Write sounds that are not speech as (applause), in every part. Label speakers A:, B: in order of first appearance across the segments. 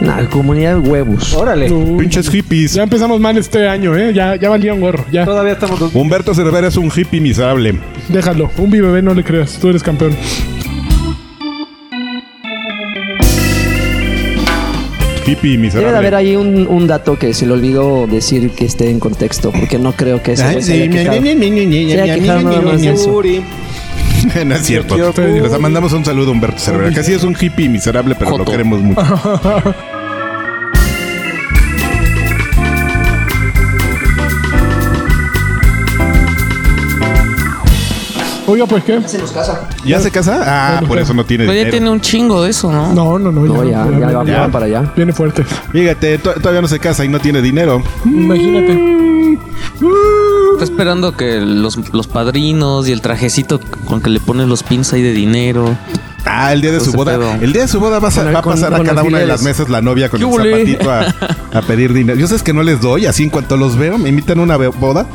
A: La comunidad huevos.
B: Órale.
C: No.
D: Pinches hippies.
C: Ya empezamos mal este año, ¿eh? Ya, ya valía un gorro. Ya,
B: Todavía estamos dos.
D: Humberto Cervera es un hippie miserable.
C: déjalo. Un bebé no le creas. Tú eres campeón.
D: Hippie
A: Debe de haber
D: miserable.
A: ahí un, un dato que se le olvidó decir que esté en contexto, porque no creo que ese güey se haya quejado. Se haya quejado nada más de eso.
B: Yuri.
D: (laughs) no es cierto.
B: Yo- yo-
D: Les mandamos un saludo a Humberto Cervera, que sí es un hippie miserable, pero lo queremos mucho.
C: Oiga, pues qué.
A: Se nos casa.
D: ¿Ya se casa? Ah, por eso no tiene
E: Pero ya
D: dinero.
E: tiene un chingo de eso, ¿no?
C: No, no, no.
A: No, ya, ya, va-
C: ya.
A: va para allá.
C: Viene fuerte.
D: Fíjate, to- todavía no se casa y no tiene dinero.
C: Imagínate.
E: Está esperando que los, los padrinos y el trajecito con que le ponen los pins ahí de dinero.
D: Ah, el día de su
E: Entonces,
D: boda.
E: pedo.
D: El día de su boda va a, sa-
A: Con el-
D: va a
A: con-
D: pasar
A: con
D: a cada una de
A: alfileres.
D: las mesas la novia con
E: ¿Qué
D: el
E: huele?
D: zapatito a, a pedir dinero. Yo sé que no les doy, así en cuanto los veo, me invitan a una be- boda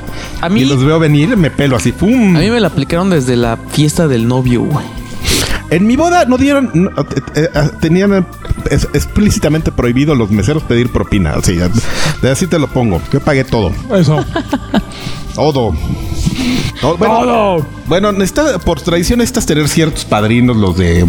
E: A mí-
D: y los veo venir, me pelo así, ¡pum!
E: A mí me la aplicaron desde la fiesta del novio, güey.
D: En mi boda no dieron, no, eh, eh, eh, tenían eh, es- explícitamente prohibido los meseros pedir propina. Así, eh, así te lo pongo. Yo pagué todo.
C: Eso.
D: Todo. Todo. Bueno,
C: ¡Todo!
D: Bueno, necesita- por tradición necesitas tener ciertos padrinos, los de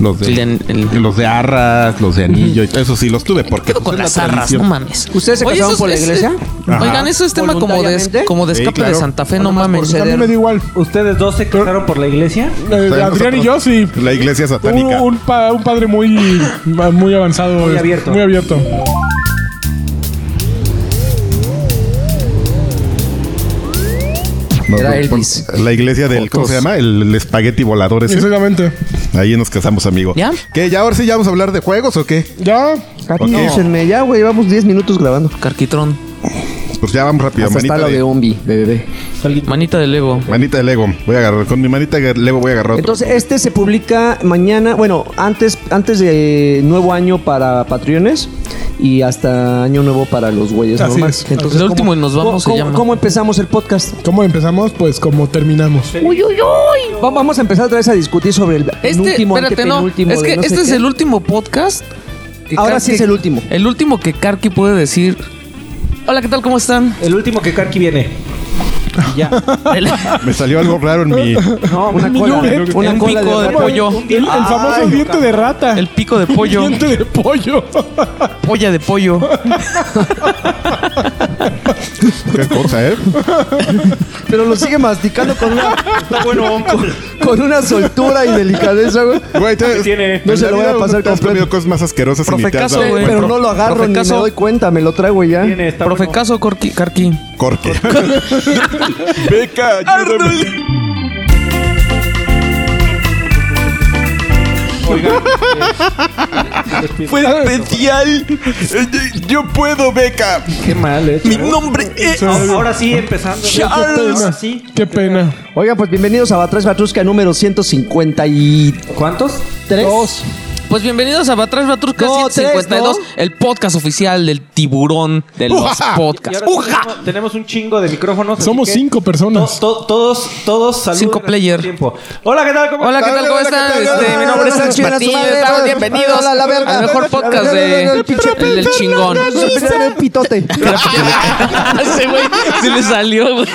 D: los de,
E: El de- el-
D: los de arras, los de anillo, y todo eso sí los tuve porque
E: ¿Qué pedo con
D: pues, es
E: las
D: la
E: arras? No
D: tradición.
E: mames.
A: ¿Ustedes se casaron
E: eso
A: por la
E: es-
A: iglesia?
E: es- oigan, eso es tema como de,
A: ¿Voluntariamente?
E: como de
D: Sí,
E: escape
D: claro.
E: de Santa Fe, no
A: nomás por
E: mames.
A: ser-
C: A mí me da igual.
B: ¿Ustedes dos se casaron por la iglesia?
C: Eh,
D: Entonces,
C: Adrián y yo
D: nosotros-
C: sí.
D: La iglesia
C: Un,
D: satánica.
C: un pa- un padre muy, muy avanzado.
B: Muy
C: es-
B: abierto.
C: Muy abierto.
D: No,
A: Era
D: no,
A: Elvis.
D: pon- La iglesia del ¿cómo se llama? El, el espagueti volador ese.
C: Exactamente.
D: Ahí nos casamos, amigo.
E: ¿Ya?
D: ¿Qué? ¿Ya ahora sí ya vamos a hablar de juegos o qué?
C: Ya.
A: Avísenme, ya, güey, llevamos 10 minutos grabando.
E: Carquitrón,
D: Pues ya vamos rápido,
A: Hasta está
D: manita
A: lo de
D: de,
A: Ombi, de bebé.
E: manita de Lego.
D: manita de Lego. Voy a agarrar con mi manita de Lego voy a agarrar otro.
A: Entonces, este se publica mañana, bueno, antes, antes de Nuevo Año para Patreones y hasta Año Nuevo para los güeyes
C: Así
A: normales.
C: es.
A: Entonces,
E: Lo Pues último y nos vamos, se
A: ¿cómo,
E: llama.
A: cómo empezamos el podcast?
C: ¿Cómo empezamos? Pues como terminamos.
A: Va- Vamos a empezar otra vez a discutir sobre el
E: Este,
A: penúltimo,
E: espérate, no. Es que
A: antepenúltimo de no sé
E: este es
A: qué.
E: el último podcast. que
A: Ahora
E: Karki-
A: sí es el último.
E: El último que Karki puede decir. Hola, ¿qué tal? ¿Cómo
A: (laughs)
E: están?
B: El último que Karki viene. Y ya.
E: El-
D: Me salió algo raro
A: (laughs)
D: en mi
B: No,
A: Una cola,
B: cola.
C: nube,
A: una
E: un
A: cola
E: pico de
A: rata.
E: pollo.
C: El, el famoso diente de rata.
E: el pico de pollo.
C: diente de pollo. (laughs)
E: Polla de pollo.
D: qué cosa, ¿eh?
A: Pero lo sigue masticando con una, con una soltura y delicadeza, güey.
D: Güey, te-
B: tiene?
D: en
A: No se
D: la
A: lo voy
D: vida
A: a pasar
D: te has
A: completo.
D: comido cosas más asquerosas y ni te has
E: Profecaso,
D: dado
E: güey.
D: cuenta.
A: Pero no lo agarro ni me
E: Profecaso.
A: doy cuenta, me lo traigo ya.
B: Viene, está
E: Profe
B: bueno.
E: Caso, Corky- Karki.
A: (laughs)
D: Corte. Beca, ayúdame.
B: Oigan,
D: Fue especial. Yo puedo, Beca.
B: qué mal, ¿eh?
E: nombre es.
B: Ahora ahora sí, empezando.
C: Charles.
B: Ahora sí.
C: Qué pena.
A: Oiga, pues bienvenidos a Batrash Batrusca número 153.
B: ¿Cuántos?
C: Dos.
E: Pues bienvenidos a Batrás Batrusca
A: No,
E: 152,
A: tres,
E: el podcast oficial del tiburón de los
B: Y
E: podcasts.
B: ahora
E: ¡Uja!
B: tenemos, tenemos un chingo de micrófonos. así
C: Somos
B: que
C: cinco personas.
B: to- to- todos, todos saludos.
E: Cinco player.
B: Tiempo. Hola, ¿qué tal? ¿Cómo
E: Hola, ¿qué tal? ¿Cómo
D: Hola, ¿qué
E: están?
D: tal?
A: Ah,
E: Este, mi nombre es Alex
A: Hola,
E: Martínez.
A: hola,
E: Estamos
A: hola,
E: bienvenidos
A: hola, Ah, la verga.
E: al mejor podcast de
A: El pinche-
E: El del chingón.
A: El pitote.
E: Ese (laughs) güey se le salió, güey.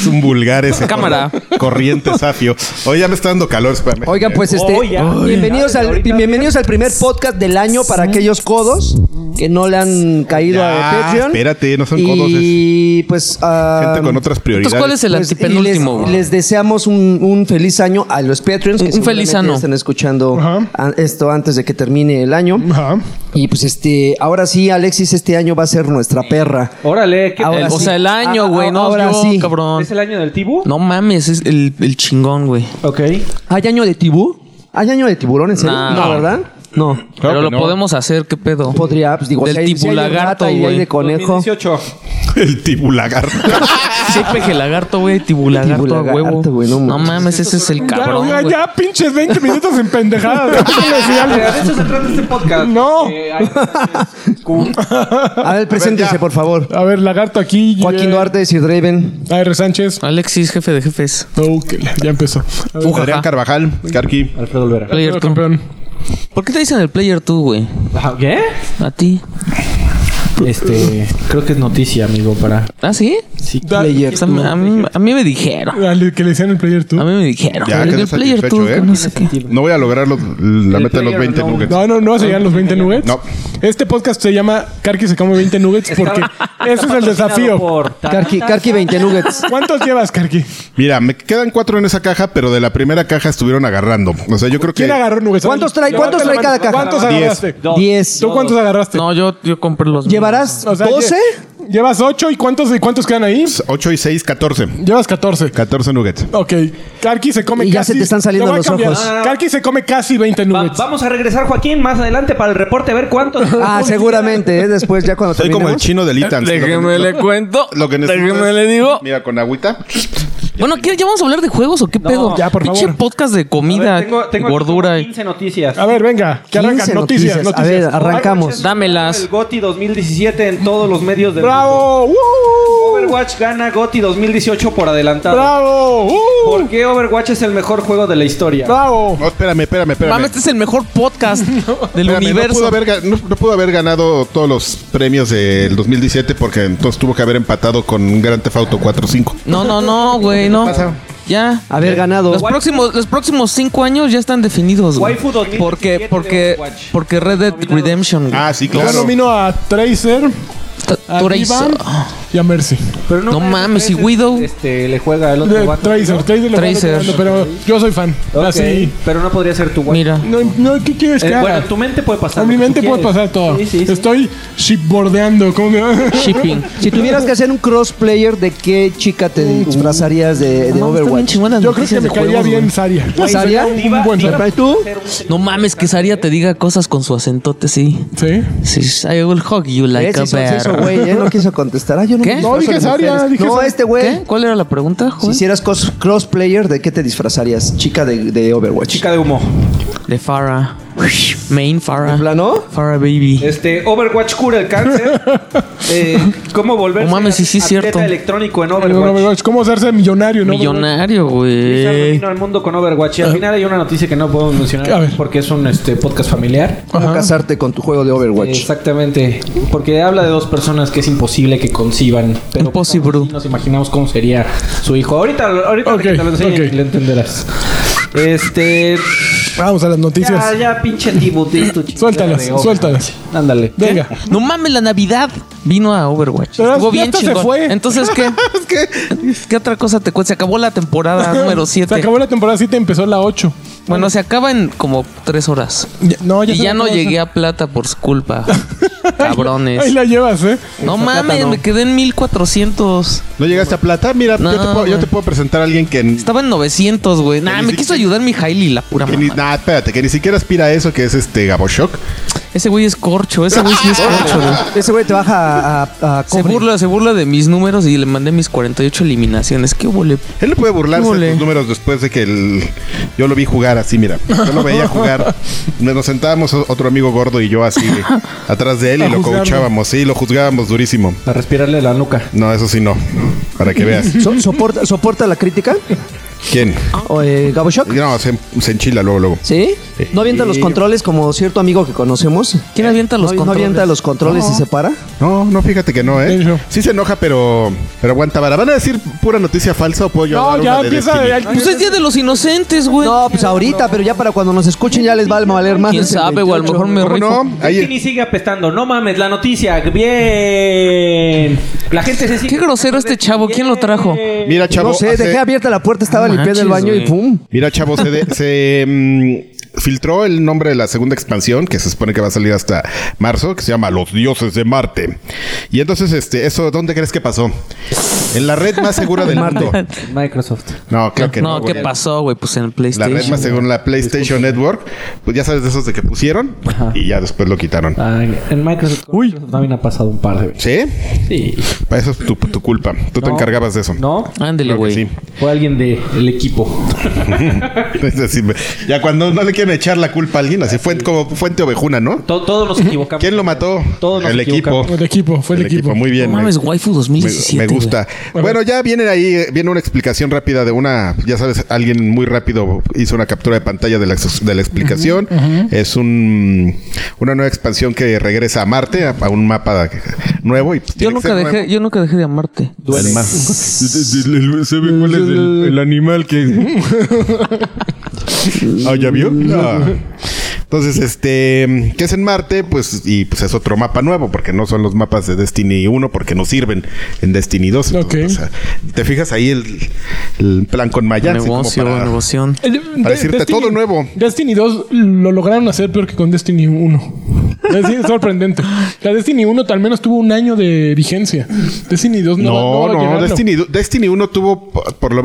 D: Es un vulgar ese.
E: Cámara.
D: Corriente safio. Hoy ya me está dando calor, espérame.
A: Oigan, pues este,
B: Oh, ya.
A: bienvenidos,
B: Ya, desde
A: al,
B: ahorita
A: bienvenidos al primer podcast del año para aquellos codos que no le han caído
D: Ya,
A: a Patreon.
D: espérate, no son codos,
A: Y pues. ah,
D: Gente con otras prioridades.
E: Entonces, ¿cuál es el
A: pues, y
E: antepenúltimo?
A: Les,
E: güey?
A: les deseamos un, un feliz año a los Patreons que
E: Un- un feliz
A: seguramente
E: ano.
A: están escuchando
C: Ajá.
A: a- esto antes de que termine el año.
C: Ajá.
A: Y pues este, ahora sí, Alexis, este año va a ser nuestra perra.
B: Órale, ¿qué
A: Ahora
E: El- o
A: sí.
E: sea, el año,
A: Ah,
E: güey. No,
A: ahora
E: yo,
A: sí.
E: cabrón.
B: ¿Es el año del Tibu?
E: No mames, es el, el chingón, güey.
B: Ok.
A: ¿Hay año de tibú? ¿Hay año de tiburón en serio?
E: No.
A: No, ¿verdad? No.
D: Claro
E: Pero
D: que
E: lo
D: no.
E: podemos hacer, ¿qué pedo?
A: Podría, pues digo,
E: Del
A: si hay- si
E: tibu
A: hay de
E: lagarto,
A: rata y hay
E: güey.
A: de conejo.
B: 2018.
D: (laughs)
A: (laughs)
D: El tibulagar.
E: Sí, peje lagarto, güey. Tibulagarto,
A: Tibulagarto,
E: a huevo.
A: güey, no
E: no,
A: mames.
E: mames, ese es el
C: Ya,
E: cabrón.
C: oiga,
E: güey.
C: ya pinches 20 minutos en pendejadas.
B: Oiga, De eso se trata este podcast.
C: No.
B: Eh, hay- es- cu-
A: A ver, preséntese, por favor.
C: A ver, lagarto aquí.
A: Joaquín
C: eh,
A: Duarte, Sir Draven.
C: AR Sánchez.
E: Alexis, jefe de jefes.
C: No, que la- ya empezó. A ver,
E: Ujaja.
D: Adrián Carvajal, Carqui.
B: Alfredo Olvera.
E: Player
C: Alfredo
E: tú.
C: campeón.
E: ¿Por qué te dicen el player tú, güey?
F: Ajá, ¿Qué?
E: A ti.
F: Este, creo que es noticia, amigo, para...
E: ¿Ah, sí?
F: Sí,
C: Da-
F: player.
E: O sea, a, mí, a mí me dijeron.
C: Al que Ah, le decían el player tú.
E: A mí me dijeron.
D: Ya,
E: el
D: quedé
E: el player
D: satisfecho,
E: tú,
D: ¿eh?
E: que no sé qué.
D: No voy a lograr los- la
B: El
D: meta de los
B: player
D: 20
B: no-
D: nuggets.
C: No, no, no vas a llegar a los 20 nuggets.
D: No.
C: Este podcast se llama Karki se come 20 nuggets porque ese es el desafío.
A: Carqui, Carqui 20
C: (laughs)
A: Nuggets.
C: ¿Cuántos llevas, Karki?
D: Mira, me quedan cuatro en esa caja, pero de la primera caja estuvieron agarrando. O sea, yo creo que.
C: ¿Quién agarró nuggets?
A: ¿Cuántos trae-
C: Levanta
A: cuántos
C: la
A: trae
C: mano.
A: cada caja?
C: ¿Cuántos
D: Diez.
C: agarraste?
B: Dos.
A: 10.
C: ¿Tú cuántos agarraste?
E: No, yo, yo compré los.
A: ¿Llevarás
C: O sea,
A: 12?
C: lle- Llevas 8 y cuántos y cuántos quedan ahí?
D: 8 y 6, 14.
C: Llevas 14.
D: 14 nuggets.
C: Ok, Karki se come
A: Y
C: casi.
A: ya se te están saliendo
C: Lo voy a
A: los
C: cambiar.
A: ojos.
C: Karki se come casi 20
B: Va-
C: nuggets.
B: vamos a regresar, Joaquín, más adelante para el reporte, a ver cuántos.
A: Ah, seguramente, ¿eh? después ya cuando
D: Soy como el chino del Itan.
E: Déjeme le cuento.
D: Lo que necesitas-
E: Déjeme le digo.
D: Mira, con agüita.
E: Bueno, ¿qué? ¿Ya vamos a hablar de juegos o qué pedo?
C: ya, por
E: Pinche
C: favor.
E: podcast de
B: A ver,
E: comida,
B: tengo- tengo aquí
E: gordura.
B: como
E: y-
B: 15 noticias.
C: A ver, venga, que arranca.
A: 15
C: Noticias,
A: noticias. A
C: noticias.
A: ver, arrancamos.
E: Dámelas.
B: El GOTI 2017 en todos los medios del mundo.
C: ¡Bravo! ¡Woo!
B: Overwatch gana GOTY 2018 por adelantado.
C: Uh, ¡Bravo! ¡Woo!
B: ¿Por qué Overwatch es el mejor juego de la historia?
C: ¡Bravo!
D: No, espérame, espérame, espérame.
E: Mames, este es el mejor podcast del
D: Espérame, No pudo,
E: universo.
D: haber, ga- no- no pudo haber ganado todos los premios del 2017 porque entonces tuvo que haber empatado con Grand Theft Auto 4-5.
E: No, no, no, güey, no. Ya.
A: Haber ganado.
E: Los próximos, los próximos cinco años ya están definidos, güey.
B: Waifu 2017
E: Porque,
B: de
E: porque,
B: Overwatch.
E: porque Red Dead
B: Nominados.
E: Redemption, güey.
D: Ah, sí,
C: Yo
D: claro.
C: nomino a Tracer,
E: T-
C: a
E: Tracer.
C: Divan y a Mercy.
B: Pero
E: No
B: me-
E: mames,
B: ese-
E: ¿y Widow?
B: Este, le juega el otro
C: De-
B: guato.
C: Tracer, Tracer, lo
E: Tracer.
C: van retirando, pero yo soy fan.
B: Ok,
C: Así.
B: Pero no podría ser tu guacho.
E: Mira.
C: No, no, ¿qué quieres
B: Eh,
C: que
B: bueno,
C: haga?
B: en tu mente puede pasar.
C: En mi
B: lo que
C: mente
B: tú
C: puede
B: quieres.
C: pasar todo.
B: Sí, sí, sí.
C: Estoy shipbordeando. ¿Cómo me
E: Shipping.
A: Si tuvieras que hacer un crossplayer, ¿de qué chica te disfrazarías de, de
E: No, están bien
A: Overwatch?
E: chingonas las
C: Yo creo que
E: noticias
C: me
E: de
C: caería
E: juegos,
C: bien
E: güey.
C: Saria.
A: ¿Saria?
C: Un buen
B: Diva-
C: fan.
A: ¿Y tú?
B: Ser un-
E: No mames, que Saria te diga cosas con su acentote, sí.
C: Sí.
E: Sí, I will hug you like
A: Eh, sí,
E: a
A: sí,
E: bear.
A: sí, eso, güey, eh, no quiso contestar. Ah, yo no
E: ¿Qué?
A: me
C: No,
A: disfrazo
C: dije
A: de
C: Saria,
A: mujeres.
C: dije
A: No,
C: Saria.
A: este güey.
E: ¿Qué? ¿Cuál era la pregunta,
A: Si
E: joven?
A: hicieras cos- crossplayer, ¿de qué te disfrazarías? Chica de, de Overwatch.
B: Chica de humo.
E: De Farah. Main Farah.
A: plano?
E: Farah Baby.
B: Este, Overwatch cura el
C: (laughs)
B: cáncer. Eh, ¿Cómo volver
E: No mames, sí, sí, cierto.
B: electrónico en
C: No, no, Eh.
B: Overwatch?
C: no, ¿Cómo hacerse millonario? no?
E: Millonario,
B: Blizzard
E: güey.
B: dominó el mundo con Overwatch. Y al final hay una noticia que no podemos
C: Ah. A
B: mencionar
C: ver.
B: porque es un este, podcast familiar.
A: ¿Cómo casarte con tu juego de Overwatch?
B: Exactamente, porque habla de dos personas que es imposible que conciban. Pero
E: Impossible.
B: sí nos imaginamos cómo sería su hijo. Ahorita, ahorita
C: Ok,
B: que te lo enseñe
C: ok.
B: le entenderás. Este,
C: Vamos a las noticias.
B: ya, ya pinche tibu, di
C: (laughs)
B: tu chingada
C: Suéltalas,
B: de Overwatch.
C: suéltalas.
B: Ándale.
C: Venga.
E: No mames, la Navidad vino a Overwatch.
C: Pero
E: Estuvo
C: ya
E: bien
C: hasta se
E: chingón.
C: fue.
E: Entonces,
C: (laughs)
E: ¿qué? ¿Qué otra cosa te cuesta? Se acabó
C: (laughs)
E: la temporada número
C: Se
E: 7.
C: acabó la temporada 7, empezó la 8.
E: Bueno, se acaba en como tres horas.
C: No,
E: y
C: se
E: ya
C: me
E: no
C: acabó.
E: llegué a plata por su culpa.
D: (laughs)
E: Cabrones.
C: Ahí la llevas, ¿eh?
E: No
A: Plata
E: mames,
A: no.
E: me quedé en 1400.
D: ¿No llegaste a plata? Mira,
E: No,
D: yo, te puedo, yo
E: güey.
D: te puedo presentar a alguien que. n-
E: Estaba en 900, güey. Nah, me quiso ayudar mi Hailey, la pura
D: que ni-
E: mamá.
D: nah, espérate, que ni siquiera aspira a eso, que es este Gaboshock.
E: Ese güey es corcho, ese güey sí
D: (laughs)
E: es corcho, güey.
A: Ese güey te baja a, a- a
E: Se
A: cobre.
E: burla, se burla de mis números y le mandé mis 48 eliminaciones. ¿Qué huele?
D: Él no puede burlarse
E: Híjole.
D: de tus números después de que el- yo lo vi jugar así, mira. Yo lo veía jugar. Nos sentábamos o- otro amigo gordo y yo así güey, atrás de él
C: A
D: y lo
C: juzgarlo.
D: coachábamos. Sí, lo juzgábamos durísimo.
B: A respirarle la nuca.
D: No, eso sí no. Para que veas.
A: So- soporta, ¿Soporta la crítica?
D: ¿Quién?
A: ¿O, eh, ¿Gabo Shock?
D: No, se, se enchila luego, luego.
A: ¿Sí? ¿No avienta los controles como cierto amigo que conocemos?
D: Eh,
E: ¿Quién avienta los
A: ¿No, no
E: controles?
A: avienta los controles y se para?
D: No, no, fíjate que no,
C: De
D: ¿eh?
C: hecho.
D: Sí se enoja, pero, pero aguanta vara. ¿Van a decir pura noticia falsa o puedo yo dar
C: No,
D: una
C: ya
D: de Destiny?
C: empieza.
E: Pues es día de los inocentes, güey.
A: No, pues ahorita, pero ya para cuando nos escuchen ya les va a valer más.
E: ¿Quién sabe, güey? A lo mejor me
D: ¿Cómo
E: rifo.
D: no?
B: Ahí.
D: Ahí,
B: Ni sigue apestando. No mames, la noticia. Bien. La gente se sigue.
E: Qué grosero este chavo, ¿quién lo trajo?
B: Bien.
D: mira, chavo.
A: No sé,
D: hace-
A: dejé abierta la puerta, estaba
E: No
A: limpiando el
E: manches,
A: baño y
E: güey.
A: pum.
D: Mira, chavo, se, de- se, mm, filtró el nombre de la segunda expansión que se supone que va a salir hasta marzo, que se llama Los Dioses de Marte. Y entonces, este, ¿eso dónde crees que pasó? En la red más segura del mundo.
B: Microsoft.
D: No, creo que no.
E: No, ¿qué
D: güey.
E: pasó, güey? Pues en el
D: La
E: PlayStation.
D: red más según la PlayStation Network, pues ya sabes de esos de que pusieron
B: Ajá. Ah.
D: y ya después lo quitaron.
B: Ay, en Microsoft.
C: Uy.
B: Microsoft también ha pasado un par de veces.
D: ¿Sí?
B: Sí.
D: Para eso es tu, tu culpa. Tú te
B: No.
D: encargabas de eso.
B: ¿No?
E: Ándele,
D: Creo que
E: güey.
D: sí. (laughs)
B: Fue alguien del equipo.
D: Es decir, ya cuando no le quieren echar la culpa a alguien, así fue como Fuente Ovejuna, ¿no?
B: To- todos nos equivocamos.
D: ¿Quién lo mató?
B: Todos nos
D: el equipo.
B: equivocamos.
C: El equipo, fue el, equipo.
D: Muy bien.
E: No mames,
D: me-
E: Waifu
D: me,
E: 2017.
D: me gusta.
C: güey.
D: Bueno, ya viene ahí, eh, viene una explicación rápida de una, ya sabes, alguien muy rápido hizo una captura de pantalla de la, ex- de la explicación. Es un una nueva expansión que regresa a Marte, a, a un mapa nuevo. Y, pues,
E: Yo
D: tiene que
E: nunca,
D: ser
E: dejé,
D: nuevo.
E: yo nunca dejé de amarte.
D: El ma- ¿Sabe cuál es el, el animal (laughs) que... Ah, ¿ya vio? Ah. Entonces, este, ¿qué es en Marte? Pues, y pues es otro mapa nuevo, porque no son los mapas de Destiny 1, porque no sirven en Destiny 2. Entonces,
C: Ok.
D: o sea, Te fijas ahí el, el plan con Mayan. así como
E: negocio,
D: para-
E: negoción.
C: El-
D: Para decirte, todo nuevo.
C: Destiny 2 lo lograron hacer peor que con Destiny 1. Es decir, sorprendente. La Destiny 1 al menos tuvo un año de vigencia. Destiny 2 no
D: No,
C: va- va a
D: no,
C: llegarlo.
D: Destiny, Destiny 1 tuvo, por- por lo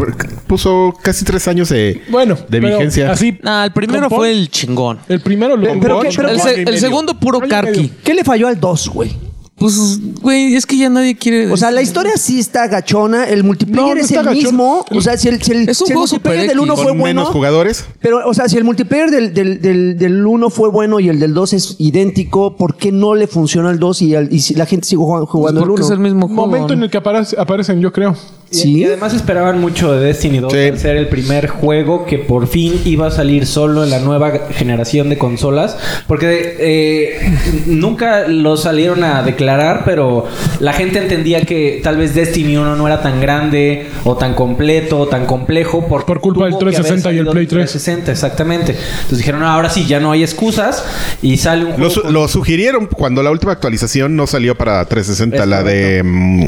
D: puso casi tres años de,
C: Bueno,
D: de
C: pero
D: vigencia.
C: Así,
E: Ah, el primero
C: Con Paul.
E: fue el chingón.
C: el primero lo
A: Pero
C: con
A: qué-
C: Paul,
A: pero
E: El,
C: ¿no?
A: qué-
E: se- el segundo puro
C: Año y
E: Karki.
C: medio.
A: ¿Qué le falló al 2, güey?
E: Pues, güey, es que ya nadie quiere.
A: O sea, la historia sí está gachona. El multiplayer
C: No, no
A: es el
C: está gachón.
A: mismo. O sea, si el, si el-
E: Es un
A: si el
E: juego
A: multiplayer
E: super
A: del
E: X.
A: 1
E: no
D: con
A: fue bueno.
D: menos jugadores.
A: Pero, o sea, si el multiplayer del, del, del, 1 fue bueno y el del 2 es idéntico, ¿por qué no le funciona al 2 y, al- y si la gente sigue jugando,
E: Pues
A: jugando el
E: porque
A: 1?
E: es el mismo juego.
C: Momento en el que aparece- aparecen, yo creo.
B: Y-
A: Sí.
B: Y además esperaban mucho de Destiny 2
D: Sí.
B: al ser el primer juego que por fin iba a salir solo en la nueva generación de consolas. Porque eh, nunca lo salieron a declarar, pero la gente entendía que tal vez Destiny 1 no era tan grande o tan completo o tan complejo. Porque
C: Por culpa del
B: tuvo que haber
C: 360 y el
B: salido
C: Play 3.
B: 360, exactamente. Entonces dijeron, "No, ahora sí, ya no hay excusas y sale un
D: Lo,
B: juego.
D: su-
B: con-
D: lo sugirieron cuando la última actualización no salió para 360,
B: Es
D: la de... mm,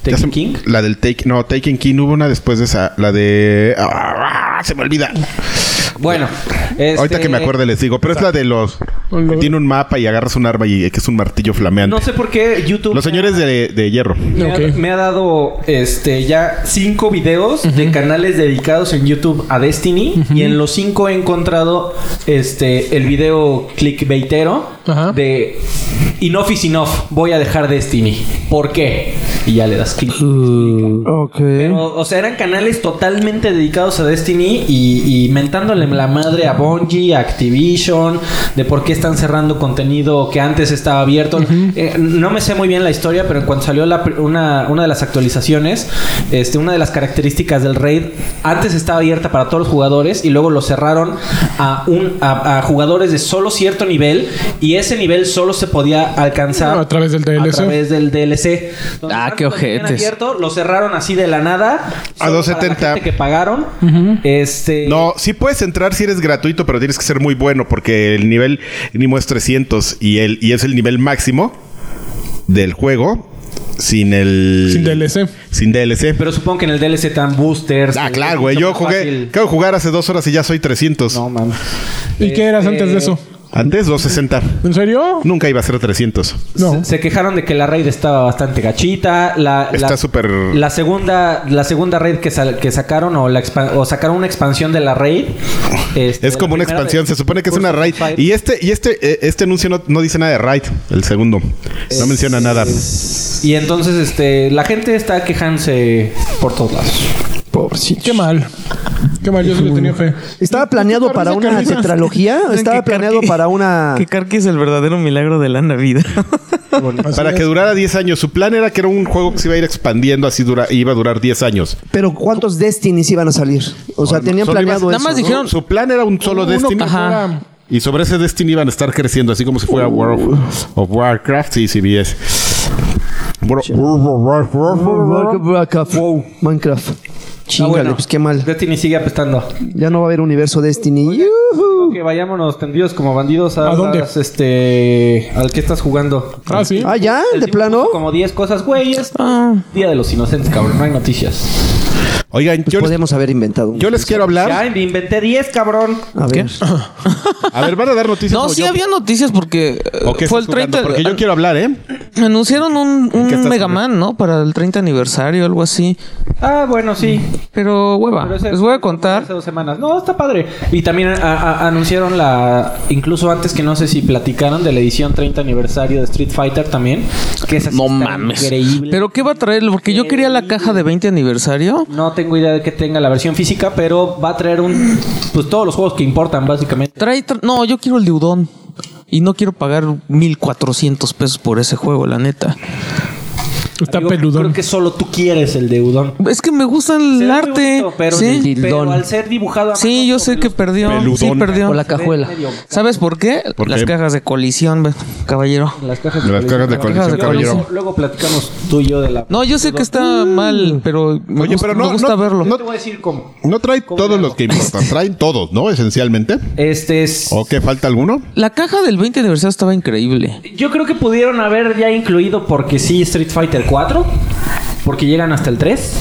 B: Este, ¿Taken
D: ya se-
B: King?
D: La del Take, no, Taken King hubo una después de esa, la de... ah, ah, se me olvida.
B: Bueno, este-
D: Ahorita que me acuerde les digo, pero es la de los... que Tiene un mapa y agarras un arma y eh, que es un martillo flameante.
B: No sé por qué YouTube.
D: los señores de, de hierro.
B: Me,
C: Ok.
B: ha, me ha dado este ya cinco videos de canales dedicados en YouTube a Destiny y en los cinco he encontrado este el video clickbaitero
C: Ajá.
B: de Enough is enough, voy a dejar Destiny. ¿Por qué? Y ya le das clic.
C: Uh.
B: Pero, o sea, eran canales totalmente dedicados a Destiny y, y mentándole la madre a Bungie, a Activision, de por qué están cerrando contenido que antes estaba abierto. Eh, no me sé muy bien la historia, pero en cuanto salió la pr- una, una de las actualizaciones, este, una de las características del raid, antes estaba abierta para todos los jugadores y luego lo cerraron a, un, a, a jugadores de solo cierto nivel y ese nivel solo se podía alcanzar
C: A través del
B: a
C: DLC.
B: través del DLC. Entonces,
E: Ah,
B: antes
E: qué
B: lo tenían
E: ojetes.
B: abierto, lo cerraron así de la nada.
D: A
B: solo
D: 2.70.
B: para la gente que pagaron. Este.
D: No, sí puedes entrar si eres gratuito, pero tienes que ser muy bueno porque el nivel mínimo es 300 y, el, y es el nivel máximo del juego sin el...
C: Sin DLC.
D: Sin DLC.
B: Pero supongo que en el DLC están boosters.
D: Ah,
B: eh,
D: claro,
B: es
D: güey.
B: mucho
D: Yo
B: más
D: jugué.
B: fácil.
D: Acabo de jugar hace dos horas y ya soy 300.
B: No mames.
C: ¿Y qué eras
B: Este,
C: antes de eso?
D: Antes 260.
C: ¿En serio?
D: Nunca iba a ser 300.
C: No.
B: Se, se quejaron de que la raid estaba bastante gachita. La, la-
D: Está súper-
B: La segunda, la segunda raid que, sal- que sacaron o, la expa- o sacaron una expansión de la raid. este,
D: Es
B: la
D: como una
B: primera
D: expansión.
B: de-
D: Se supone que es
B: Curse
D: una
B: of
D: raid.
B: Fire.
D: Y este, y este, eh, este anuncio no, no dice nada de raid. El segundo. No menciona nada.
B: Y entonces, este, la gente está quejándose por todos lados.
C: Qué mal. Qué mal, yo sí le tenía fe.
A: Estaba planeado para una tetralogía. Estaba planeado para una.
E: Que Karki es el verdadero milagro de la Navidad.
D: Para que durara 10 años. Su plan era que era un juego que se iba a ir expandiendo. Así dura, iba a durar 10 años.
A: Pero ¿cuántos Destinies iban a salir? O sea, tenían
D: Solo
A: planeado
D: iba-
E: nada
A: eso.
E: más
A: ¿no?
E: dijeron-
D: Su plan era un solo
C: Uno
D: Destiny.
C: que fuera-
D: Y sobre ese Destiny iban a estar creciendo, así como si fuera World of, of Warcraft y CBS. World- World of Warcraft.
A: Wow, Minecraft.
B: Ah,
A: Chingale,
B: bueno.
A: pues qué mal.
B: Destiny sigue apestando.
A: Ya no va a haber universo Destiny. Yujú.
B: Que vayámonos tendidos como bandidos a,
C: ¿A dónde?
B: las, este al que estás jugando.
C: Ah, sí.
A: Ah, ya,
B: El
A: de
B: tipo
A: plano.
B: puso Como 10 cosas, güey. Es
E: (laughs) Ah.
B: Día de los Inocentes, cabrón. No hay noticias.
D: Oigan, yo
C: Pues
D: les,
A: Podemos haber inventado.
D: yo les quiero hablar.
B: Ya inventé 10, cabrón.
A: A ver.
D: A ver, van a dar noticias.
E: No,
D: o
E: sí
D: yo-
E: había noticias porque eh,
D: ¿o qué
E: fue
D: estás
E: el 30.
D: jugando? Porque yo
E: an-
D: quiero hablar, ¿eh?
E: Anunciaron un, un
D: qué estás
E: Mega
D: jugando?
E: Man, ¿no? Para el 30 aniversario, algo así.
B: Ah, bueno, sí.
E: Pero hueva,
B: Pero ese-
E: les voy a
B: Hace
E: contar.
B: dos semanas. No, está padre. Y también a- a- anunciaron la. Incluso antes que no sé si platicaron de la edición 30 aniversario de Street Fighter también. Que esa sí
E: No
B: está
E: mames.
B: Increíble.
E: Pero ¿qué va a traer? Porque yo quería la caja de 20 aniversario.
B: No tengo idea de que tenga la versión física, pero va a traer un pues todos los juegos que importan básicamente.
E: Trae, tra- no, yo quiero el deudón. Y no quiero pagar 1400 pesos por ese juego, la neta.
C: Está
B: Amigo,
C: peludón.
B: Creo que solo tú quieres el deudón.
E: Es que me gusta el arte.
B: pero,
E: sí,
B: pero
F: Dildón.
B: al ser dibujado a
E: Sí,
B: mano,
E: yo sé
B: pues,
E: que perdió. Sí,
D: Peludón.
E: perdió.
F: Con la cajuela.
B: medio-
E: ¿Sabes por qué?
D: ¿Por
E: Las
D: qué?
E: cajas de colisión, ve, caballero.
B: las cajas
D: De las cajas de
B: colección.
D: colección,
E: Cajas de
D: caballero.
B: Luego, luego platicamos tú y yo de la
E: No, yo sé que está mal, pero me,
D: Mm. Oye,
E: gusta,
D: pero no,
E: me gusta
D: no-
E: verlo.
D: no-
B: te voy a decir cómo.
D: No trae todos los que importan, traen todos, ¿no? Esencialmente.
B: Este es
D: ¿O que falta alguno?
E: La caja del 20 aniversario estaba increíble.
B: Yo creo que pudieron haber ya incluido porque sí Street Fighter 4, porque llegan hasta el 3.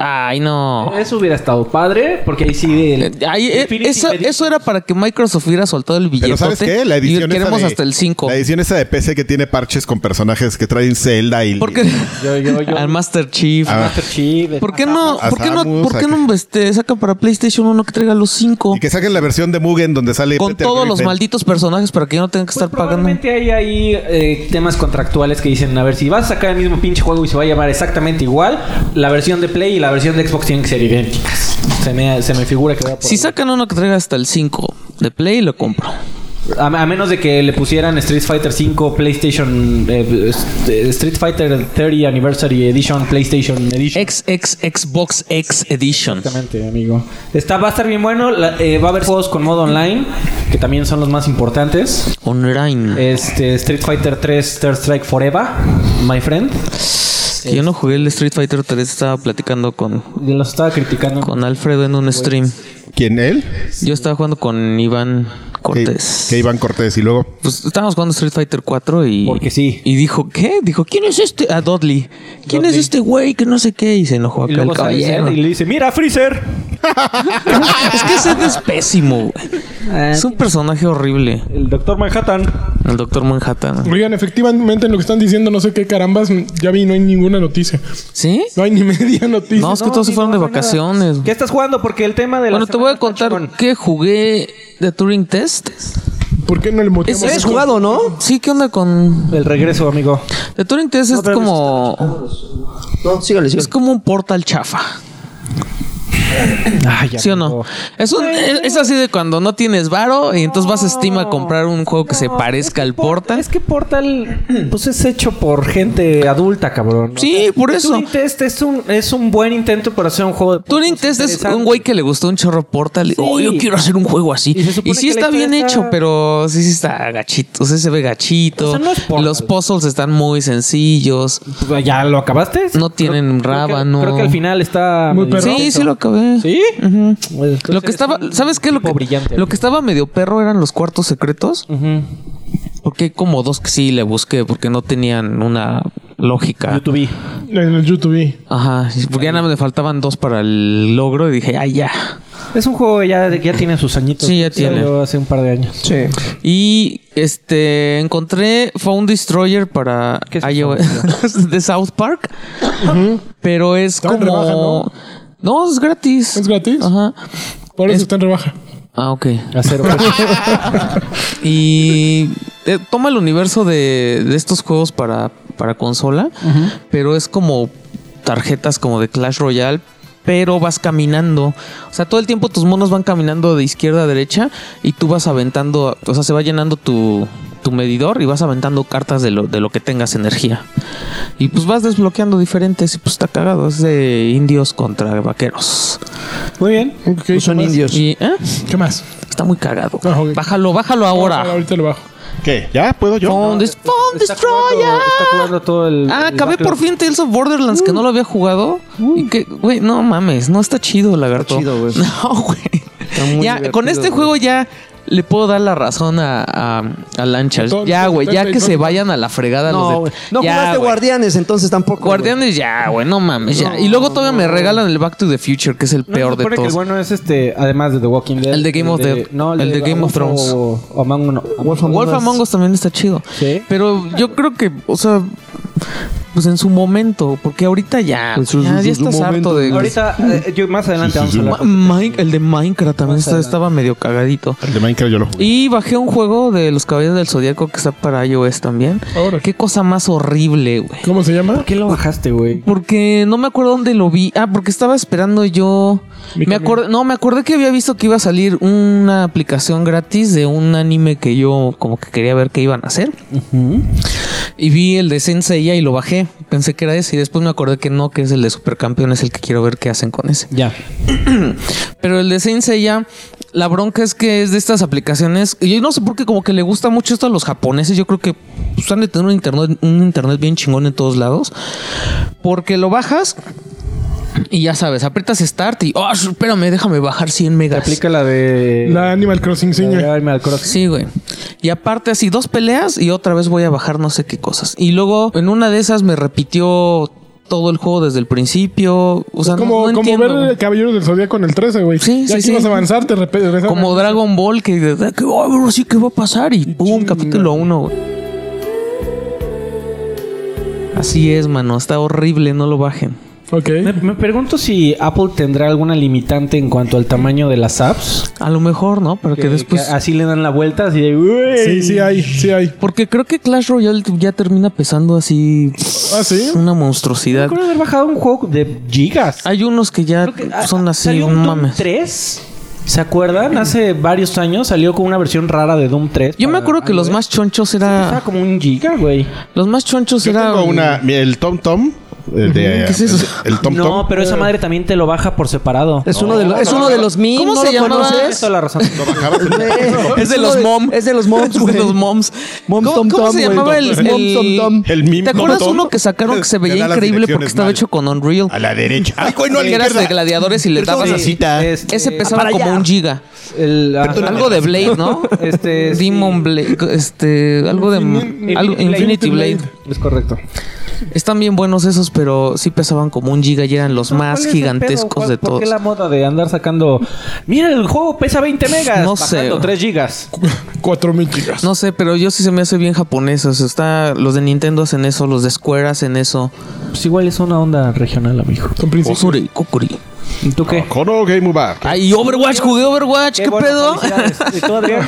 E: Ay,
D: Oh.
E: no.
B: Eso hubiera estado padre, porque ahí sí el-
E: Eh, ahí, eh,
B: Infinity
E: eso,
B: Edition.
E: eso era para que Microsoft hubiera soltado el billete.
D: Pero ¿sabes qué? La edición esa
E: queremos
D: de-
E: hasta el 5.
D: La edición esa de PC que tiene parches con personajes que traen Zelda y...
E: ¿Por qué?
B: Yo, yo, yo.
E: Al Master Chief.
D: Ah.
B: Master Chief, el-
E: ¿Por qué no?
D: a
E: ¿Por qué no?
D: Samus,
E: ¿Por qué
D: a-
E: no este, sacan para PlayStation 1 que traiga los 5?
D: Y que saquen la versión de Mugen donde sale...
E: Con
D: Peter
E: todos los
D: Griffin.
E: malditos personajes para que yo no tenga que
B: Pues
E: estar pagando.
B: probablemente hay ahí eh, temas contractuales que dicen, a ver, si vas a sacar el mismo pinche juego y se va a llamar exactamente igual, la versión de Play y la versión de Xbox tienen que ser idénticas. Se me, se me figura que va por
E: Si
B: ahí.
E: sacan uno que traiga hasta el 5 de Play, lo compro.
B: a, a menos de que le pusieran Street Fighter 5 PlayStation eh, este, Street Fighter 30 Anniversary Edition PlayStation Edition.
E: XX Xbox X Edition.
B: Exactamente, amigo. Está, va a estar bien bueno. la- eh, va a haber juegos con modo online, que también son los más importantes.
E: Online.
B: Este, Street Fighter 3, Third Strike Forever, my friend.
E: Que yo no jugué el Street Fighter 3, estaba platicando con,
B: Los estaba criticando.
E: con Alfredo en un stream.
D: ¿Quién? ¿Él?
E: Yo estaba jugando con Iván Cortés.
D: Que, que Iván Cortés y luego...
E: Pues estábamos jugando Street Fighter 4 y.
B: Porque sí.
E: Y dijo, ¿qué? Dijo, ¿quién es este? A Dudley. ¿Quién es
B: Dudley.
E: este güey? Que no sé qué. Y se enojó
B: Y
E: acá el
B: luego sale
E: caballero.
B: Zed y le dice, mira, Freezer.
E: (laughs) es que ese es pésimo, güey.
B: Ah,
E: Es un personaje horrible.
B: El Doctor Manhattan.
E: El Doctor Manhattan.
C: Oigan, efectivamente en lo que están diciendo, no sé qué carambas, ya vi, no hay ninguna noticia.
E: ¿Sí?
C: No hay ni (laughs) media noticia.
E: No, es que todos se fueron de vacaciones.
B: ¿Qué estás jugando? Porque el tema de la
E: Bueno, te voy a
B: semana está
E: contar que jugué de Turing Test.
C: ¿Por qué no le motivamos?
A: ¿Eres jugado, no?
E: Sí, ¿qué onda con...?
B: chingón. El regreso, amigo.
E: The Turing Test es
B: pues,
E: como...
A: No, sígale,
E: Es
A: sígale.
E: como un portal chafa. ¿Sí o no? Es, un- es es así de cuando no tienes varo y entonces vas a Steam a comprar un juego que se parezca al portal.
B: Es que Portal, pues es hecho por gente adulta, cabrón. ¿no?
E: Sí, por
B: Es
E: eso.
B: un test, es un, es un buen intento para hacer un juego de
E: Turing
B: puzzles
E: Test es
B: interesante.
E: un güey que le gustó un chorro Portal. y, Oh, yo quiero hacer un juego así.
B: Y se supone
E: Y, sí
B: que la
E: está bien
B: historia
E: hecho,
B: está-
E: pero sí, sí está gachito. O sea, se ve gachito.
B: O sea, no es Portal.
E: Los puzzles están muy sencillos.
B: Pues, ¿Ya lo acabaste?
E: No
B: Creo
E: tienen
B: que-
E: rábano.
B: Creo que al final está.
C: Muy
B: medio
C: perro.
E: Sí,
B: intenso.
E: sí lo acabé.
B: ¿Sí?
E: Ujú.
B: Pues, entonces
E: Lo que estaba,
B: eres un
E: ¿sabes qué? Lo
B: tipo
E: que,
B: brillante.
E: lo que estaba medio perro eran los cuartos secretos.
B: Ujú.
E: Porque hay como dos que sí le busqué porque no tenían una lógica.
B: YouTube.
C: En el YouTube.
E: Ajá, porque ya nada más me faltaban dos para el logro y dije, ay, ya.
B: Es un juego ya de que ya tiene sus añitos.
E: Sí, ya tiene.
B: Salió hace un par de años.
A: Sí.
E: Y este encontré Found Destroyer para
B: ¿Qué es
E: iOS (laughs) de South Park, pero es
C: Está en
E: como
C: rebaja,
E: ¿no?
C: ¿no?
E: es gratis.
C: ¿Es gratis?
E: Ajá.
C: Por eso
E: Es-
C: está en rebaja.
E: Ah, ok.
B: A cero.
E: Y eh, toma el universo de, de estos juegos para, para consola, pero es como tarjetas como de Clash Royale, pero vas caminando. O sea, todo el tiempo tus monos van caminando de izquierda a derecha y tú vas aventando, o sea, se va llenando tu, tu medidor y vas aventando cartas de lo, de lo que tengas energía. Y pues vas desbloqueando diferentes y pues está cagado. Es de indios contra vaqueros.
B: Muy bien.
C: Ok, ¿qué
A: Pues Son
C: más?
A: indios.
E: Y, ¿eh?
C: ¿Qué más?
E: Está muy cagado.
C: Ah, ok.
E: Bájalo, bájalo ahora.
C: Ah, ahorita lo bajo.
D: ¿Qué? ¿Ya? ¿Puedo yo?
E: Found, is- Found
B: Está jugando,
E: Destroyer.
B: está jugando todo el.
E: Ah,
B: el
E: acabé
B: backlog.
E: por fin Tales of Borderlands que no lo había jugado. Y que, güey, no mames, no está chido, lagarto.
A: chido, güey.
E: (laughs) No, güey.
A: muy
E: Ya, con
A: divertido,
E: este
A: güey.
E: juego ya le puedo dar la razón a, a, a Lanchas.
C: Entonces,
E: Ya, güey, ya que
C: entonces,
E: se vayan a la fregada los
A: No,
E: de-
A: güey. No
E: Ya,
A: jugaste
E: güey.
A: Guardianes, entonces tampoco. güey.
E: Guardianes, ya, güey, no mames, ya. Y luego todavía me regalan el Back to the Future, que es el
B: No,
E: peor
B: se
E: de
B: supone que
E: todos.
B: el bueno es este, además de The Walking Dead. este,
E: El de Game of Dead.
B: No,
E: El de Game of Thrones.
B: O, o Among, Wolf
E: Wolf Among Us también está chido.
B: Sí.
E: Pero yo creo que, o sea, pues en su momento, porque ahorita ya,
A: En su-
E: ya,
A: su-
E: ya
A: su
E: estás
A: momento.
E: harto de
B: Ahorita, eh, yo más adelante
D: Sí, sí,
B: vamos
D: sí.
B: a hablar.
E: Ma- Mine- el de Minecraft también está- estaba medio cagadito.
D: El de Minecraft yo lo jugué.
E: Y bajé un juego de los caballos del zodiaco que está para iOS también.
C: Ahora.
E: Qué cosa más horrible, güey.
C: ¿Cómo se llama?
B: ¿Qué lo bajaste, güey?
E: Porque no me acuerdo dónde lo vi. Ah, porque estaba esperando yo.
C: Mi
E: Me
C: camino.
E: acordé, no, me acordé que había visto que iba a salir una aplicación gratis de un anime que yo como que quería ver qué iban a hacer. Y vi el de Senseiya y lo bajé. Pensé que era ese y después me acordé que no, que es el de Supercampeones, el que quiero ver qué hacen con ese.
B: Ya.
E: Pero el de Saint Seiya, la bronca es que es de estas aplicaciones. y Yo no sé por qué, como que le gusta mucho esto a los japoneses. Yo creo que pues, han de tener un internet, un internet bien chingón en todos lados. Porque lo bajas y ya sabes, aprietas Start y, oh, espérame, déjame bajar 100 megas.
B: Aplica la de.
C: La Animal Crossing,
B: la de
C: señor.
B: Animal Crossing.
E: Sí, güey. Y aparte así, dos peleas y otra vez voy a bajar no sé qué cosas. Y luego en una de esas me repitió todo el juego desde el principio. O sea,
C: Pues
E: no-
C: como,
E: no,
C: como
E: entiendo,
C: ver
E: güey.
C: el Caballero del Zodíaco en el 13, güey.
E: Sí,
C: ya
E: sí,
C: que ibas
E: sí.
C: a avanzar, te repe- regresaban.
E: Como Dragon Ball, que, de- que oh, bro, sí que va a pasar y pum, capítulo 1. Así es, mano, está horrible, no lo bajen.
C: Ok.
B: Me, me pregunto si Apple tendrá alguna limitante en cuanto al tamaño de las apps.
E: A lo mejor, ¿no? Pero que, después...
B: que así le dan la vuelta, así de. "Uy".
C: Sí, sí hay, sí hay.
E: porque creo que Clash Royale ya termina pesando así
C: Ah, sí.
E: una
B: Yo
E: monstruosidad.
B: Recuerdo haber bajado un juego de gigas.
E: Hay unos que ya son así,
B: ah, Salió
E: un
B: un Doom
E: mames.
B: 3. ¿Se acuerdan? Hace varios años salió con una versión rara de Doom 3.
E: Yo me
B: para
E: acuerdo que los
B: iOS.
E: más Ah. chonchos
B: Pesaba
E: era...
B: como un giga, güey.
E: Los más chonchos
D: Yo
E: era...
D: tengo una, mira, el Tom Tom. El de,
E: ¿Qué es eso?
D: El, el Tom
B: no,
D: Tom.
B: pero esa madre también te lo baja por separado.
A: Es uno de los, es uno de los mil,
E: ¿Cómo
A: ¿no
E: se
A: lo
E: llamaba?
A: conoces?
B: Eso la
D: (laughs)
B: razón.
D: Bajabas
A: (laughs)
D: el-
E: (laughs) Es de
A: uno
E: los mom.
A: Es de los moms,
E: (laughs) Es de
A: güey.
E: los moms.
A: Mom
E: ¿Cómo,
A: Tom
E: cómo
A: Tom,
E: se
A: güey.
E: llamaba el,
A: Mom Tom Tom.
D: El meme
E: ¿Te acuerdas
D: Tom Tom?
E: uno que sacaron que se
D: Te
E: veía
D: da las
E: increíble porque
D: direcciones
E: estaba
D: mal.
E: hecho con Unreal?
D: A la derecha. Ay, güey, no, a la
E: que eras de
D: izquierda.
E: gladiadores y le dabas así.
B: Este,
E: Ese pesaba como un giga.
B: el- ah,
E: Algo de Blade, ¿no?
B: Este, sí.
E: Demon Blade. Este. Algo de.
C: Infin-
E: algo-
B: Infinity
E: Infinity Blade.
B: Es correcto.
E: Están bien buenos esos, pero sí pesaban como un giga y eran los
B: ¿Cuál
E: más
B: es el pedo?
E: gigantescos
B: ¿Cuál-
E: de
B: ¿Por
E: todos.
B: qué la moda de andar sacando... Mira, el juego pesa 20 megas.
E: No
B: No
E: sé,
B: sé.
E: güey.
B: 3 gigas.
C: 4000 gigas.
E: No sé, pero yo sí se me hace bien japonés. O sea, está, los de Nintendo hacen eso, los de Square hacen eso.
B: Pues igual es una onda regional, amigo.
C: Son principios.
E: Osuri, Kokuri.
B: ¿Y tú qué?
D: Kono Game Ubar.
E: Ay, Overwatch, jugué Overwatch, Oh, ¿qué,
B: bueno,
E: pedo?
B: felicidades. ¿Y tú, Adrián?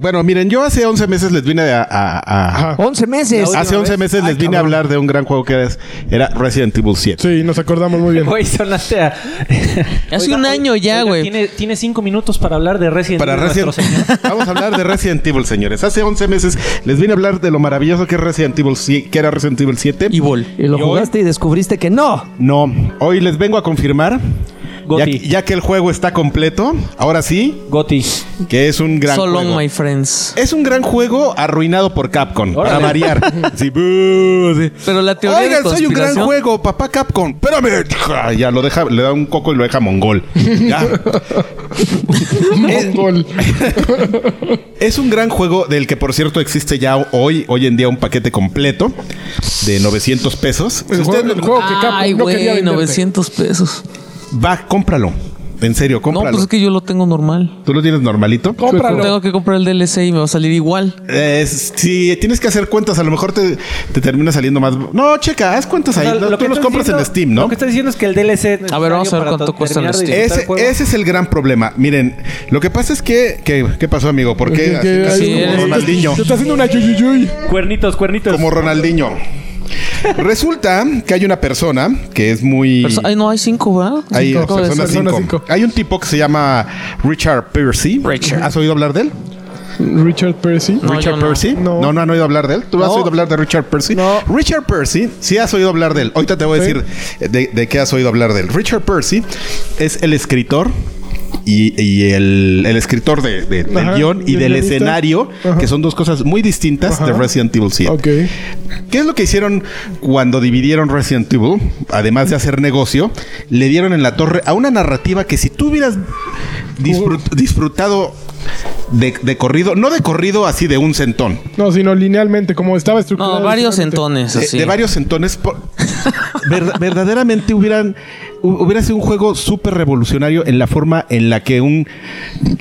D: Bueno, miren, yo hace 11 meses les vine a... a- a-
A: 11 meses.
D: hace 11 meses les vine a hablar de un gran juego que era, era Resident Evil 7.
C: Sí, nos acordamos (laughs) muy bien.
B: Güey, sonaste a...
E: (laughs) Hace
B: Oiga,
E: un año
B: oiga,
E: ya,
B: oiga,
E: güey.
B: Tiene, tiene cinco minutos para hablar de Resident
D: Para
B: Evil,
D: Resident
B: nuestro señor.
D: (laughs) Vamos a hablar de Resident Evil, señores. Hace 11 meses les vine a hablar de lo maravilloso que, es Resident Evil, sie- que era Resident Evil 7.
E: Y Vol.
A: Y lo
D: ¿Y hoy?
A: jugaste y descubriste que no.
D: No, hoy les vengo a confirmar, ya,
B: Goti.
D: ya que el juego está completo, ahora sí,
B: Goti.
D: que es un gran
E: So long,
D: juego.
E: my friends.
D: Es un gran juego arruinado por Capcom, para
B: Órale.
D: variar. Sí, bú, sí.
E: Pero la teoría de
D: Oigan, soy un
E: conspiración...
D: gran juego, papá Capcom. Espérame. Ja, Ya lo deja, le da un coco y lo deja mongol. Ya. es,
C: Mongol.
D: es un gran juego del que, por cierto, existe ya hoy, hoy en día un paquete completo de 900 pesos. Si
C: El
D: usted
C: juego, el juego Oh, que Capcom
E: Ay,
C: no quería
E: güey,
C: venderte.
E: 900 pesos.
D: va, cómpralo. En serio,
E: No,
D: cómpralo.
E: pues es que yo lo tengo normal.
D: ¿Tú lo tienes normalito?
C: Cómpralo.
E: Tengo que comprar el DLC y me va a salir igual.
D: Eh, si tienes que hacer cuentas, a lo mejor te, te termina saliendo más. No, checa, haz cuentas ahí.
B: O sea,
D: No, tú
B: que
D: los
B: estás
D: compras en
B: diciendo-
D: Steam, ¿no?
B: Lo que estás diciendo es que el DLC.
E: A ver, vamos a
B: necesario
E: ver
B: para
E: cuánto
B: to-
E: cuesta en
B: terminar de disfrutar
E: Steam.
B: el
D: Ese,
B: juego.
D: ese es el gran problema. Miren, lo que pasa es que. que- ¿Qué, pasó, amigo? ¿Por qué?
C: Que- que-
D: así
E: Sí,
D: como
E: eres-
D: Ronaldinho.
C: Te está haciendo una yuyuyuy.
B: Cuernitos, cuernitos.
D: Como Ronaldinho. Resulta que hay una persona que es muy.
E: Perso- Ay, no, hay cinco, ¿verdad?
D: hay,
E: Cinco, acabo de
D: personas
E: decir.
C: Persona
D: cinco.
C: cinco.
D: hay un tipo que se llama Richard Percy.
E: Richard.
D: ¿Has oído hablar de él?
C: Richard Percy.
E: No,
D: Richard
E: yo no.
D: Percy.
C: No.
D: No. no, han oído hablar de él. ¿Tú has oído hablar de Richard Percy?
A: No.
D: Richard Percy, sí has oído hablar de él. Ahorita te voy a
C: Sí.
D: decir de, de qué has oído hablar de él. Richard Percy es el escritor. Y, y el, el escritor de, de- del
C: Ajá,
D: guión y
C: del
D: del
C: guionista.
D: escenario,
C: Ajá.
D: que son dos cosas muy distintas de
C: Ajá.
D: Resident Evil 7.
C: Ok.
D: ¿Qué es lo que hicieron cuando dividieron Resident Evil? Además de hacer negocio, le dieron en la torre a una narrativa que si tú hubieras disfrut- disfrutado de, de corrido, no de corrido así de un centón,
C: No, sino linealmente, como estaba estructurado.
E: No, varios
C: originalmente.
E: entones,
D: de,
E: así.
D: de varios centones, por- ver- verdaderamente hubieran hu- hubiera sido un juego súper revolucionario en la forma en la que un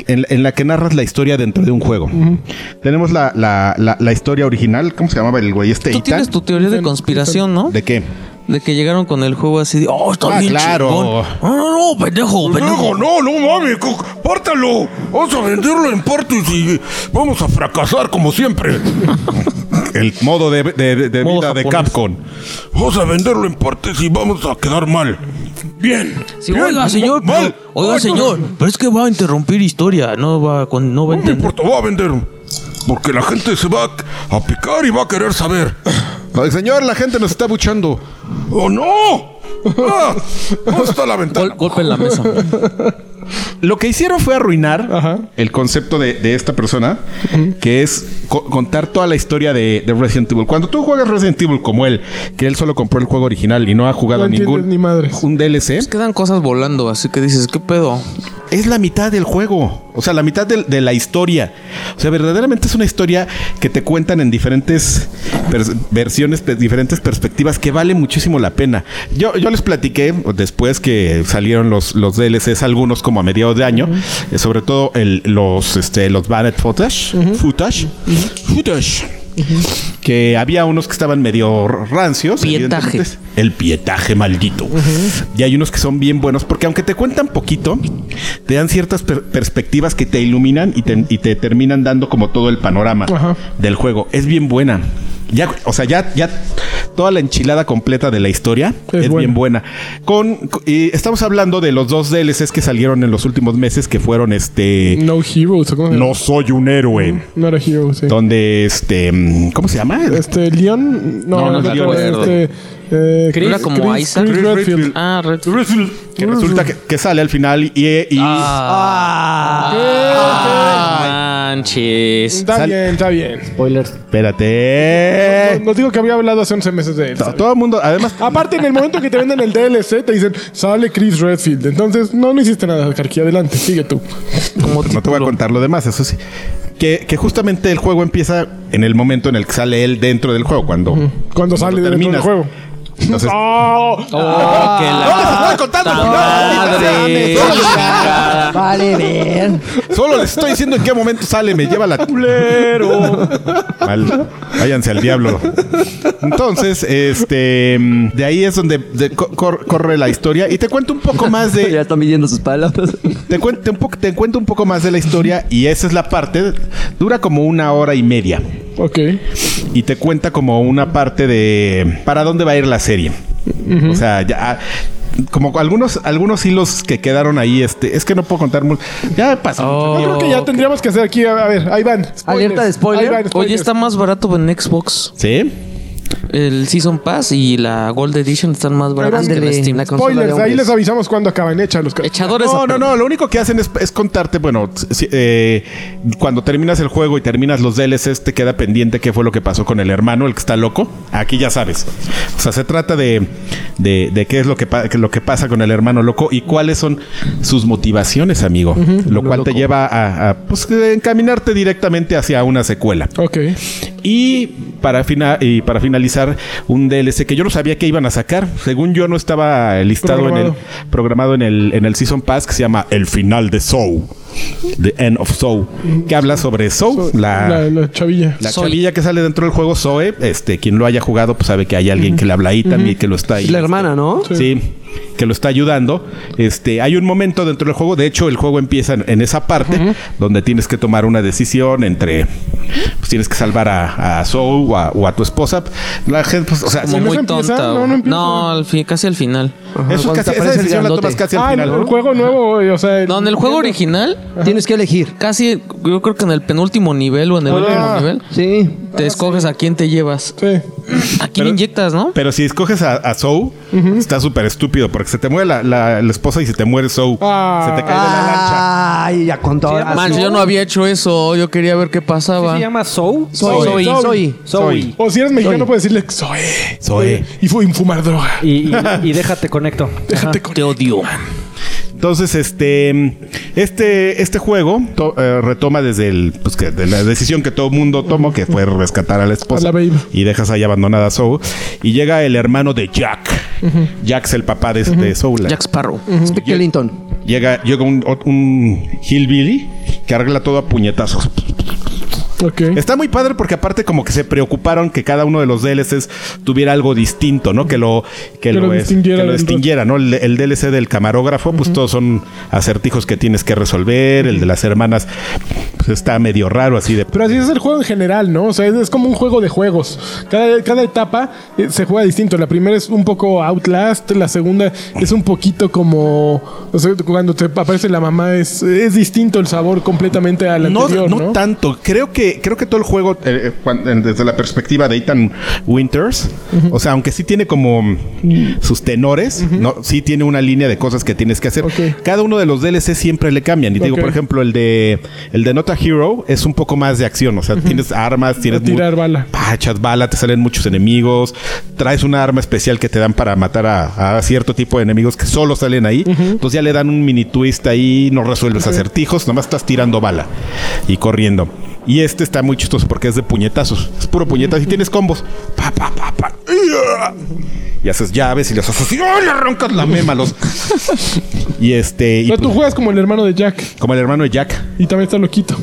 D: en, en la que narras la historia dentro de un juego. Tenemos la, la- la- la historia original, ¿cómo se llamaba el güey este?
E: Tú
D: Ita?
E: tienes tu teoría de conspiración, ¿no?
D: ¿De qué?
E: De que llegaron con el juego así de, oh, está
D: Ah,
E: bien
D: claro.
E: chingón. No, no, no, pendejo, pendejo.
G: no, no mames, co- pártalo. Vamos a venderlo en partes y vamos a fracasar como siempre.
D: El modo de, de- de- de
E: Modo
D: vida de
E: japonés.
D: Capcom.
G: Vamos a venderlo en partes y vamos a quedar mal. Bien.
E: Sí,
G: bien,
E: oiga,
G: ma-
E: señor, pero-
G: mal.
E: oiga,
G: Ay,
E: señor, pero es que va a interrumpir historia, no va, a con, no va a
G: No me
E: entender.
G: importa, voy a vender. Porque la gente se va a- a picar y va a querer saber.
D: Ay, señor, la gente nos está buchando.
G: ¡Oh, no! Ah, ¿Dónde está la ventana?
E: Gol- golpe en la mesa.
D: Lo que hicieron fue arruinar
C: Ajá.
D: el concepto de, de esta persona, que es co- contar toda la historia de, de Resident Evil. Cuando tú juegas Resident Evil como él, que él solo compró el juego original y no ha jugado
C: No entiendes
D: ningún
C: ni madres.
D: un DLC,
E: Pues quedan cosas volando, así que dices, ¿qué pedo?
D: es la mitad del juego. O sea, la mitad del- de, la historia. O sea, verdaderamente es una historia que te cuentan en diferentes pers- versiones, pe- diferentes perspectivas, que vale muchísimo la pena. Yo, yo les platiqué después que salieron los, los DLCs, algunos como a mediados de año, eh, sobre todo el- los, este, los Banned Footage. Footage. Footage. Que había unos que estaban medio rancios.
E: Pietaje.
D: evidentemente. El pietaje maldito. Y hay unos que son bien buenos porque aunque te cuentan poquito, te dan ciertas per- perspectivas que te iluminan y te, y te terminan dando como todo el panorama
C: Ajá.
D: del juego. Es bien buena. Ya, o sea, ya, ya toda la enchilada completa de la historia
C: Es
D: es,
C: buena.
D: bien buena. Con, co- y estamos hablando de los dos DLCs que salieron en los últimos meses que fueron este...
C: No Heroes. ¿o ¿cómo se llama?
D: No soy un héroe.
C: No era Heroes, sí.
D: Donde este... mm, ¿Cómo se llama?
C: Este, Leon. No,
E: No, no
C: el
E: me
C: otro,
E: acuerdo.
C: este, eh,
E: Chris- Era como Isaac.
C: Chris
D: Chris
C: Redfield.
D: Redfield.
E: Ah, Red.
D: Que resulta que, que sale al final y... y-
E: Ah, manches.
C: Está
D: Sal-
C: bien, está bien. Pues
D: Espérate.
C: No- Nos digo que había hablado hace 11 meses de él.
D: To- Todo el mundo, además,
C: Aparte, en el momento que te venden el DLC, te dicen, sale Chris Redfield. Entonces, no, no hiciste nada, Carqui. Adelante, sigue tú.
D: no
E: Como
D: te voy a
E: título.
D: contar lo demás, eso sí. Que, que justamente el juego empieza en el momento en el que sale él dentro del juego, cuando,
C: Cuando sale del
D: terminas.
C: juego.
D: Entonces, ¡Ah!
C: ¡Oh!
E: Oh, que la madre. chingada.
A: Vale,
E: (laughs)
A: ver.
D: solo les estoy diciendo en qué momento sale, me lleva la culero. Mal, váyanse al diablo. Entonces, este mm, de ahí es donde de- co- cor- corre la historia y te cuento un poco más de
A: Ya están midiendo sus palabras.
D: Te cuento, un poco, te cuento un poco más de la historia y esa es la parte. Dura como una hora y media
C: Ok.
D: y te cuenta como una parte de para dónde va a ir la serie. O sea, ya ah, como algunos algunos hilos que quedaron ahí. Este es que no puedo contar mucho. Ya pasó.
C: Yo creo
E: Oh,
C: que ya tendríamos que hacer aquí, a, a ver, ahí van. Spoilers.
A: Alerta de spoiler.
C: Ahí van,
E: Oye,
C: spoilers.
E: está más barato en Xbox.
D: Sí.
E: El Season Pass y la Gold Edition están más baratas que en
A: Ándele,
E: Steam.
A: la consola de
C: Spoilers, ahí
A: hombres.
C: les avisamos cuando acaban. Échalos. Carqui.
E: Echadores a
D: No, no, no. Lo único que hacen es, es contarte, bueno, si- eh, cuando terminas el juego y terminas los DLCs, te queda pendiente qué fue lo que pasó con el hermano, el que está loco. Aquí ya sabes. O sea, se trata de, de, de qué es lo que, pa- lo que pasa con el hermano loco y cuáles son sus motivaciones, amigo. lo cual te lleva a, a, pues, eh, encaminarte directamente hacia una secuela.
C: Ok.
D: Y para, fina- y para finalizar, un DLC que yo no sabía que iban a sacar. Según yo, no estaba listado en
C: Programado.
D: el programado en el, en el Season Pass que se llama El final de Soul. The End of Soul. Que habla sobre Soul, la,
C: La, la chavilla.
D: la
E: Zoe.
D: chavilla que sale dentro del juego Zoe. Este, quien lo haya jugado, pues sabe que hay alguien que le habla ahí también, que lo está ahí. este,
A: La hermana, ¿no?
D: Sí. que lo está ayudando. Este, hay un momento dentro del juego, de hecho el juego empieza en, en esa parte donde tienes que tomar una decisión entre pues tienes que salvar a, a Soul o a, o a tu esposa. La gente, pues, o sea,
E: Como
C: ¿En eso
E: muy
C: empieza?
E: tonta.
C: No,
E: No,
C: no empieza.
E: al fin, casi al final.
D: eso
A: cuando
D: es
A: te
D: casi- esa
A: aparece el
D: decisión la tomas
A: grandote.
D: casi
C: Ah,
D: al
C: en
D: final.
C: el juego nuevo, güey, o sea.
E: No, en el juego original,
A: Tienes que elegir.
E: casi, yo creo que en el penúltimo nivel o en el último nivel,
A: Sí.
E: te escoges a quién te llevas.
C: Sí.
E: A quién inyectas, ¿no?
D: Pero si escoges a, a Soul, está súper estúpido porque se te muere la, la- la esposa y se te muere Soul.
C: Ah.
D: se te cae de la lancha.
A: Ay, ya con todo.
E: Man, yo no había hecho eso, yo quería ver qué pasaba.
B: se llama Soul?
A: Soy, soy, soy.
B: Soy.
C: O si eres mexicano, puedes decirle Zoe.
D: Zoe.
C: Y fue fumar droga.
B: Y, y- y déjate conecto. Ajá.
E: Te odio.
D: Entonces, este, este, este juego to- eh, retoma desde el, pues, que, de la decisión que todo mundo tomó, que fue rescatar a la esposa
C: A la babe.
D: y dejas ahí abandonada a Soul. Y llega el hermano de Jack. Jack es el papá de, de Soul.
E: Jack Sparrow.
A: Speak Ellington.
D: Llega, llega un, un hillbilly que arregla todo a puñetazos.
C: Ok.
D: Está muy padre porque aparte como que se preocuparon que cada uno de los DLCs tuviera algo distinto, ¿no? Que lo que,
C: lo
D: lo, es-
C: distinguiera
D: que lo
C: del
D: distinguiera, ¿no? El, el DLC del camarógrafo, pues todos son acertijos que tienes que resolver, el de las hermanas pues, está medio raro así de
C: Pero así es el juego en general, ¿no? O sea, es, es como un juego de juegos. Cada, cada etapa eh, se juega distinto. La primera es un poco Outlast, la segunda es un poquito como... O sea, cuando te aparece la mamá es, es distinto el sabor completamente al
D: no,
C: anterior,
D: no
C: ¿no?
D: tanto. Creo que, creo que todo el juego, eh, eh, cuan- eh, desde la perspectiva de Ethan Winters, o sea, aunque sí tiene como mm, sus tenores, no, sí tiene una línea de cosas que tienes que hacer.
C: Ok.
D: Cada uno de los DLC siempre le cambian. Y te digo,
C: Ok.
D: por ejemplo, el de el de Nota Hero es un poco más de acción. O sea, tienes armas, tienes mu-
C: tirar bala.
D: Ah, echas bala, te salen muchos enemigos, traes una arma especial que te dan para matar a, a cierto tipo de enemigos que solo salen ahí. Entonces ya le dan un mini twist ahí, no resuelves acertijos, nomás estás tirando bala y corriendo. Y este está muy chistoso porque es de puñetazos. Es puro puñetazo y tienes combos. Pa, pa, pa, pa. Y haces llaves y los haces. ¡Y ¡ay, le arrancas la mema a
C: (laughs)
D: los! y este. y
C: Pero tú
D: pues,
C: juegas como el hermano de Jack
D: como el hermano de Jack.
C: y también está loquito.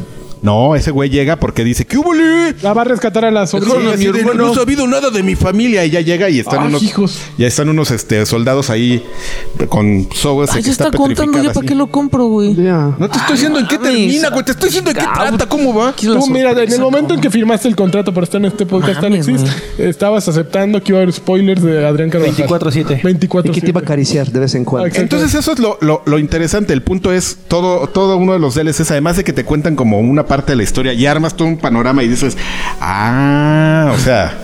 D: No, ese güey llega porque dice: ¿Qué hubo, le?".
C: La va a rescatar a la
D: Sí,
C: sobrina.
D: así de, no he sabido nada de mi familia. Y ya llega y están
E: Ah,
C: Ay,
D: unos.
C: hijos.
D: Ya están unos este, soldados ahí con sogas.
E: Ay,
D: que
E: ya está,
D: petrificada,
E: contando, ya para
D: así.
E: qué lo compro, güey.
A: Ya.
D: No te estoy diciendo en qué
E: mames.
D: termina, güey. Te estoy diciendo en qué trata, cómo va.
E: Quiero la
C: Tú, mira, en
E: sorpresa,
C: el momento en
E: ¿no?
C: que firmaste el contrato para estar en este podcast,
E: Mames,
C: Alexis, estabas aceptando que iba a haber spoilers de Adrián Carvajal.
B: 24/7.
C: 24
A: Y que te iba a acariciar de vez en cuando.
C: Exacto.
D: Entonces eso es lo, lo- lo interesante. El punto es todo, todo uno de los DLCs, además de que te cuentan como una parte de la historia y armas todo un panorama y dices, ah, o sea,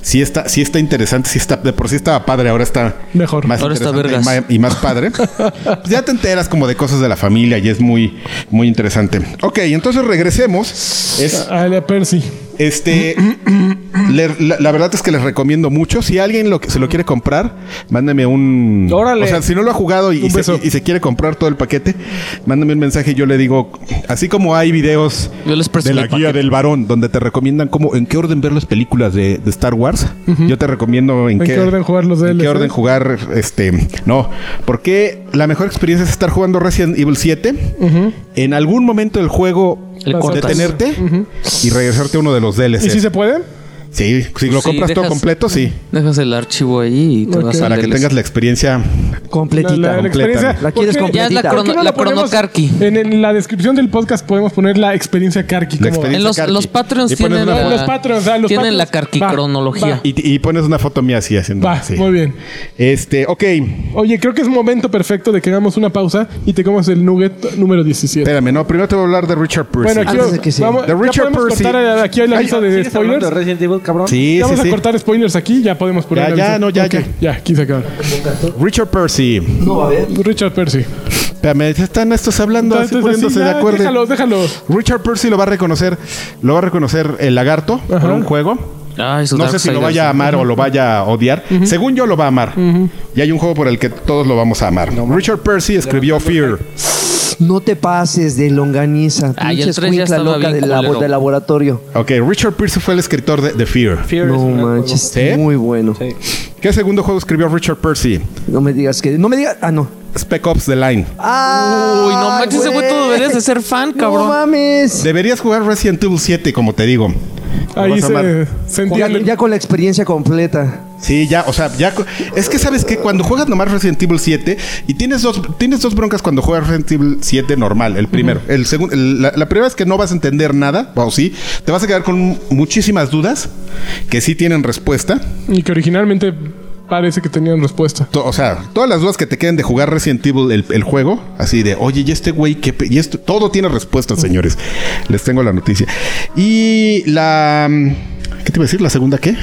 D: sí está, sí está interesante, sí está, de por sí estaba padre, ahora está
C: Mejor.
D: más
E: Ahora está
D: interesante
E: vergas.
D: y ma- y más,
E: (laughs)
D: padre. Pues ya te enteras como de cosas de la familia y es muy, muy interesante. Ok, entonces regresemos. Es
C: A la Ah, Percy.
D: este, le- la, la verdad es que les recomiendo mucho. Si alguien lo, que- se lo quiere comprar, mándame un.
B: Órale.
D: O sea, si no lo ha jugado y,
C: Un
D: y se,
C: beso.
D: y se quiere comprar todo el paquete, mándame un mensaje y yo le digo. Así como hay videos
E: Yo les presto
D: de la
E: el
D: guía
E: paquete.
D: del varón, donde te recomiendan cómo, en qué orden ver las películas de, de Star Wars, yo te recomiendo en,
C: ¿En qué orden jugar los
D: en
C: DLC?
D: qué orden jugar, este. No, porque la mejor experiencia es estar jugando Resident Evil 7. En algún momento del juego.
E: Le cortas.
D: Detenerte y regresarte a uno de los DLCs.
C: ¿Y si se puede?
D: Sí, si lo
E: Sí,
D: compras todo
E: dejas-
D: completo, sí.
E: Dejas el archivo ahí y te
C: Ok.
E: vas a
D: Para que tengas la experiencia.
C: La, la-
A: Completita.
C: la experiencia.
A: La
C: ¿Por
A: quieres
C: qué-
A: completita.
E: Ya es la
C: ¿por qué
E: crono,
C: no
E: la
C: lo ponemos-
E: cronocarqui.
C: En, en la descripción del podcast podemos poner la experiencia Karki.
D: La
C: como-
D: experiencia-
E: En los,
D: Carqui.
E: los Patreons
D: Y pones
E: tienen
D: una
E: la,
D: foto.
C: Los Patreons, ah, los
E: tienen
C: Patreons.
E: la carqui
C: Va,
E: cronología.
D: Y, y pones una foto mía así haciendo.
C: Va,
D: sí.
C: muy bien.
D: Este, ok.
C: Oye, creo que es momento perfecto de que hagamos una pausa y te comas el nugget número 17.
D: Espérame, no. Primero te voy a hablar de Richard Percy.
C: bueno, aquí,
A: Antes de que sí.
C: vamos,
D: The
C: ya
D: Richard
C: podemos
D: Percy.
C: cortar aquí hay la lista de
B: ¿Sigues hablando de
C: spoilers.
B: Resident Evil, cabrón?
D: sí,
C: Ya
D: sí,
C: vamos
D: sí.
C: a cortar spoilers aquí, ya podemos poner
D: Ya,
C: la
D: ya,
C: lista.
D: no, ya,
C: Ok,
D: ya.
C: Ya, aquí se acaba.
D: Richard Percy.
C: Richard Percy.
D: Espérame, ya están estos hablando, así
C: Entonces,
D: poniéndose
C: así,
D: de
C: ya,
D: acuerdo.
C: Déjalo, déjalo.
D: Richard Percy lo va a reconocer. Lo va a reconocer el lagarto por un juego.
E: Ay, su
D: No sé si lo
E: Darksiders.
D: vaya a amar o lo vaya a odiar. Según yo lo va a amar. Y hay un juego por el que todos lo vamos a amar. Richard Percy escribió Fear.
A: No te pases de longaniza.
E: Ah, y
A: Pinche
E: el tres ya
A: escuincla
E: estaba
A: loca
E: bien
A: del labo-
E: culero.
A: de laboratorio.
D: Ok, Richard Percy fue el escritor de, de Fear.
B: Fear es
A: No
B: un gran
A: manches,
D: juego. ¿Sí?
A: muy bueno.
D: ¿Qué segundo juego escribió Richard Percy?
A: No me digas que. No me digas. Ah, no.
D: Spec Ops The Line.
A: Ah,
E: Uy, no manches, ese güey tú deberías de ser fan,
A: (laughs) No
E: cabrón.
A: mames.
D: Deberías jugar Resident Evil 7, como te digo. Lo
C: Ahí
D: vas a
C: se,
D: amar.
C: se
A: Ya,
C: entiende.
A: ya con la experiencia completa.
D: Sí, ya, o sea, ya. co- Es que sabes que cuando juegas nomás Resident Evil 7 y tienes dos, tienes dos broncas cuando juegas Resident Evil 7 normal, el primero. El segundo, el- la, la primera es que no vas a entender nada, o sí, te vas a quedar con muchísimas dudas que sí tienen respuesta.
C: Y que originalmente parece que tenían respuesta.
D: To- o sea, todas las dudas que te queden de jugar Resident Evil el, el juego, así de, oye, y este güey, qué pe- y esto, todo tiene respuesta, señores. Les tengo la noticia. Y la. mm, ¿Qué te iba a decir? ¿La segunda qué?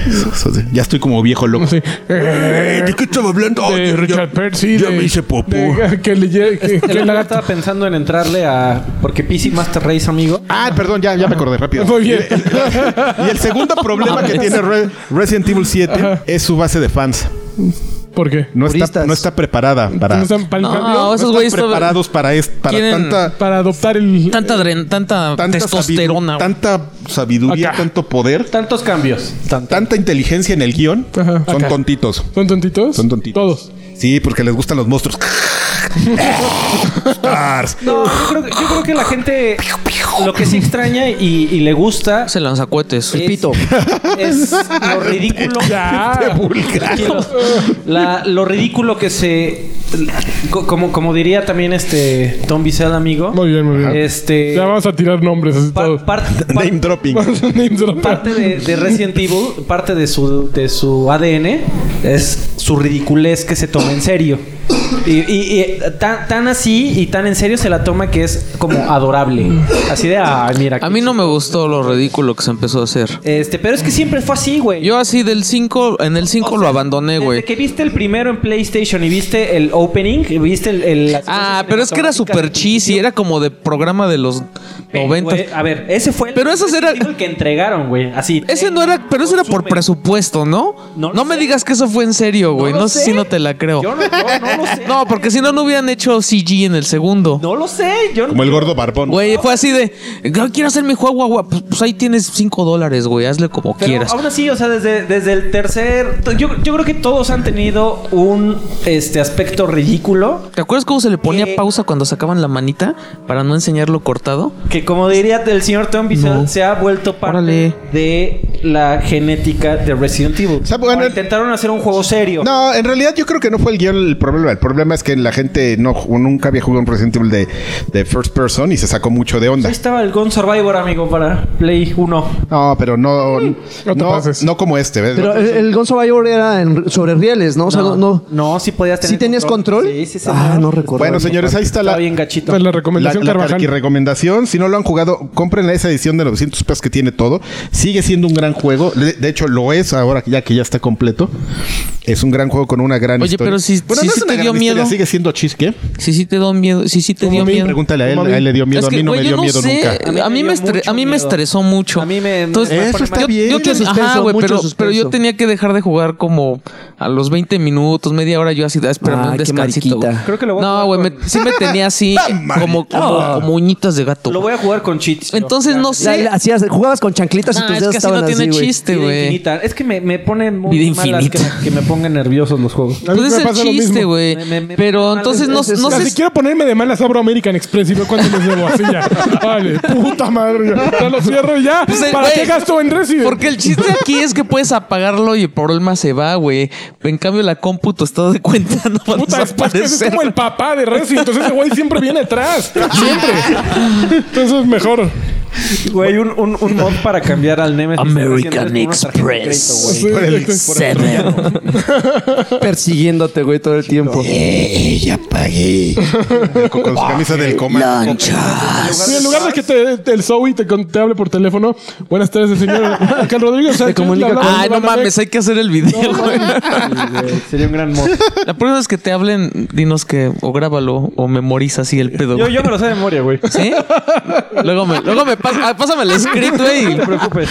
D: Ya estoy como viejo loco.
C: Sí.
G: Eh, ¿De qué estaba hablando? Ah,
C: De
G: ya-
C: Richard
G: ya-
C: Percy.
G: Ya
C: de-
G: me hice popó.
C: de- (laughs) que le lle-
E: Este
C: que- que
B: El
C: la
B: lagarto estaba pensando en entrarle a. Porque PC Master Race, amigo.
D: Ah, perdón, ya, ya me acordé rápido.
C: Muy bien.
D: Y el segundo problema que tiene Re- Resident Evil 7 es su base de fans.
C: ¿Por qué?
D: No está,
A: Puristas.
D: no está preparada para.
C: No están para el
E: No,
C: cambio,
E: esos
D: no
E: güeyes
D: están preparados para, est- para
E: quieren-
D: tanta,
C: para adoptar el.
E: Tanta, adren- tanta,
D: tanta
E: testosterona.
D: sabidu- tanta sabiduría,
C: Acá.
D: tanto poder,
B: Tantos cambios.
D: tanta inteligencia en el guión.
C: Ajá.
D: Son
C: Acá.
D: tontitos.
C: ¿Son tontitos?
D: Son tontitos.
C: Todos.
D: Sí, porque les gustan los monstruos. (laughs) Stars.
B: No, yo creo, que- yo creo que la gente lo que sí extraña y, y le gusta
E: Se lanzacuetes.
B: es- es lo ridículo.
C: Ah.
B: Tranquilo. La- lo ridículo que se. co- Como, como diría también este Tom Bissell, amigo.
C: Muy bien, muy bien.
B: Este.
C: Ya vamos a tirar nombres así
B: par-
C: todos. (laughs)
B: par- par-
D: Name dropping.
B: parte de, de Resident Evil, parte de su, de su ADN es su ridiculez que se toma en serio. Y, y- y tan, tan así y tan en serio se la toma que es como adorable. Así de, ay, mira.
E: A mí no me gustó lo ridículo que se empezó a hacer.
B: Este, pero es que siempre fue así, güey.
E: Yo así del 5, en el 5
B: O sea,
E: lo abandoné,
B: Desde
E: güey.
B: que viste el primero en PlayStation y viste el opening, y viste el. el- las
E: Ah,
B: cosas
E: pero es que era súper
B: cinematográficas.
E: cheesy, era como de programa de los
B: Ve,
E: 90.
B: güey, A ver, ese fue el.
E: Pero esos
B: ese
E: eran-
B: fue el que entregaron, güey. Así.
E: Ese no era, pero ese era por
B: Súper.
E: presupuesto, ¿no?
B: No
E: No,
B: lo
E: me
B: sé.
E: digas que eso fue en serio, güey.
B: lo
E: No, sé
B: sé.
E: si no te la creo.
B: Yo no, yo no lo sé.
E: (laughs) No, porque si no, no hubieran hecho CG en el segundo.
B: No lo sé. Yo
D: Como el gordo barbón.
E: Güey, fue así de, "Yo quiero hacer mi juego, agua. Pues, pues ahí tienes 5 dólares, güey, hazle como
B: Pero
E: quieras.
B: aún así, o sea, desde, desde el tercer. Yo, yo creo que todos han tenido un este aspecto ridículo.
E: ¿Te acuerdas cómo se le ponía
B: Eh.
E: pausa cuando sacaban la manita para no enseñarlo cortado?
B: Que como diría el señor Tom Bissell,
E: No.
B: se ha vuelto parte
E: Órale.
B: de la genética de Resident Evil.
D: O sea, bueno,
B: O intentaron hacer un juego serio.
D: No, en realidad yo creo que no fue el guión el problema. El problema es que la gente no ju- nunca había jugado un Resident Evil de, de first person y se sacó mucho de onda.
B: Ahí estaba el Gun Survivor, amigo, para Play 1.
D: No, pero no, no,
C: Mm, te
D: no,
C: pases.
D: como este, ¿ves?
A: Pero el, el Gonzo Bayor era en- sobre rieles, ¿no? O sea, no. no,
B: No, sí podías tener.
A: ¿Sí tenías control?
B: Sí, sí, señor.
A: Ah, no recuerdo.
D: bueno, señores, ahí está
B: Está
D: la,
B: bien gachito.
C: Pues la
D: la,
C: recomendación
D: la
C: Carvajal.
D: recomendación. Si no lo han jugado, compren esa edición de 900 pesos que tiene todo. Sigue siendo un gran juego. De, de hecho, lo es ahora que ya que ya está completo. Es un gran juego con una gran
E: Oye,
D: historia.
E: pero si-
D: Bueno,
E: si
D: no
E: sí
D: es una
E: te
D: gran
E: dio
D: historia,
E: miedo.
D: Sigue siendo chisque.
E: Sí, sí te dio miedo. Sí, sí te dio miedo.
D: Pregúntale a él.
C: Como a
D: A él
C: mí.
D: le dio miedo.
E: Es
D: a mí
E: que,
D: no
E: güey,
D: me
E: yo
D: dio
E: no
D: miedo
E: sé.
D: nunca.
B: A mí
E: A
B: me
E: mí me,
B: dio
E: estre-
B: mucho
E: a mí me
B: miedo.
E: estresó mucho.
B: A mí me-
E: Entonces,
B: me
D: Eso
E: yo-
D: está
E: yo,
D: bien.
E: que-
D: Mucho
A: suspenso,
E: ajá, güey,
A: mucho
E: pero, pero yo
A: suspenso.
E: tenía que dejar de jugar como a los 20 minutos, media hora. Yo así, ah, espérame
A: Ay,
E: un
A: qué
E: descansito.
A: mariquita.
E: güey.
B: Creo que lo voy a
E: No,
B: jugar
E: güey, me- sí me tenía así como, como, como uñitas de gato.
B: Ah. Lo voy a jugar con cheats. yo.
E: Entonces,
B: Ya,
E: no
A: O sea,
E: sé.
A: hacías- jugabas con chanclitas y
E: Ah,
A: tus
E: es
A: dedos
E: que así
A: estaban
E: no
A: así,
E: tiene
A: güey.
E: chiste,
B: Vida
E: güey.
B: infinita. Es que me, me ponen muy
E: Vida
B: malas que
E: infinita.
B: me, que me pongan nerviosos los juegos.
C: A mí
E: Pues
C: me
E: es el
C: pasa lo mismo.
E: chiste, güey.
B: Me- me- me-
E: Pero
B: me-
E: entonces no,
A: es- es-
E: no
C: O sea,
E: sé.
C: si quiero ponerme de malas, abro American Express y veo cuánto les debo así ya.
E: (laughs)
C: Vale, puta madre. Ya, Ya lo cierro y ya.
E: Pues, eh,
C: ¿Para
E: güey,
C: qué gasto en Resident?
E: Porque el chiste aquí es que puedes apagarlo y el problema se va, güey. En cambio, la compu, tu estado de cuenta (laughs) no va a
C: Puta, después que es
E: desaparecer.
C: como el papá de Resident. Entonces ese güey siempre viene atrás. Siempre. Entonces mejor.
B: Güey, un, un, un mod para cambiar al Nemesis.
F: American
B: Con una tarjeta de crédito, güey.
C: Sí, exacto.
A: Persiguiéndote, güey, todo el tiempo.
E: (laughs)
D: Con con su camisa del coma.
C: Sí, en lugar de que te, te- el Zoe te, con- te hable por teléfono, buenas tardes, el señor Ángel Rodríguez. Sánchez,
A: comunica
C: le
A: con-
C: hablamos
E: Ay,
C: de
E: no
C: Banamex.
E: mames, hay que hacer el video, güey.
B: Sería un gran mod.
E: La próxima vez que te hablen, dinos que o grábalo o memoriza así el
B: (laughs)
E: pedo.
B: Yo,
E: güey.
B: yo me lo sé de memoria, güey. No
E: ¿Sí? Luego me, luego me pas- ah, pásame el
C: (laughs)
E: script, güey.
B: te preocupes.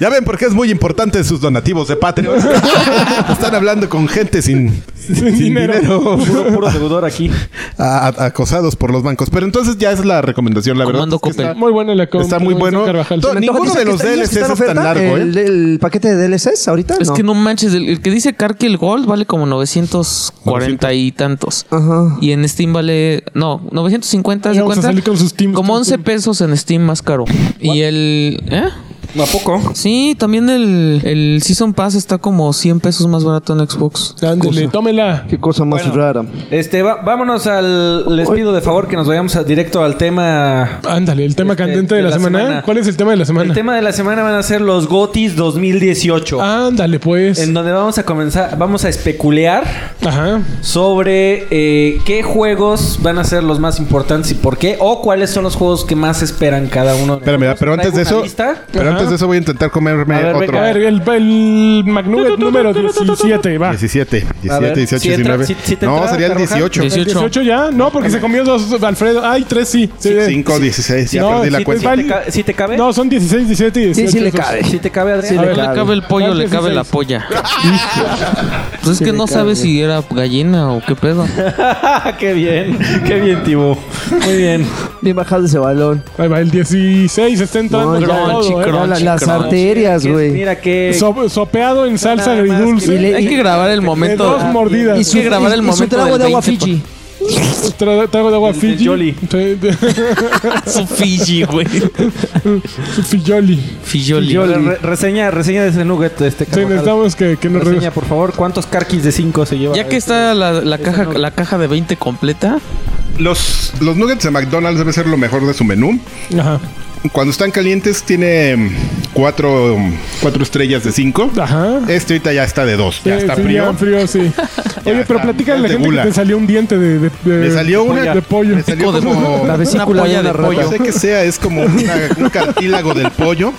D: Ya ven por qué es muy importante sus donativos de (laughs) Patreon. Están hablando con gente sin, sin dinero,
B: Puro, puro deudor aquí.
D: A- a- acosados por los bancos. Pero entonces ya es la recomendación, la verdad.
E: Comando
D: es que
E: Coppel.
D: está,
C: Muy bueno la
D: está muy bueno.
C: Carvajal.
D: To- Ninguno
A: Antoja,
D: de los
A: ¿sabes que
D: DLCs
A: está-
D: es tan
A: está en oferta?
D: largo, ¿eh?
A: ¿El, el paquete de DLCs ahorita?
E: Es que no manches, el, el que dice Car que el Gold vale como 940 y tantos.
A: Ajá.
E: Y en Steam vale, no, 950, ¿se
C: Ya vamos a
E: cuenta?
C: salir con sus Steam.
E: Como 11 pesos en Steam más caro. Y el, ¿eh?
B: ¿A poco?
E: Sí, también el, el Season Pass está como 100 pesos más barato en Xbox.
C: Ándele,
A: Cosa.
C: tómela.
A: Qué cosa más rara.
B: Este, va- vámonos al. Les pido de favor que nos vayamos a- directo al tema.
C: Ándale, el tema
B: Este,
C: candente de, la, semana. ¿Cuál es el tema de la semana?
B: El tema de la semana Ah, van a ser los GOTIS 2018.
C: Ándale, pues.
B: En donde vamos a comenzar, vamos a especulear
C: Ajá.
B: sobre eh, qué juegos van a ser los más importantes y por qué, o cuáles son los juegos que más esperan cada uno. de
D: Espérame,
B: nosotros.
D: pero antes de
B: Traigo
D: eso,
B: una lista.
D: pero
C: Ajá.
D: antes Después de eso voy a intentar comerme
B: A ver,
D: otro.
B: venga,
C: A ver, el, el McNugget número 17,
D: Ah.
C: va.
D: 17, 17,
B: ver,
D: 18,
B: ¿sí entra-
D: 19.
B: sí- sí te
D: no,
B: entra,
D: sería el
B: Carvajal?
D: 18.
E: 18.
C: 18 ya, no, porque se comió dos, Alfredo. Ay, tres sí. sí, eh.
D: 5, 16, ya
C: No,
D: perdí la
C: sí,
D: cuenta.
C: pues,
B: ¿Te ca- ¿Sí te cabe?
C: No, son 16, 17 y 18.
A: Sí, sí le
C: esos.
A: cabe.
B: ¿Sí te cabe, Adrián?
A: Sí,
C: A
E: No
C: ver,
E: le
A: claro.
E: cabe el pollo,
C: ¿Cuál
E: le cabe
C: 16? (laughs)
E: la polla. pues es que no sabes si era gallina o qué
C: (laughs)
E: pedo.
B: Ah, qué bien, qué bien, Tibo. Muy bien.
A: Bien bajado ese balón.
C: Ahí va, el 16 está entrando.
A: No,
C: con
A: ya,
C: todo,
E: chico,
C: eh.
A: Ya la-
E: Crunchy,
A: las
E: crunchy.
A: arterias,
B: Que-
A: güey.
B: Mira que...
C: So- sopeado en salsa
B: Nada más
C: agridulce.
A: Y le-
E: Hay
A: y-
E: que grabar el
C: De
E: momento. ah,
C: dos mordidas.
A: y su-
E: Hay que grabar el
A: y- y su
E: momento
A: trago
E: del
A: de agua
E: 20%.
A: Fiji.
C: Tra- trago de agua
B: El de
C: Fiji.
B: Jolly.
C: Sí, de- (laughs)
E: (laughs) Su Fiji, güey.
C: Fijoli.
E: Fijoli.
B: Yo, re- reseña, reseña de ese nugget, este
C: Sí,
B: Carvajal.
C: necesitamos que, que nos
B: Reseña,
C: reseña.
B: por favor, ¿cuántos carquis de 5 se lleva?
E: Ya que está la, la caja, la caja de 20 completa,
D: Los, los nuggets de McDonald's debe ser lo mejor de su menú.
C: Ajá.
D: Cuando están calientes tiene mm, cuatro, mm, cuatro estrellas de 5.
C: Ajá.
D: Este ahorita ya está de 2. Ya
C: Ah. Sí,
D: está
C: sí,
D: frío.
C: ya frío, sí. Oye, pero
D: está,
C: platícale a
D: ya
C: la
D: te
C: gente
D: gula.
C: que te salió un diente de, de, de-
D: Me salió
C: de
D: una-
C: de pollo.
D: Me salió
E: Pico de
D: como...
A: La
E: una
A: vesícula
E: polla
A: de
E: de
A: una
E: pollo.
D: No sé qué sea, es como una- un cartílago del pollo.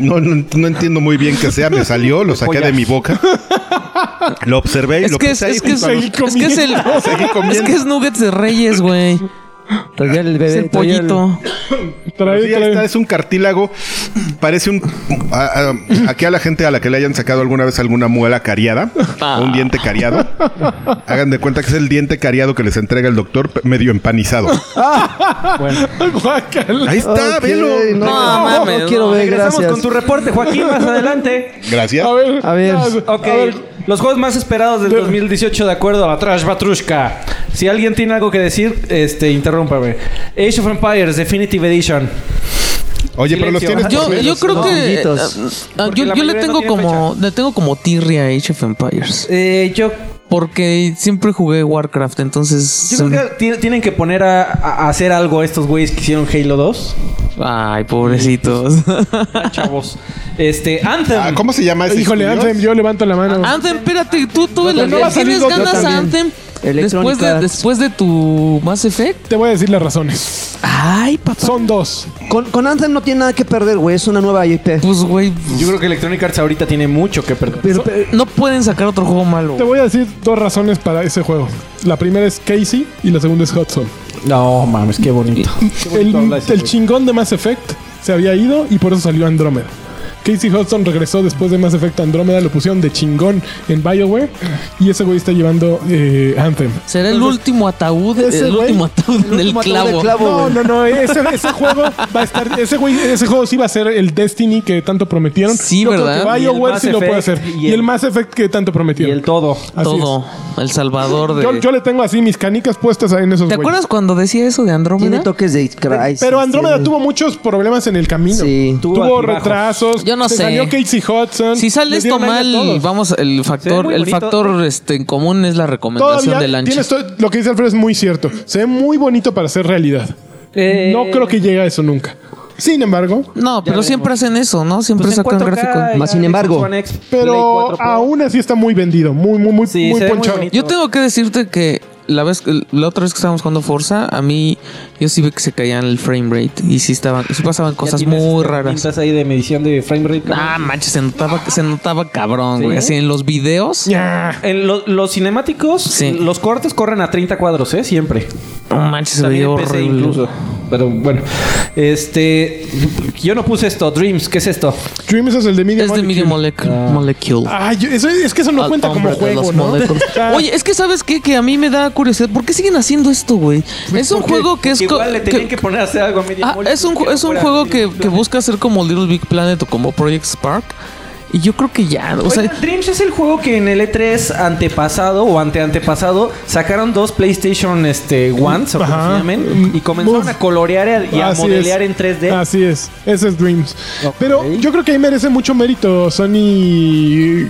D: No, no, no entiendo muy bien qué sea, me salió, lo saqué de mi boca. Lo observé y
E: Es
D: lo
E: que
D: puse
E: es,
D: ahí
E: es que es,
D: junto a los-
E: es que es el.
D: Seguí comiendo.
E: Es que es Nuggets de Reyes, güey.
A: Traía el
E: Es
A: bebé.
E: el
A: traía
E: pollito.
C: Trae-
D: Sí, ahí
C: trae-
D: está, es un cartílago, parece un... a- a- aquí a la gente a la que le hayan sacado alguna vez alguna muela cariada,
E: Ah.
D: o un diente cariado, hagan de cuenta que es el diente cariado que les entrega el doctor pe- medio empanizado.
C: (laughs) Guácala.
D: Ahí está,
A: Ok,
D: velo.
A: No,
E: No,
A: no,
E: mames,
A: no quiero
E: no.
A: ver,
B: Regresamos
A: gracias.
B: con tu reporte, Joaquín, más adelante.
D: Gracias.
C: A ver.
A: A ver.
B: (laughs) Ok, los juegos más esperados del 2018 de acuerdo a la Trash Batrushka. Si alguien tiene algo que decir, este, interrúmpame. Age of Empires Definitive Edition.
D: Oye, pero Ah, los
B: Silencio.
D: tienes...
E: Yo,
D: por-
E: yo creo
A: ¿no?
E: que.
A: Amiguitos.
E: ah, ah,
B: Porque
E: yo
B: la
E: yo le
B: mayoría no
E: tengo
B: tiene
E: como. Le tengo como tirria a Age of Empires.
B: Eh, yo,
E: Porque siempre jugué Warcraft, entonces.
B: yo creo que ti- tienen que poner a, a- a hacer algo estos güeyes que hicieron Halo 2.
E: Ay, pobrecitos.
B: Chavos. Este, Anthem.
D: Ah, ¿Cómo se llama ese
C: Híjole,
D: estudio?
C: Anthem, yo levanto la mano.
B: Ah.
E: Anthem, espérate, tú, tú
C: también. No va a salir
E: tienes
C: Gotham
E: ganas a
C: también.
E: Anthem. Después
A: Electronic
E: de,
A: Arts.
E: después de tu Mass Effect.
C: Te voy a decir las razones.
E: Ay, papá.
C: Son dos.
A: Con, con Anthem no tiene nada que perder, güey. Es una nueva IP.
E: Pues, güey. pues,
B: Yo creo que Electronic Arts ahorita tiene mucho que perder.
A: Pero, pero-
E: No pueden sacar otro juego malo.
C: Te voy a decir dos razones para ese juego. La primera es Casey y la segunda es Hudson.
B: No mames, qué bonito.
C: El, el chingón de Mass Effect se había ido y por eso salió Andrómeda. Casey Hudson regresó después de Mass Effect Andrómeda, lo pusieron de chingón en BioWare y ese güey está llevando eh, Anthem.
E: Será el último ataúd,
C: ese
E: el
C: güey-
E: último ataúd del
A: último ataúd
E: clavo.
A: del clavo.
C: No,
A: güey.
C: no, no, ese, ese juego va a estar, ese güey, ese juego sí va a ser el Destiny que tanto prometieron.
E: Sí,
C: Yo creo
E: ¿verdad?
C: que
E: Y
B: el
C: BioWare
B: Mass
C: sí lo puede
B: Effect
C: hacer.
B: y
C: Y,
B: el-
C: el Mass Effect que tanto
B: Y
C: prometieron.
B: el todo.
C: Así es.
E: Todo. El salvador de.
C: Yo, yo le tengo así mis canicas puestas en esos
E: ¿Te
C: güeyes.
E: acuerdas cuando decía eso de
A: tiene
E: Andrómeda?
A: toques de Christ.
C: Pero Andrómeda
A: tiene-
C: tuvo muchos problemas en el camino.
A: Sí.
C: Tuvo,
B: Tuvo altibajos.
C: retrasos.
E: Yo no
C: se
E: sé.
C: Salió Casey Hudson.
E: Si sale
C: le
E: esto
C: dieron aire a
E: mal,
C: todos.
E: vamos, el
B: Se ve
E: factor,
B: muy
E: el
B: bonito.
E: factor este en común es la recomendación
C: Todavía
E: del ancho.
C: tienes todo- lo que dice Alfredo es muy cierto. Se ve muy bonito para ser realidad.
B: Eh,
C: No creo que llegue a eso nunca. Sin embargo,
E: No, pero siempre hacen eso, ¿no? Siempre
B: pues en
E: sacan
B: 4K,
E: gráfico.
B: ya,
A: Más sin
B: Xbox
A: embargo.
B: One X, Play
C: pero
B: 4 Pro.
C: aún así está muy vendido, muy muy muy
B: Sí,
C: muy
B: se ve muy
C: ponchado.
B: bonito.
E: Yo tengo que decirte que la vez la otra vez que estábamos jugando Forza, a mí yo sí vi que se caían el frame rate y sí estaban sí pasaban
B: Ya
E: cosas
B: tienes,
E: muy
B: este,
E: raras.
B: pintas ahí de medición de frame rate.
E: Ah, manches, se notaba se notaba cabrón,
B: ¿Sí?
E: güey, así en los videos.
C: Ya.
B: En lo- los cinemáticos,
E: Sí.
B: los cortes corren a 30 cuadros, ¿eh? Siempre.
E: No manches, se
B: También
E: veía
B: en PC
E: horrible.
B: incluso. Pero bueno, este. Yo no puse esto, Dreams, ¿qué es esto?
C: Dreams es el de Media
E: Es de Media
C: Molecule.
E: Molecule.
B: Ah.
E: Molecule.
C: Ay, yo- eso, es que eso no
E: Al
C: cuenta como
E: Ah, hombre de
C: juego,
E: los
C: ¿no?
B: (laughs)
C: (laughs)
E: moléculas.
C: O
B: Ah.
C: sea,
E: Oye, es que sabes qué? que a mí me da curiosidad. ¿Por qué siguen haciendo esto, güey? Es un juego que es. co-
B: Pues Igual le tenían que,
E: que-
B: poner a hacer algo a media
E: Ah,
B: mole,
E: es un,
B: que
E: ju-
B: no
E: es un
B: fuera
E: juego
B: Little
E: que,
B: Big
E: que
B: Planet.
E: busca ser como Little Big Planet o como Project Spark. Y yo creo que ya, o sea,
B: Oigan, Dreams es el juego que en el E3 antepasado o ante antepasado sacaron dos PlayStation este, Ones o como se
C: Ajá.
B: llamen, y comenzaron
C: Move.
B: a colorear y a
C: Así
B: modelear
C: es.
B: en 3D.
C: Así es, ese es Dreams. Pero yo creo que ahí merece mucho mérito Sony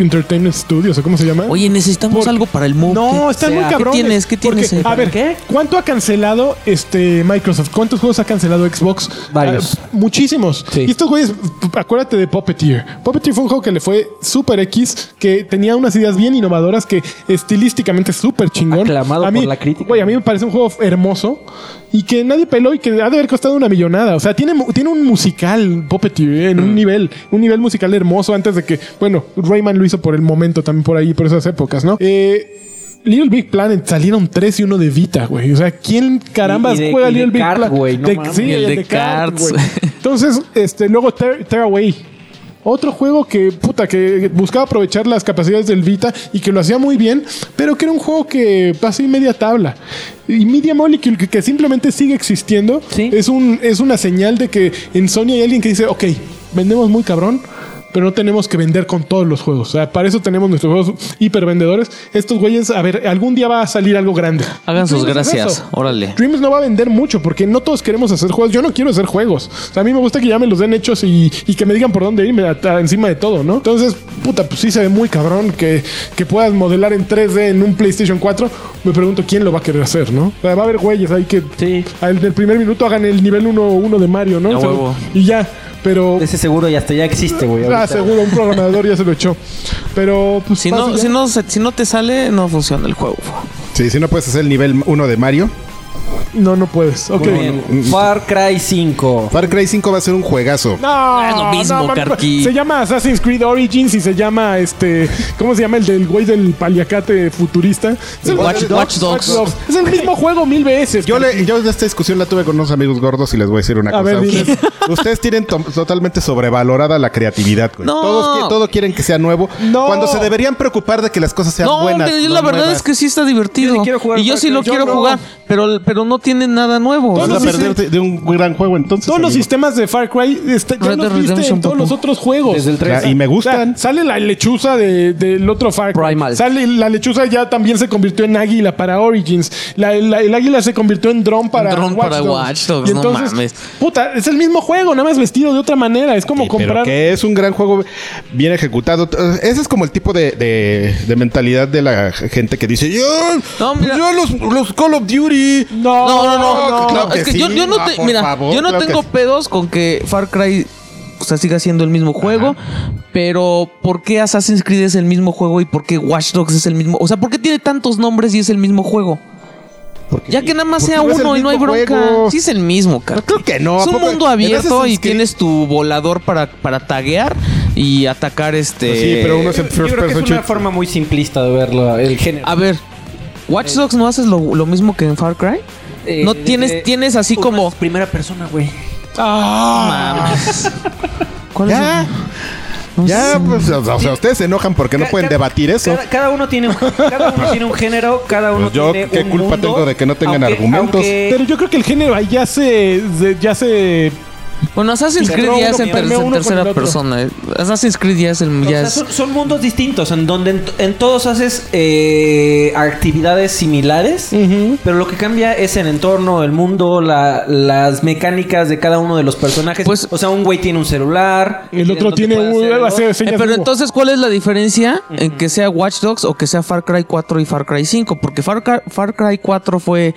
C: Entertainment Studios, o cómo se llama.
E: oye, necesitamos
C: Por-
E: algo para el move.
C: no, están muy
E: ¿Qué
C: cabrones.
E: tienes? ¿Qué tienes,
C: Porque,
E: eh?
C: a ver,
B: ¿Qué?
C: ¿cuánto ha cancelado este Microsoft? ¿Cuántos juegos ha cancelado Xbox?
B: Varios.
C: Ah, muchísimos.
B: Sí.
C: Y estos güeyes, p- acuérdate de Puppeteer. Puppeteer fue un juego que le fue súper X, que tenía unas ideas bien innovadoras, que estilísticamente es súper chingón.
B: Aclamado
C: A mí-
B: por la crítica.
C: Güey, a mí me parece un juego hermoso. y que nadie peló y que ha de haber costado una millonada. O sea, tiene, mu- tiene un musical Puppeteer
B: Mm.
C: en un nivel, un nivel musical hermoso antes de que, bueno, Rayman lo hizo por el momento también por ahí, por esas épocas, ¿no? Eh, Little Big Planet salieron tres y uno de Vita, güey. O sea, ¿quién carambas
B: Y- y de-
C: juega
B: y de
C: Little Big
B: Card,
C: Planet?
B: güey, no
C: De-
B: mames.
C: sí,
E: Y el de
C: Card,
E: Cards.
B: (laughs)
C: güey. Entonces, este, luego Tear- Tearaway. Otro juego que, puta, que buscaba aprovechar las capacidades del Vita y que lo hacía muy bien, pero que era un juego que pasó y media tabla. Y Media Molecule, que, que simplemente sigue existiendo,
B: Sí.
C: es, un, es una señal de que en Sony hay alguien que dice, ok, vendemos muy cabrón, pero no tenemos que vender con todos los juegos. O sea, para eso tenemos nuestros juegos hipervendedores. Estos güeyes, a ver, algún día va a salir algo grande.
E: Hagan sus
C: Dreams es
E: gracias.
C: eso.
E: Órale.
C: Dreams no va a vender mucho porque no todos queremos hacer juegos. Yo no quiero hacer juegos. O sea, a mí me gusta que ya me los den hechos y, y que me digan por dónde irme hasta encima de todo, ¿no? Entonces, puta, pues sí se ve muy cabrón que, que puedas modelar en 3D en un PlayStation 4. Me pregunto quién lo va a querer hacer, ¿no? O sea, va a haber güeyes ahí que
B: Sí.
C: al del primer minuto hagan el nivel 1-1 de Mario, ¿no?
E: A
C: O sea,
E: huevo.
C: Y ya. Pero
B: Ese seguro ya hasta ya existe, güey.
C: ah,
B: ahorita.
C: seguro un programador ya se lo echó. Pero pues
E: Si
C: pasa
E: no,
C: ya.
E: si, no, se- si no te sale, no funciona el juego.
D: Sí, si no puedes hacer el nivel 1 de Mario.
C: no no puedes. Ok.
B: Muy bien. Far Cry 5.
D: Far Cry 5 va a ser un juegazo.
C: No,
E: es Ah, lo mismo,
C: mami,
E: Karki.
C: Se llama Assassin's Creed Origins y se llama este. ¿Cómo se llama el del güey del paliacate futurista? Es el-
E: Watch- Watch Dogs.
C: Es el mismo juego mil veces.
D: Yo, le, yo esta discusión la tuve con unos amigos gordos y les voy a decir una
C: A
D: cosa.
C: ver,
D: ustedes, (laughs) ustedes tienen to- totalmente sobrevalorada la creatividad, güey.
E: No.
D: Todos qui- todo quieren que sea nuevo.
C: No.
D: Cuando se deberían preocupar de que las cosas sean
E: No,
D: buenas.
E: hombre, yo
D: no
E: la verdad
D: nuevas.
E: es que sí está divertido.
B: Yo sí quiero jugar
E: y yo
B: Far
E: sí
B: Cry,
E: lo
B: yo
E: quiero
B: no.
E: jugar, pero, pero no tiene nada nuevo.
D: Vas
C: Todos
D: a
C: los
D: pues perder
C: sistemas-
D: de un gran juego entonces.
C: Todos los
D: amigo.
C: sistemas de Far Cry está- ya
E: Red
C: los
E: Dead
C: viste en
E: Redemption,
C: todos
E: papu.
C: los otros juegos.
B: Desde el 3.
D: Ya, y me
C: O sea,
D: gustan.
C: sale la lechuza de- del otro Far Cry.
A: Primal.
C: Sale la lechuza ya también se convirtió en águila para Origins. La- la- el águila se convirtió en dron para
E: Drone para Watch Dogs,
C: Y
E: no
C: entonces,
E: mames.
C: Puta, es el mismo juego, nada más vestido de otra manera. Es como
D: Sí, Pero
C: comprar.
D: que es un gran juego bien ejecutado. Eh, Ese es como el tipo de, de- de mentalidad de la gente que dice: Yo,
E: No,
D: pues
E: mira.
D: yo los, los Call of Duty.
C: No,
E: No, no, no.
D: No,
E: no,
D: claro
E: es
D: que
E: que yo,
D: sí.
E: yo no,
D: Ah,
E: te-
D: por
E: mira,
D: favor,
E: yo no
D: claro que
E: tengo
D: sí.
E: pedos con que Far Cry o sea, siga siendo el mismo juego, pero ¿por qué Assassin's Creed es el mismo juego y por qué Watch Dogs es el mismo? O sea, ¿por qué tiene tantos nombres y es el mismo juego? ya que nada más sea
D: no es el
E: uno y no hay
D: mismo
E: bronca.
D: juego.
E: Sí es el mismo, cara.
D: No, creo que no.
E: Es
D: ¿A
E: un
D: poco
E: mundo
D: en
E: abierto
D: Assassin's
E: y
D: Creed?
E: tienes tu volador para, para taguear y atacar este...
D: Pues sí, pero uno es en
B: Yo
D: first
B: creo que
D: person
B: es una
D: shoot.
B: forma muy simplista de verlo, el género.
E: A ver, ¿Watch Dogs no haces lo, lo mismo que en Far Cry?
B: Eh,
E: no
B: de-
E: tienes,
B: de-
E: tienes así
B: Uno
E: como...
B: es Primera persona, güey.
C: Ah,
E: Mames. ¿Cuál
D: Ya.
E: es? el- no
D: Ya,
E: sé.
D: pues, o sea, o sea, ustedes se enojan porque no
B: Ca-
D: pueden
B: ca-
D: debatir eso.
B: Cada, cada uno tiene un, cada uno tiene un género, cada uno
D: Pues yo,
B: tiene
D: ¿qué
B: un
D: culpa
B: mundo,
D: tengo de que no tengan
B: aunque-
D: argumentos?
B: aunque-
C: Pero yo creo que el género ahí ya se. se- ya se.
E: Bueno, Assassin's
C: Se
E: Creed
C: roba
E: ya
C: uno,
E: es en, ter-
C: cambia
E: en
C: uno por el
E: tercera
C: otro.
E: persona. eh. Assassin's Creed ya es el.
B: O
E: Ya
B: sea,
E: es-
B: son, son mundos distintos en donde en, en todos haces eh, actividades similares, pero lo que cambia es el entorno, el mundo, la- las mecánicas de cada uno de los personajes.
E: Pues-
B: o sea, un güey tiene un celular,
C: El otro
B: donde
C: tiene
B: puede hacer
C: un. hace
B: algo.
E: Eh,
C: señas
E: pero
C: de-
E: entonces, ¿cuál es la diferencia en que sea Watch Dogs o que sea Far Cry 4 y Far Cry 5? Porque Far, Cry- Far Cry 4 fue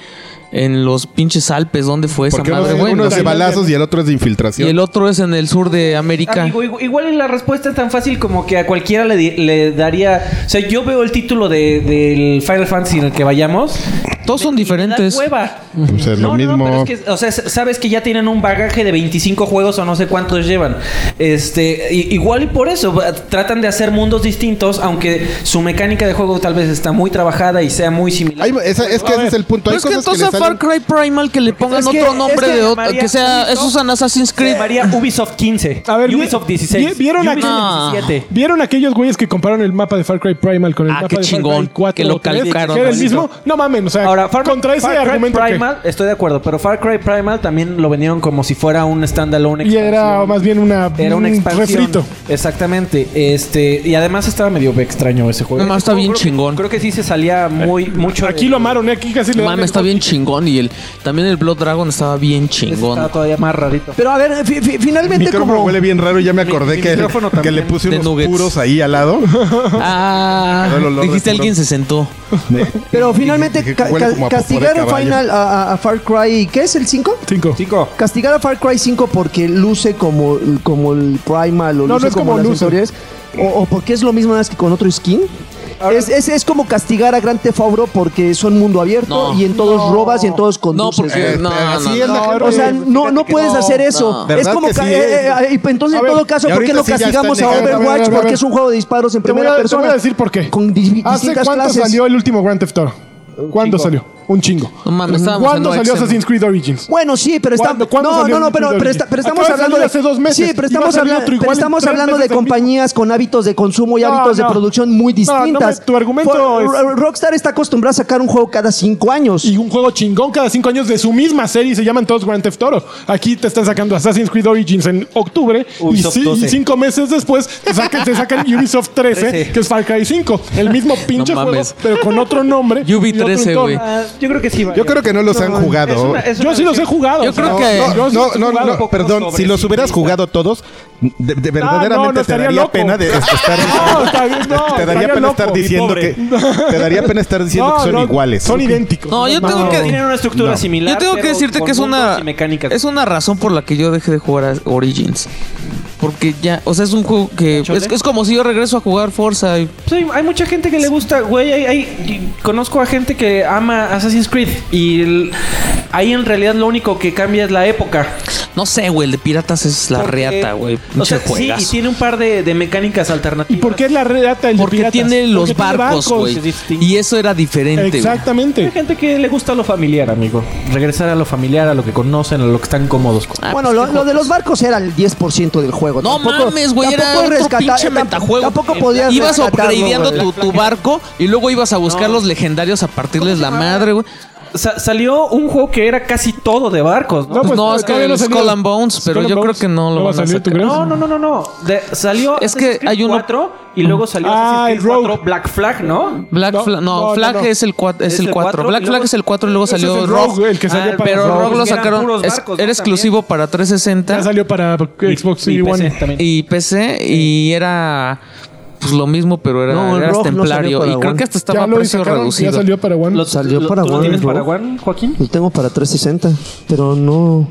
E: en los pinches Alpes, ¿dónde fue esa
D: Porque uno,
E: madre?
D: es-
E: Bueno,
D: uno es de balazos y el otro es de
E: y
D: infiltración.
E: el otro es en el sur de América.
B: Amigo, Ah, igu- igual y la respuesta es tan fácil como que a cualquiera le, di- le daría. O sea, yo veo el título de- del Final Fantasy en el que vayamos.
E: Todos son
B: y me da
E: diferentes.
B: hueva.
D: Pues es lo mismo.
B: pero es que, o sea, s- sabes que ya tienen un bagaje de 25 juegos o no sé cuántos llevan. Este, i- igual y por eso va- tratan de hacer mundos distintos, aunque su mecánica de juego tal vez está muy trabajada y sea muy similar.
D: Hay- esa- es que ese es el punto.
E: Pero
D: Hay
E: es que
D: cosas que
E: entonces a
D: le
E: Far
D: salen-
E: Cry Primal que le pongan
B: es que-
E: otro
B: es
E: nombre
B: que
E: de otro.
B: llamaría
E: Que sea.
B: Ubisoft.
E: Esos son Assassin's
B: Se
E: Creed.
B: llamaría Ubisoft 15,
C: A ver, vi-
B: Ubisoft 16,
C: vi- ¿vieron
B: Ubisoft
E: aquí?
B: 17.
C: ¿Vieron aquellos güeyes que compararon el mapa de Far Cry Primal con el
E: Ah,
C: mapa
E: qué
C: de
E: chingón,
C: Far Cry 4?
E: que lo
C: o 3,
E: calificaron,
C: que era el
E: bonito.
C: mismo. No mamen, o sea,
B: Ahora, Far,
C: contra ese
B: Far Cry
C: argumento. que-
B: Primal, estoy de acuerdo, pero Far Cry Primal también lo vendieron como si fuera un standalone.
C: y era
B: expansión.
C: más bien una.
B: Era una
C: un
B: expansión.
C: Refrito.
B: Exactamente. Este, y además estaba medio extraño ese juego.
E: No, mames, está
B: Creo-
E: bien
B: creo que-
E: chingón.
B: Creo que sí se salía muy mucho.
C: Aquí lo amaron, ¿eh? aquí casi le dan
E: Mame,
C: el
E: está
C: golpe.
E: bien chingón. Y el también el Blood Dragon estaba bien
B: Ese
E: chingón.
B: Estaba todavía más rarito.
A: Pero a ver, fi- fi-
D: Mi
A: finalmente
D: micrófono
A: como...
D: huele bien raro y ya me acordé
B: mi
D: que,
B: micrófono
D: que
B: también.
D: le puse
E: De
D: unos
E: nuggets.
D: puros ahí al lado.
E: Ah,
D: Pero el olor
E: dijiste
D: de
E: alguien
D: puro-
E: se sentó.
A: Pero finalmente
D: Huele
A: ca- ca-
D: como a popó de
A: castigar a,
D: caballo.
A: Final, a, a- a Far Cry... ¿Qué es el 5?
C: Cinco.
B: Chico,
A: Castigar a Far Cry 5 porque luce como, como el Primal o
C: No,
A: luce
C: no es
A: como,
C: como
A: las
C: luce.
A: anteriores, O, o porque es lo mismo nada más que con otro skin. Es, es, es como castigar a Gran Tefauro porque son mundo abierto
E: No.
A: y en todos robas y en todos conduces.
E: porque-
A: güey.
D: Eh,
E: no,
D: pero así
E: no,
D: es
E: no.
D: la gente.
A: O sea, no, no puedes hacer eso.
D: no.
A: Es
D: ¿Verdad
A: como.
D: que
A: ca-
D: sí?
A: eh, eh, eh, y entonces,
D: A
A: en
D: ver,
A: todo caso,
D: y
A: ¿por qué
D: ahorita
A: no
D: sí ya están
A: castigamos a
D: negando.
A: Overwatch?
C: A ver, a ver, a ver.
A: Porque es un juego de disparos en
C: Te voy,
A: primera
C: a, te
A: persona.
C: voy a decir por qué.
A: Con di-
C: ¿Hace
A: distintas
C: cuánto
A: clases.
C: salió el último Grand Theft Auto? ¿Cuándo salió? Un chingo.
E: No mames, estábamos
C: ¿Cuándo
E: en
C: salió
E: OXM?
C: Assassin's Creed Origins?
A: Bueno, sí, pero está,
C: ¿Cuándo- cuándo
A: no,
C: salió
A: no, no,
C: el
A: pero,
C: Nintendo
A: pero,
C: Switch?
A: está- pero estamos
C: Acaba de
A: hablando de
C: salir hace dos meses.
A: Sí, pero
C: Y va a
A: estamos,
C: salir
A: habla-
C: otro igual
A: pero
C: en
A: estamos
C: tres
A: hablando de
C: meses, el mismo.
A: compañías con hábitos de consumo y
C: No,
A: hábitos
C: no.
A: de producción muy
C: No, no me-
A: distintas.
C: tu argumento
A: Fue-
C: es-
A: Ro- Rockstar está acostumbrada a sacar un juego cada cinco años.
C: Y un juego chingón cada cinco años de su misma serie y se llaman todos Grand Theft Auto. Aquí te están sacando Assassin's Creed Origins en octubre y,
B: Ubisoft
C: ci- y
B: 12.
C: cinco meses después te sacan, te sacan
E: (laughs)
C: Ubisoft 13, que es Far Cry 5. El mismo pinche juego,
E: mames.
C: pero con otro
E: (laughs)
C: nombre.
E: UB
C: y otro
E: 13,
C: entorno.
E: güey.
F: Ah, yo creo que sí. va.
D: Yo creo que no los han
F: Es
D: jugado.
F: una- es
C: Yo
F: una
C: sí los he
F: versión-
C: jugado.
E: Yo
C: o sea,
E: creo que-
C: yo
D: No,
C: sí los
D: no,
C: he
D: no,
C: jugado.
D: no, perdón, si los hubieras jugado todos, de, de-
C: no,
D: verdaderamente
C: no,
D: te
C: estaría
D: daría
C: loco.
D: pena de estar
C: No, está bien, no,
D: te daría
C: estaría
D: pena
C: loco,
D: estar
C: mi
D: diciendo
C: pobre.
D: que te daría pena estar diciendo
C: No,
D: que son
C: no,
D: iguales.
C: Son idénticos.
E: No, yo
C: No,
E: tengo que
B: Tienen una estructura similar.
E: Yo tengo que
B: pero
E: decirte
B: con
E: que es una
B: mundos y mecánicas.
E: es una razón por la que yo dejé de jugar a Origins. Porque ya, o sea, es un juego que es, es como si yo regreso a jugar Forza y
B: Sí, hay mucha gente que le gusta, güey. Hay, hay- y conozco a gente que ama Assassin's Creed. Y el- ahí en realidad lo único que cambia es la época.
E: no sé, güey, el de piratas es la
B: Porque-
E: reata, güey,
B: O
E: pinche
B: sea, sí, y
E: juegazo.
B: tiene un par de, de mecánicas
C: ¿Y
B: alternativas.
C: por qué es la redata el de
E: porque
C: piratas?
E: tiene los
C: Porque tiene
E: barcos, güey.
B: es distinto.
E: Y eso era diferente, güey.
B: Hay
C: Exactamente.
B: gente que le gusta lo familiar, amigo. Regresar a lo familiar, a lo que conocen, a lo que están cómodos. con.
E: Ah,
A: Bueno,
E: pues,
A: lo, lo de los barcos era el 10% del juego.
E: No mames, güey, era
A: tampoco
E: otro
A: rescata-
E: pinche
A: tam-
E: metajuego.
A: Tampoco podías
E: Ibas
A: rescatarlo,
E: upgradeando
A: güey.
E: tu, tu barco y luego ibas a buscar los legendarios a partirles la madre, güey.
B: Sa- salió un juego que era casi todo de barcos, ¿no?
C: No, pues,
E: no, es
C: todavía
E: que
C: no
E: el
C: salió.
E: Skull and Bones, pero
C: Skull and
E: yo creo
C: Bones.
E: que no lo
C: va
E: van a
C: salir, ¿tú
E: sacar.
C: crees?
B: No, no, no, no, no. De- salió
E: Es que
B: Assassin's Creed
E: hay uno-
B: 4 y luego salió
C: Ah,
B: Assassin's
C: el
B: Creed 4
C: Rogue.
B: Black Flag, ¿no?
E: Black
C: No,
E: Flag, no,
C: no,
E: Flag
C: no, no.
E: es el 4, es, el 4.
B: cuatro, y
E: Black Flag
B: luego-
E: es el 4 y luego
C: Ese
E: salió
C: es el
E: Rogue.
C: Rogue, el que salió
B: Ah,
C: para
E: Pero
B: Rogue.
E: Rogue lo
B: Eran puros
E: sacaron, es-
B: barcos, ¿no?
E: era exclusivo para
C: Ya
E: 360
C: salió para Xbox
B: Y
C: Series
B: PC
C: One.
B: también.
E: y PC y era pues lo mismo, pero era,
A: No, el
E: eras
A: Rogue no salió
E: templario
A: para
E: y creo
A: One.
E: que hasta estaba
C: Ya
E: a
C: lo
E: precio
C: sacaron,
E: reducido.
C: Ya salió para One.
B: Los-
A: Salió
B: lo-
A: para
B: ¿tú lo
A: One,
B: tienes
A: ¿no?
B: para One, Joaquín?
A: Lo tengo para 360, pero no.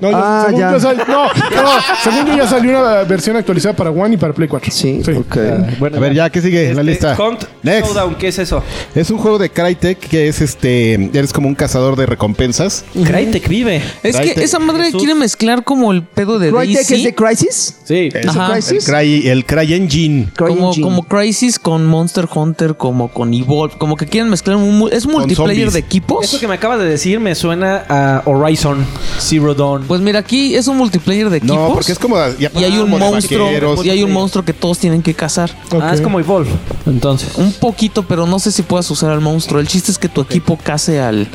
C: No, yo-
A: Ah,
C: según
A: ya.
C: yo sal- no, no, según yo ya salió una versión actualizada para One y para Play Ah, 4.
A: Sí, ok.
D: A ver, ya, ¿qué sigue en la
B: Este,
D: lista?
B: Hunt
D: Next.
B: Showdown, ¿qué es eso?
D: Es un juego de Crytek que es este. Eres como un cazador de recompensas.
B: Crytek vive.
E: Es
D: Crytek.
E: que esa madre
B: Jesús.
E: quiere mezclar como el pedo de
A: ¿Crytek es de
E: DC,
A: Crisis?
B: Sí.
E: Ajá.
D: El Cry, el Cry Engine.
E: como
A: CryEngine.
E: como Crisis con Monster Hunter, como con Evolve, como que quieren mezclar un mu- es multiplayer
D: zombies.
E: de equipos.
B: Eso que me acabas de decir me suena a Horizon Zero Dawn.
E: Pues mira, aquí es un multiplayer de equipos.
D: No, porque es como. Y,
E: y hay un
D: como de
E: monstruo
D: vaqueros.
E: y hay un monstruo que todos tienen que cazar.
B: Ah, es como Evolve. Entonces.
E: Un poquito, pero no sé si puedas usar al monstruo. El chiste es que tu equipo case al,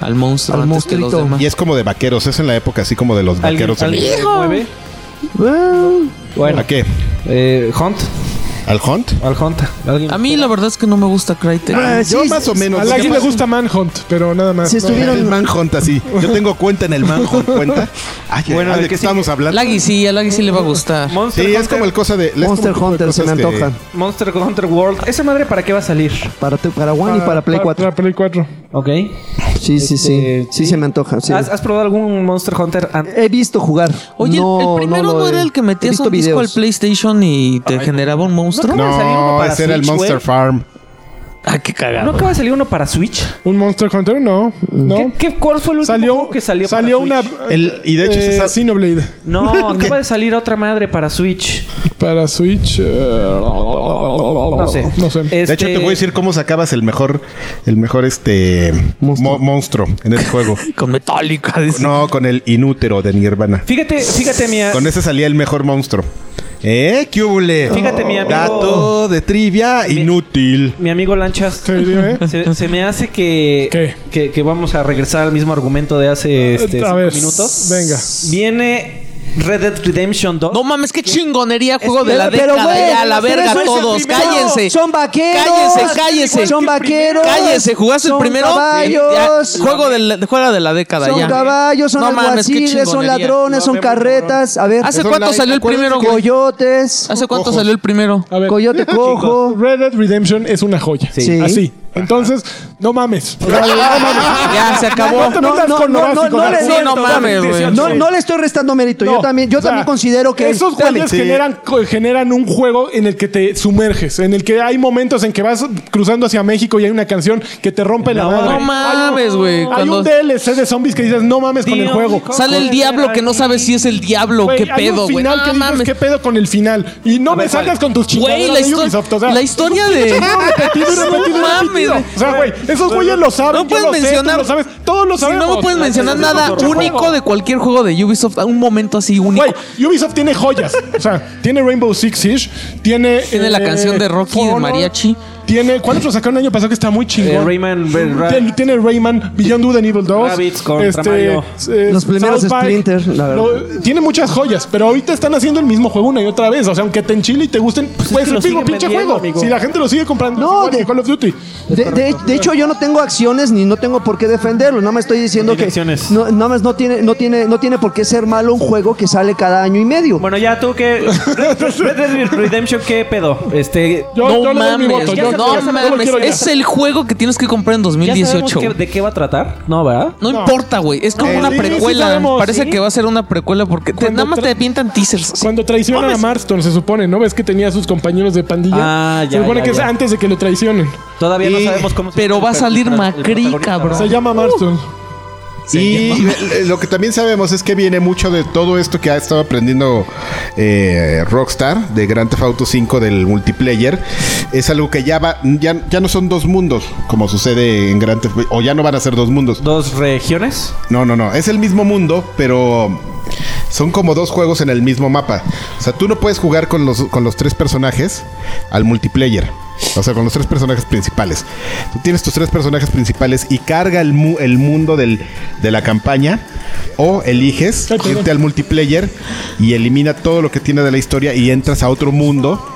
E: al monstruo
A: Al
E: antes que los
A: monstruito.
E: demás.
D: y es como de vaqueros. Es en la época así como de los
B: ¿Alguien,
D: vaqueros.
B: alguien
D: amigos.
B: se mueve?
A: Ah,
B: Bueno,
D: ¿A qué?
B: eh, Hunt.
D: ¿Al Hunt?
B: Al Hunt. ¿Alguien?
E: A mí la verdad es que no me gusta Crytek.
B: Ah,
D: Yo
A: sí,
D: más o
A: sí,
D: menos.
C: A la le gusta Manhunt, pero nada más.
A: Si
C: No,
A: estuvieron-
D: El Manhunt así. Yo tengo cuenta en el Manhunt. ¿Cuenta? Ay,
B: Bueno,
D: ¿de
B: el
D: qué
B: que sigue.
D: estamos hablando?
E: Laggy sí, a Laggy sí le va a gustar.
D: Sí,
B: Monster
D: es como el cosa de. es como
A: Monster
D: el tipo de
A: Hunter, se me
D: cosas de-
A: antoja.
B: Monster Hunter World. ¿Esa madre para qué va a salir?
A: Para, tu- para One y para Play 4.
C: Para Play 4.
B: Ok.
A: Sí, sí,
C: Este,
A: sí. Sí, se me antoja. sí.
B: ¿Has, has probado algún Monster Hunter antes?
A: He visto jugar.
E: Oye, el-
A: No,
E: el primero no,
A: lo he-
E: era el que
A: he
E: metías
A: visto
E: un disco al
A: videos.
E: PlayStation y te generaba un
B: no.
E: monstruo.
B: Salió uno
D: No,
B: para
D: ese era el
B: Switch,
D: Monster
B: güey.
D: Farm.
E: Ah, qué
B: ¿No
E: cagado.
B: acaba de salir uno para Switch?
C: ¿Un Monster Hunter? No.
B: ¿Qué,
C: No.
B: qué- cuál fue el último
C: Salió,
B: juego que salió, para
C: salió una.
B: Switch?
D: El- y de hecho se
C: eh,
D: sa-
C: Xenoblade. (laughs)
B: No, acaba de salir otra madre para Switch.
C: Para Switch. eh,
B: No sé. Eh, Este,
C: No sé.
D: De hecho, te voy a decir cómo sacabas el mejor, el mejor este
A: Monstruo.
D: mo- monstruo en el
B: (laughs)
D: juego.
E: Con Metallica. dice.
D: No, con el inútero de Nirvana.
B: Fíjate, fíjate, mía.
D: Con ese salía el mejor monstruo. ¿Eh? ¿Qué hubole?
B: Fíjate, mi amigo-
D: Dato de trivia inútil.
B: Mi amigo Lanchas.
C: Sí, dime.
B: Se, se me hace que,
C: ¿Qué?
B: que que vamos a regresar al mismo argumento de hace este,
C: A
B: cinco
C: ver,
B: minutos.
C: Venga.
B: Viene Red Dead Redemption 2.
E: No mames, qué chingonería juego
B: que-
E: de la
A: Pero,
E: década.
A: güey,
E: ya, a la
A: pero
E: verga
A: eso es el
E: todos.
A: primero.
E: Cállense.
A: Son vaqueros.
E: Cállense, cállense.
A: Son vaqueros.
E: Cállese, jugaste el
A: Son
E: primero.
A: Caballos.
E: Ya, juego de la, juego de la década
A: Son
E: ya.
A: caballos, son
E: No mames, qué
A: alguaciles, son
E: chingonería.
A: ladrones, son carretas. A ver,
E: ¿Hace
D: Son
E: cuánto
D: live,
E: salió el
D: acuérdense
E: primero, güey?
A: coyotes,
E: ¿Hace cuánto
D: Ojos.
C: (laughs)
E: salió el primero?
C: A ver.
A: coyote cojo.
C: Red Dead Redemption es una joya.
A: Sí.
C: Así. Entonces, no mames. O sea, no mames.
E: Ya, se
C: No
E: acabó.
C: te metas con Horacio, con
A: no le-
C: Horacio.
E: Sí, no mames, güey.
A: No, no le estoy restando mérito.
C: No,
A: yo también, yo
C: o sea,
A: también considero que
C: esos
A: Espérame.
C: juegos generan, co- generan un juego en el que te sumerges, en el que hay momentos en que vas cruzando hacia México y hay una canción que te rompe la madre.
E: no mames, güey.
C: Hay
E: Cuando-
C: un DLC de zombies que dices, no mames con el juego.
E: Sale el diablo que no sabes si es el diablo.
C: Güey,
E: ¿Qué
C: hay un
E: pedo, güey?
C: final
E: No
C: que dices,
E: mames.
C: ¿Qué pedo con el final? Y no me salgas con tus chingaderas
E: Güey, la,
C: de
E: histo-
C: Ubisoft. O sea,
E: la historia
C: (laughs)
E: de. No mames. güey.
C: o sea, güey, esos güeyes lo saben.
E: No
C: yo
E: puedes
C: lo sé, tú
E: mencionar.
C: lo sabes, todos lo
E: Si
C: sabemos.
E: no me puedes mencionar nada único de cualquier juego de Ubisoft. Un momento así único.
C: Güey, Ubisoft tiene joyas. O sea, tiene Rainbow Six Siege, tiene.
E: Tiene la canción de Rocky de
C: Honor,
E: mariachi.
C: Tiene. ¿Cuál otro sacaron el año pasado que está muy chingón? Mm,
B: Eh, Rayman, Red Ra-
C: Tiene, tiene Rayman, Beyond Good and Evil 2.
B: Rabbids contra Mario.
C: eh,
A: Los primeros
C: South Park.
A: Splinter, la verdad.
C: Lo- tiene muchas joyas, pero ahorita están haciendo el mismo juego una y otra vez. O sea, aunque te enchile y te gusten, puede
B: Pues que
C: ser
B: lo
C: el mismo
B: siguen
C: pinche
B: vendiendo,
C: juego.
B: amigo.
C: Si la gente lo sigue comprando,
A: No,
C: es igual
A: de-
C: que Call of Duty.
A: De, de- de hecho, yo no tengo acciones ni no tengo por qué defenderlo. Nada más estoy diciendo
B: No
A: que
B: tiene acciones.
A: no, nada más no tiene, no tiene, no tiene por qué ser malo un juego que sale cada año y medio.
B: Bueno, ya tú
C: (laughs)
B: que. Red Dead Redemption, ¿qué pedo? Este.
C: Yo,
E: no
C: yo le doy mi
E: mames,
C: voto.
E: güey,
C: Yo,
E: no
C: yo- yo lo
E: mames.
C: quiero ya.
E: Es el juego que tienes que comprar en
B: ¿Ya sabemos
E: 2018.
B: qué- de qué va a tratar? No, ¿verdad?
E: No, importa, güey. Es como
C: Eh,
E: una
C: sí, sí
E: precuela.
C: sabemos,
E: Parece
C: sí.
E: que va a ser una precuela porque te-
C: Cuando
E: nada más
C: tra-
E: te pintan teasers. Sí.
C: Cuando traicionan a Marston, se supone, ¿no? Ves que tenía a sus compañeros de pandilla.
B: Ah,
C: se
B: ya,
C: supone
B: ya,
C: que
B: ya.
C: es antes de que lo traicionen.
B: Todavía no
D: Y-
B: sabemos cómo se
E: pero va a salir
B: el
E: Macri,
B: protagonista,
E: cabrón.
C: Se
B: ¿no?
C: llama Marston.
D: Y eh, (laughs) lo que también sabemos es que viene mucho de todo esto que ha estado aprendiendo eh, Rockstar de Grand Theft Auto 5 del multiplayer. Es algo que ya va, ya, ya no son dos mundos como sucede en Grand Theft o ya no van a ser dos mundos.
B: Dos regiones.
D: No, no, no. Es el mismo mundo, pero son como dos juegos en el mismo mapa. O sea, tú no puedes jugar con los, con los tres personajes al multiplayer. O sea, con los tres personajes principales. Tú tienes tus tres personajes principales y carga el, mu- el mundo del, de la campaña. O eliges
C: Ay, perdón.
D: irte al multiplayer y elimina todo lo que tiene de la historia y entras a otro mundo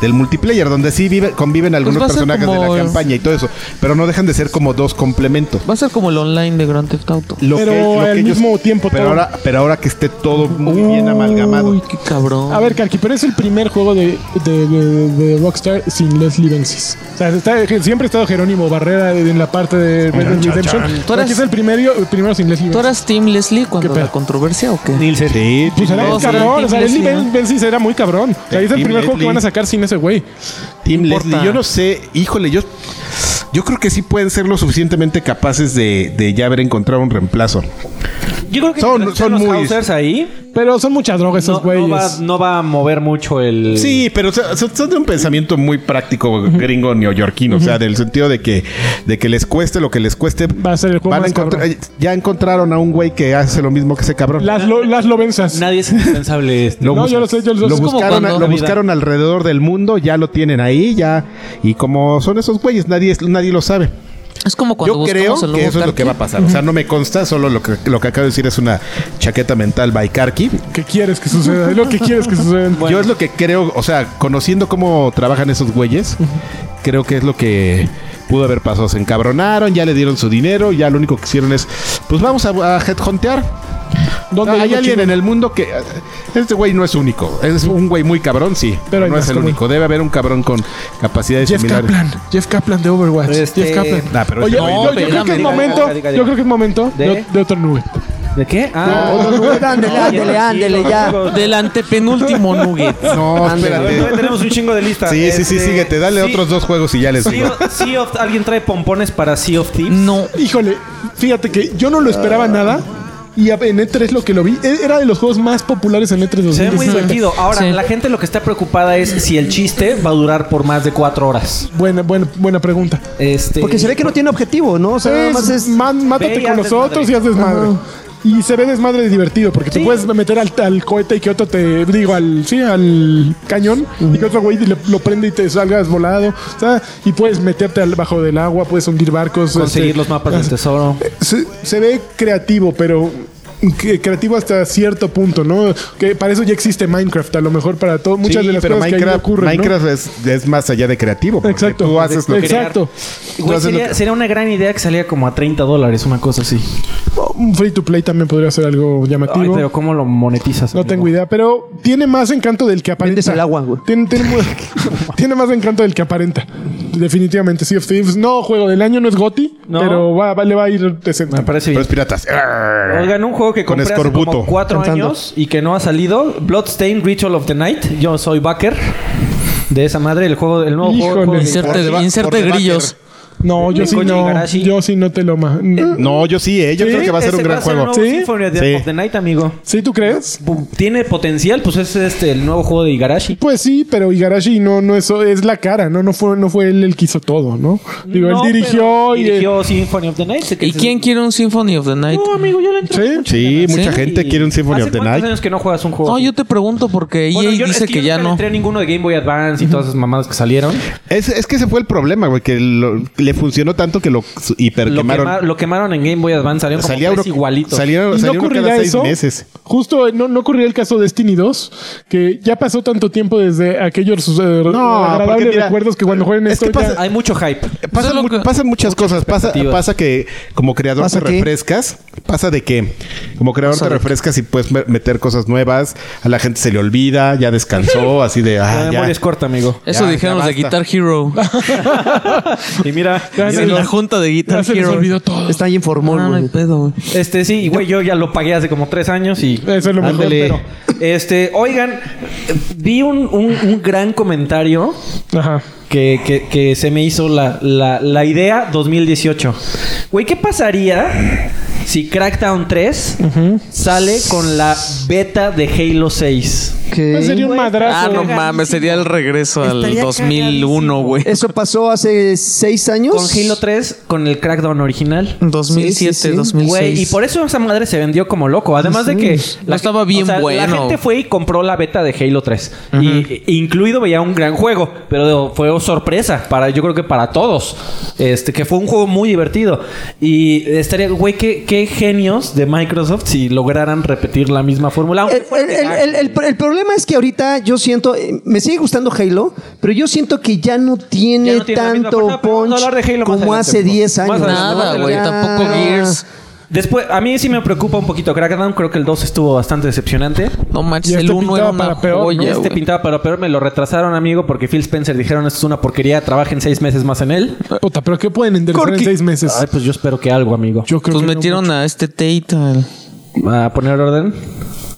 D: del multiplayer, donde sí vive- conviven algunos
E: Pues va a ser
D: personajes de
E: como-
D: la campaña y todo eso. Pero no dejan de ser como dos complementos
E: Va a ser como el online de Grand Theft Auto.
D: lo
C: Pero al mismo tiempo
D: pero
C: todo.
D: ahora pero ahora que esté todo muy bien
E: Uy,
D: amalgamado
E: qué cabrón.
C: A ver, Karki, pero es el primer juego de, de- de- de Rockstar sin Leslie Benzies. O sea, está- siempre ha estado Jerónimo Barrera en la parte de Red Dead Redemption.
E: Tú eras-
C: Aquí es el primero, el primero sin Leslie
E: ¿Tú
C: Benzies.
E: eras Team Leslie cuando
C: ¿Qué
E: la
C: pedo?
E: controversia o qué?
D: sí
C: Pues era
E: No,
C: un
E: sí,
C: cabrón.
E: Tim
C: O sea, Leslie
E: Leslie,
C: Ben-
E: ¿no?
C: Benzies era muy cabrón. O sea, es el
D: Tim
C: primer juego que
D: Leslie.
C: van a sacar sin ese güey.
D: Team
E: no
D: Leslie
E: importa.
D: yo no sé híjole yo yo creo que sí pueden ser lo suficientemente capaces de, de ya haber encontrado un reemplazo
B: Yo creo que
D: Son-
B: mientras
D: son
B: estén los
D: muy-
B: Hausers ahí.
C: Pero son mucha droga esos
B: No, no, va,
C: güeyes.
B: no va a mover mucho el.
D: sí pero o sea, son, son de un pensamiento muy práctico gringo neoyorquino o sea del sentido de que de que les cueste lo que les cueste
C: Va a ser el juego
D: van a
C: más
D: encontrar- eh,
C: cabrón.
D: ya encontraron a un güey que hace lo mismo que ese cabrón
C: Las, lo, las lobenzas.
B: Nadie es indispensable. este.
D: Lo
C: No,
D: buscan.
C: yo lo sé, yo lo sé.
D: Lo
C: Es como
D: buscaron,
E: cuando-
D: lo buscaron alrededor del mundo, ya lo tienen ahí, ya. Y como son esos güeyes, nadie, es- nadie lo sabe.
E: Es como cuando
D: Yo creo
E: buscamos el
D: que
E: nuevo
D: eso es lo que va a pasar. O sea, no me consta, solo lo que, lo que acabo de decir es una chaqueta mental by Karki.
C: ¿Qué quieres que suceda? Es lo que quieres
B: (laughs)
C: que suceda.
D: Yo es lo que creo, o sea, conociendo cómo trabajan esos güeyes, creo que es lo que pudo haber pasado. Se encabronaron, ya le dieron su dinero, ya lo único que hicieron es, pues vamos a, a headhuntear.
C: ¿Dónde
D: hay
C: vivo,
D: alguien
C: chino?
D: en el mundo que... Este güey no es único. Es un güey muy cabrón, sí.
C: Pero
D: Pero
C: hay
D: no
C: más
D: es el
C: como él.
D: único. Debe haber un cabrón con capacidades
C: Jeff
D: similares.
C: Kaplan. Jeff Kaplan de Overwatch.
B: Este-
C: Jeff Kaplan.
D: Nah, pero
C: Oye,
D: ese güey
C: yo-
D: no-
C: yo, creo que
E: espérame.
C: es
E: Diga,
C: momento.
B: diga, diga, diga.
C: Yo creo que es momento de,
B: ¿De?
C: de otra nube.
B: ¿De qué? Ah,
A: Ándele, ándele, ándele, ya.
E: (laughs) Del antepenúltimo nugget.
D: No,
A: Ándale.
B: Todavía
D: espérate.
B: tenemos un chingo de lista.
D: Sí, sí, sí,
B: Este,
D: síguete. Dale
B: sí,
D: otros dos juegos y ya les
B: Sea
D: digo.
B: of- Sea of- ¿Alguien trae pompones para Sea of Thieves?
E: No.
C: Híjole, fíjate que yo no lo esperaba
B: Ah.
C: nada. Y a- en E3 lo que lo vi e- era de los juegos más populares en E E3
B: Se ve muy
C: 2017.
B: divertido. Ahora,
E: Sí.
B: la gente lo que está preocupada es si el chiste va a durar por más de cuatro horas.
C: Buena, buena, buena pregunta.
B: Este,
A: Porque se ve que no tiene objetivo, ¿no? O sea, nada más
C: Es,
A: es.
C: man- mátate
B: Ve y
C: con
B: haz
C: nosotros
B: desmadre.
C: y haz desmadre. Y se ve desmadre divertido porque te
B: Sí.
C: puedes meter al, al cohete y que otro te digo al sí al cañón y que otro güey le- lo prende y te salgas volado, o sea, y puedes meterte al bajo del agua, puedes hundir barcos,
B: conseguir
C: este,
B: los mapas del
C: las-
B: tesoro.
C: se, se ve creativo, pero que- creativo hasta cierto punto, ¿no? Que para eso ya existe Minecraft, a lo mejor para todo, muchas
D: Sí,
C: de las
D: pero
C: cosas que ahí
D: Minecraft,
C: ocurren, ¿no?
D: Minecraft es, es más allá de creativo. porque
C: Exacto.
D: Tú haces lo que...
C: Exacto.
B: Güey,
D: haces lo
B: sería,
D: que-
B: sería una gran idea que saliera como a 30 dólares, una cosa así.
C: Un free to play también podría ser algo
B: Ay,
C: llamativo.
B: pero ¿cómo lo monetizas?
C: No
B: amigo?
C: tengo idea, pero
B: Ah.
C: tiene más encanto del que aparenta.
A: Vendes el agua, güey.
C: (laughs) Tiene, tiene mu- tiene más encanto del que aparenta. definitivamente Sea of Thieves. No, juego del año no es Gotti,
B: No.
C: pero va, va- le va a ir decente.
B: Me parece
D: Pero
B: bien.
D: es piratas.
B: Oigan, un juego que
D: Con
B: compré hace como
D: escorbuto.
B: cuatro
A: Cantando.
B: años y que no ha salido. Bloodstained Ritual of the Night. Yo soy backer de esa madre. El juego, el nuevo juego-
C: Híjole.
B: juego. de-
E: Inserte,
D: Por deba-
E: inserte
D: por deba-
E: grillos.
C: No, yo sí
B: Koji
C: no.
B: Igarashi.
C: Yo sí no te lo más.
D: No, yo sí, eh. Yo
C: Sí,
D: creo que va a ser
B: Ese
D: un gran
B: el
D: juego.
B: nuevo
C: ¿Sí?
B: Symphony of the-
D: Sí.
B: of the Night, amigo.
C: ¿Sí tú crees?
B: Bu- Tiene potencial, pues es este el nuevo juego de Igarashi.
C: Pues sí, pero Igarashi no, no es, es la cara, ¿no? No fue, no fue él el que hizo todo, ¿no? Digo,
B: No,
C: él dirigió
B: pero
C: y. eh,
B: dirigió Symphony of the Night.
E: ¿Y quién quiere un Symphony of the Night?
B: No, amigo, yo le entro.
C: Sí.
D: Sí,
E: Sí.
D: mucha gente quiere un Symphony
B: ¿Hace
D: of the
B: cuántos
D: Night.
B: años que no juegas un juego?
E: No,
B: así?
E: yo te pregunto porque
B: Bueno,
E: EA
B: yo-
E: dice
B: es
E: que,
B: yo
E: ya
B: nunca
E: no.
B: entré a ninguno de Game Boy Advance y todas esas mamadas que salieron.
D: Es, es que ese fue el problema, güey, que lo- le funcionó tanto que lo
B: Lo,
D: s- hiperquemaron.
B: quema- lo quemaron en Game Boy Advance, salieron como
D: Salía
B: tres
D: uno-
B: igualitos.
D: (laughs) salieron-
C: ¿Y no
D: salieron
C: ocurrirá
D: cada seis
C: eso?
D: meses.
C: Justo, eh, no, no ocurrió el caso de Destiny 2, que ya pasó tanto tiempo desde aquellos eh, agradables
D: porque mira,
C: recuerdos que cuando juegan
D: es que
C: esto ya-
D: pasa-
B: Hay mucho hype.
D: Eh, Pasan,
E: Solo
D: mu-
E: que-
D: pasan muchas cosas. Pasa, pasa que como creador
A: ¿Pasa
D: te
A: qué?
D: refrescas. ¿Pasa de qué? Como creador
E: Pasa
D: te
E: de
D: refrescas y puedes me- meter cosas nuevas. A la gente se le olvida, ya descansó, así de...
B: La
D: Ah,
B: memoria
D: ya.
B: es corta,
E: (laughs)
B: amigo.
E: Eso
D: Ya,
E: dijeron
D: ya
E: de
D: basta.
E: Guitar
C: (laughs)
E: Hero.
B: Y mira,
C: ya se
E: en la
C: los-
E: junta de
C: ya
E: Guitar
C: se les
E: Hero.
C: olvidó todo.
A: Está ahí en formol,
E: Ah, no
A: güey.
E: hay pedo, güey.
B: este sí, y güey, yo ya lo pagué hace como tres años y.
C: Eso es lo mejor.
D: Ándale.
C: pero-
B: Este, oigan, eh, vi un, un- un gran comentario
C: Ajá.
B: que, que- que se me hizo la, la- la idea 2018. Güey, ¿qué pasaría si Crackdown 3 sale con la beta de Halo 6?
A: ¿Qué?
C: Pues Sería un
E: Ah,
C: madrazo.
E: no mames, sería el regreso al
B: Estaría
E: 2001, güey.
A: Eso pasó hace seis años.
B: Con Halo 3, con el Crackdown original.
E: 2007,
A: Sí, sí, sí.
E: 2006.
B: Güey, y por eso esa madre se vendió como loco. Además de que
A: Sí.
E: No estaba bien
B: La
E: bueno.
B: gente fue y compró la beta de Halo 3. y, e- incluido veía un gran juego, pero fue sorpresa para yo creo que para todos. Este que fue un juego muy divertido y estaría güey qué, qué genios de Microsoft si lograran repetir la misma fórmula. aunque
A: El,
B: fuera
A: el- el-
B: pegar.
A: el- el- el problema es que ahorita yo siento, eh, me sigue gustando Halo, pero yo siento que ya no tiene,
B: Ya no tiene la misma
A: tanto
B: fuerza, pero vamos a
A: punch
B: hablar de Halo más
A: como
B: adelante,
A: hace
B: por favor.
A: 10 años.
B: Más adelante,
A: ¿no?
E: Nada,
B: no,
E: güey.
A: Ya-
E: Tampoco Gears.
B: Después a mí sí me preocupa un poquito Crackdown, creo que el 2 estuvo bastante decepcionante.
E: No manches,
C: Y este
E: el 1
C: pintaba
E: era una
C: para peor, ¿no?
E: joya,
B: Este
E: güey.
B: pintaba para peor, me lo retrasaron, amigo, porque Phil Spencer dijeron esto es una porquería, trabajen seis meses más en él.
C: Puta, pero ¿qué pueden enderezar en seis meses?
B: Ay, pues yo espero que algo, amigo.
C: Yo creo
E: Pues
C: que no
E: metieron a este Tate, al,
B: A poner orden.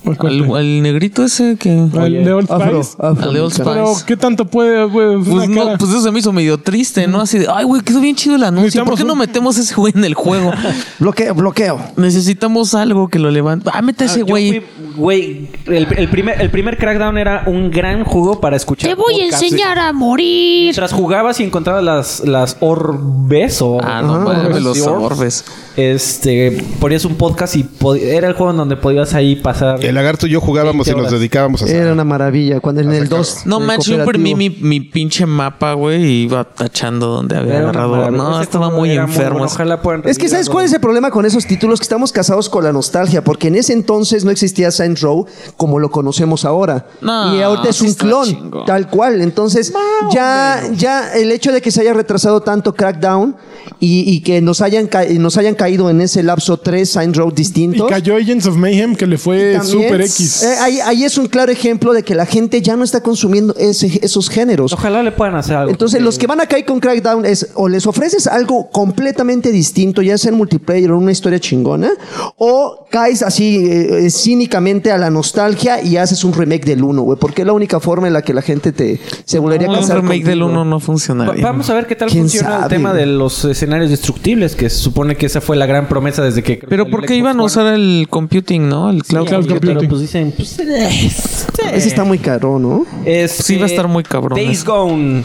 C: mucho.
E: al- al negrito ese que...
C: Al de Old
A: Afro,
C: Spice.
A: afro,
E: Al de Old
A: mexicano.
C: Pero,
E: Spice.
C: ¿qué tanto puede, güey?
E: Pues, no, pues eso se me hizo medio triste, ¿no? Así de, ay, güey, quedó bien chido el anuncio. ¿Por
C: Necesitamos
E: qué no
C: un-
E: metemos ese güey en
C: (laughs)
E: el juego?
A: Bloqueo, bloqueo.
E: Necesitamos algo que lo levante. Ah, mete ese
B: Yo
E: güey.
B: fui- Güey, el, el primer, el primer Crackdown era un gran juego para escuchar.
H: Te voy a
B: podcasts.
H: enseñar a morir.
B: Mientras jugabas y encontrabas las, las orbes o...
E: Ah, no,
B: Ajá,
E: mames,
B: orbes,
E: los
B: sí, orbs.
E: orbes.
B: Este, ponías un podcast y pod- era el juego en donde podías ahí pasar...
D: El lagarto y yo jugábamos y
B: 20
D: nos
B: horas.
D: dedicábamos a...
A: Era una maravilla. Cuando en el 2.
E: No manches, yo imprimí
A: permí
E: mi, mi pinche mapa, güey, y iba tachando donde había
B: Era una
E: agarrado.
B: maravilla.
E: No,
B: Ese
E: estaba
B: juego
E: muy
B: era bueno,
E: enfermo.
B: Ojalá puedan
A: Es que
B: revivir
A: ¿sabes
B: algo
A: cuál
B: de-
A: es el problema con esos títulos? Que estamos casados con la nostalgia, porque en ese entonces no existía Saints Row como lo conocemos ahora.
E: No,
A: y ahorita es
E: sí
A: un
E: está
A: clon,
E: chingón.
A: tal cual. Entonces, ya, ya el hecho de que se haya retrasado tanto Crackdown y, y que nos hayan, ca- nos hayan caído en ese lapso tres Saints Row
C: Y
A: distintos.
C: cayó Agents of Mayhem, que le fue
A: también,
C: Super X.
A: eh, ahí, ahí es un claro ejemplo de que la gente ya no está consumiendo ese- esos géneros.
B: Ojalá le puedan hacer algo.
A: Entonces, los que van a caer con Crackdown es o les ofreces algo completamente distinto, ya sea en multiplayer o una historia chingona, o caes así eh, eh, cínicamente a la nostalgia y haces un remake del 1, güey, porque es la única forma en la que la gente te se volvería a
E: Un
A: casar.
E: remake del
A: contigo.
E: 1 no
B: Va-
E: funcionaría.
B: Vamos a ver qué tal
A: ¿Quién
B: funciona el
A: sabe?
B: tema de los escenarios destructibles, que se supone que esa fue la gran promesa desde que...
E: Pero ¿por qué iban a usar el computing, no? El cloud.
C: Cloud
B: Pero
C: Computing.
B: pues dicen, pues...
A: Ese está muy caro, ¿no?
B: Este,
E: Sí va a estar muy cabrón
B: Days
E: eso.
B: Gone.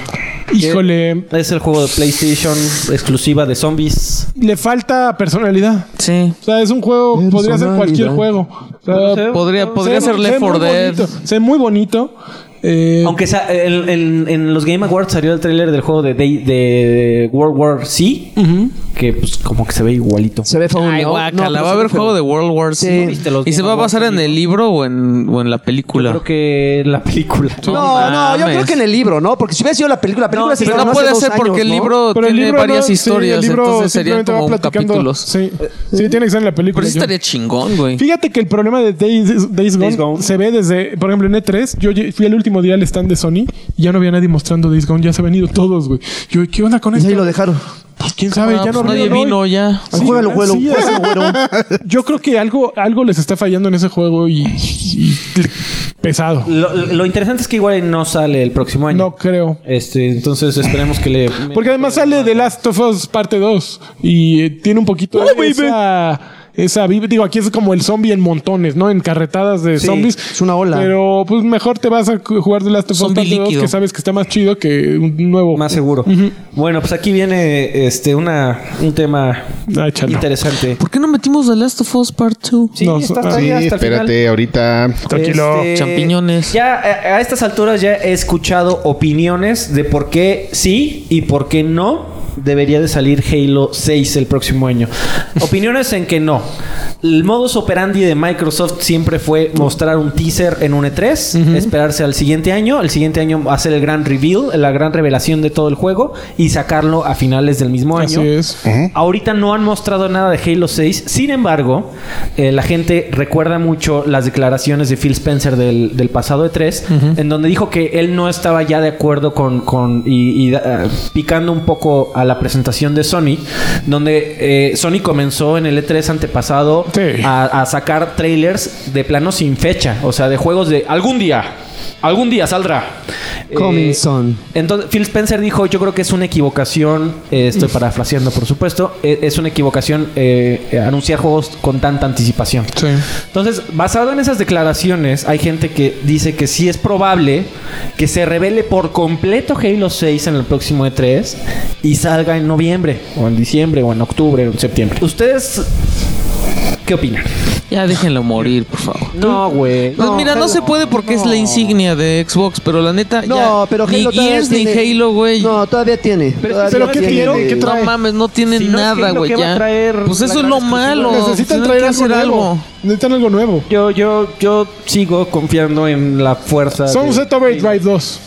C: Híjole,
B: Es el juego de PlayStation exclusiva de zombies.
C: le falta personalidad.
E: Sí.
C: O sea, es un juego, podría ser cualquier juego. O sea,
E: Podría, podría
C: se-
E: ser Left
C: se ve
E: 4
C: muy
E: Dead.
C: bonito, Se ve muy bonito. Eh,
B: Aunque sa- en, en- en los Game Awards salió el tráiler del juego de, Day- de World War C, que pues como que se ve igualito.
A: Se ve feo.
E: Ay,
A: ¿no?
E: guácala,
A: No,
E: va a
A: pero
E: haber
A: se ve
E: juego
A: feo.
E: de World War
A: Sí.
E: Z.
B: ¿Viste los
E: ¿Y se
B: Game
E: va a basar
B: Awards,
E: en el libro o en, o en la película?
B: Creo que la película.
A: No, no, yo
E: mames.
A: creo que en el libro, ¿no? Porque si hubiera sido la película, la película
B: No,
A: se
B: pero
A: estrenó
E: Pero no
A: hace
E: puede
A: dos
E: ser porque
A: años,
E: el
A: ¿no?
E: libro
C: pero el
E: tiene
C: libro
E: varias
C: no, sí, el
E: historias,
C: libro
E: entonces serían
C: simplemente va
E: como
C: platicando.
E: capítulos.
C: Sí, sí, tiene que ser en la película.
E: Pero sí
C: yo-
E: estaría chingón, güey.
C: Fíjate que el problema de Days, Days Gone
B: Days Gone.
C: se ve desde, por ejemplo, en E3, E yo lle- fui el último día al stand de Sony y ya no había nadie mostrando Days Gone, ya se habían ido todos, güey. Yo, ¿qué onda con
A: Y
C: esto?
A: ahí lo dejaron.
C: Pues quién sabe,
E: Ah,
C: ya no
E: pues nadie
C: abrieron hoy.
E: vino ya.
C: Sí,
A: juégalo,
C: sí,
A: juégalo,
C: sí.
A: pásalo,
E: (laughs)
A: güero.
C: Yo creo que algo, algo les está fallando en ese juego y, y- y- pesado.
B: Lo, lo interesante es que igual no sale el próximo año.
C: No creo.
B: Este, entonces esperemos que le.
C: Porque además sale The Last of Us parte 2 y eh, tiene un poquito de esa, esa vib- Digo, aquí es como el zombie en montones, ¿no? En carretadas de
B: Sí,
C: zombies.
A: es una ola.
C: Pero pues mejor te vas a cu- jugar The Last of Us
E: Zombie
C: parte 2
E: líquido.
C: que sabes que está más chido que un nuevo.
B: Más seguro. Bueno, pues aquí viene este una un tema
C: Ah, échalo.
B: interesante.
E: ¿Por qué no metimos The Last of Us Part 2?
B: Sí,
C: No,
B: está
C: so-
B: hasta
D: Sí,
B: ahí, hasta el final.
D: espérate, ahorita.
C: Tranquilo.
B: Este,
E: Champiñones.
B: Ya eh, a, a estas alturas ya he escuchado opiniones de por qué sí y por qué no debería de salir Halo 6 el próximo
C: (laughs)
B: año. Opiniones en que no. El modus operandi de Microsoft siempre fue mostrar un teaser en un E3, esperarse al siguiente año, el siguiente año hacer el gran reveal, la gran revelación de todo el juego y sacarlo a finales del mismo año.
C: Así es.
B: Ahorita no han mostrado nada de Halo 6. Sin embargo, eh, la gente recuerda mucho las declaraciones de Phil Spencer del, del pasado E3, en donde dijo que él no estaba ya de acuerdo con, con- y, y, eh, picando un poco a la presentación de Sony, donde eh, Sony comenzó en el E3 antepasado
C: Sí.
B: a a, a sacar trailers de plano sin fecha, o sea, de juegos de algún día, algún día saldrá. Eh,
A: Coming soon.
B: Entonces, Phil Spencer dijo, yo creo que es una equivocación, eh, estoy parafraseando por supuesto, eh, es una equivocación eh, eh, anunciar juegos con tanta anticipación.
C: Sí.
B: Entonces, basado en esas declaraciones, hay gente que dice que sí es probable que se revele por completo Halo 6 en el próximo E3 y salga en noviembre, o en diciembre, o en octubre, o en septiembre. ¿Ustedes qué opinan?
E: Ya déjenlo morir, por favor.
B: No, güey.
E: Pues mira, no se puede porque es la insignia de Xbox, pero la neta. ya
A: No, pero
E: ni
A: Halo todavía
E: Gears ni
A: tiene.
E: Halo, güey. No,
A: No, todavía tiene. todavía
C: pero ¿qué tiene? ¿Qué trae?
E: mames, no tienen
B: Si no es
E: nada,
B: Halo,
E: güey.
B: ¿qué va a
E: ya.
B: traer
E: Pues
B: la
E: eso es
B: gran
E: lo
B: exclusiva?
E: malo.
C: Necesitan
E: Tienen pues, que
C: traer algo
E: hacer
C: nuevo.
E: algo.
C: Necesitan algo nuevo.
B: Yo, yo, yo sigo confiando en la fuerza.
C: Sunset Overdrive 2.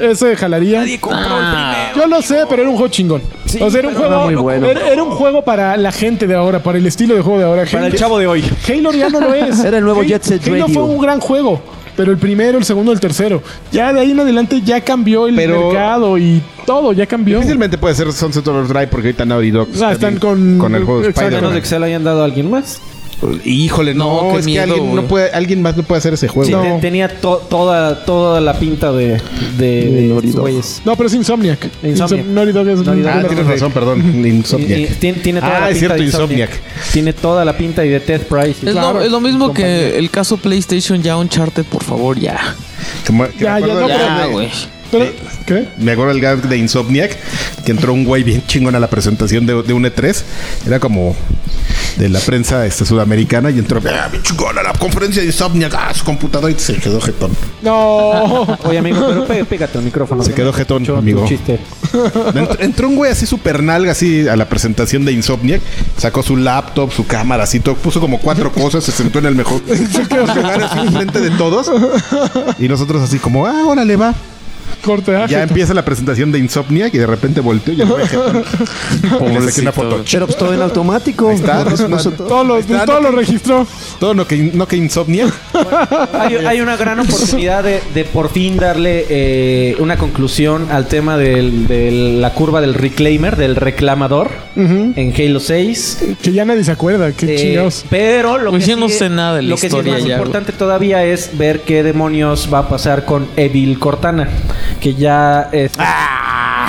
C: Ese jalaría.
E: Ah,
C: Yo lo sé, pero era un juego chingón. o sea, era un juego.
A: muy bueno.
C: era, era un juego para la gente de ahora, para el estilo de juego de ahora. Para el chavo de hoy. Halo ya no lo es.
A: Era el nuevo
C: Halo-
A: Jet Set
C: Halo
A: Radio.
C: fue un gran juego. Pero el primero, el segundo, el tercero. Ya de ahí en adelante ya cambió el
D: Pero-
C: mercado y todo, ya cambió.
D: Difícilmente puede ser Sunset Overdrive porque ahorita Naughty Dog
C: sea, están con-
D: el juego de
C: exacto.
B: A menos de
D: Spider-Man.
B: que se la hayan dado a alguien más.
D: Híjole, no,
E: No, qué
D: es
E: miedo,
D: que alguien, no
E: güey.
D: puede, alguien más no puede hacer ese juego.
B: Sí,
C: No.
B: te- tenía to- toda, toda la pinta de, de, de estos güeyes.
C: No, pero es Insomniac.
B: Insomniac.
C: Insom- Naughty Dog es
B: Naughty Dog.
D: Ah,
C: una-
D: tienes
B: (laughs)
D: razón, perdón. Insomniac.
B: Y- y Tiene, tiene toda
D: Ah,
B: la pinta
D: es cierto,
B: de Insomniac. Tiene toda la pinta y de Ted Price. y-
E: Es,
B: Claro.
E: lo, es lo mismo
B: Compañía.
E: que el caso PlayStation, ya Uncharted, por favor, ya.
D: Que me- que
C: Ya,
D: me
C: ya,
D: acuerdo
C: no,
D: del-
E: Ya,
C: pero-
E: güey.
C: Pero- ¿Qué?
D: Me acuerdo el gag de Insomniac, que entró un güey bien chingón a la presentación de, de un E3. Era como de la prensa este, sudamericana y entró ah, bien chingón a la conferencia de Insomniac, ah, su computadora y se
B: (laughs)
D: quedó jetón.
C: No.
B: Oye, amigo, pero pe- pégate el micrófono.
D: Se quedó jetón,
B: Chon, tu
D: amigo.
B: chiste.
D: Ent- Entró un güey así super nalga así a la presentación de Insomniac, sacó su laptop, su cámara, así todo, puso como cuatro cosas, se sentó en
B: (laughs)
D: el mejor lugar así frente de todos. Y nosotros así como, ah, órale va.
C: Corte, ah,
D: Ya empieza la presentación de Insomniac y de repente volteo y el
B: (laughs)
D: güey jetón. Le saqué una foto.
A: Pero pues todo en automático. (laughs)
D: Ahí está,
A: Por supuesto, todo.
C: Todo lo,
D: Está-
C: todo lo registró.
D: Todo lo que no que insomnia.
B: Hay, hay una gran oportunidad de, de por fin darle eh, una conclusión al tema del- de la curva del reclaimer, del reclamador en Halo 6.
C: Que ya nadie se acuerda. Qué
B: Eh,
C: chingados.
B: pero lo
E: Pues
B: que
E: yo no
B: sigue-
E: sé nada de la
B: lo que sí
E: historia
B: es más
E: ya, güey.
B: importante todavía es ver qué demonios va a pasar con Evil Cortana, que ya es
E: Ah.
B: (laughs)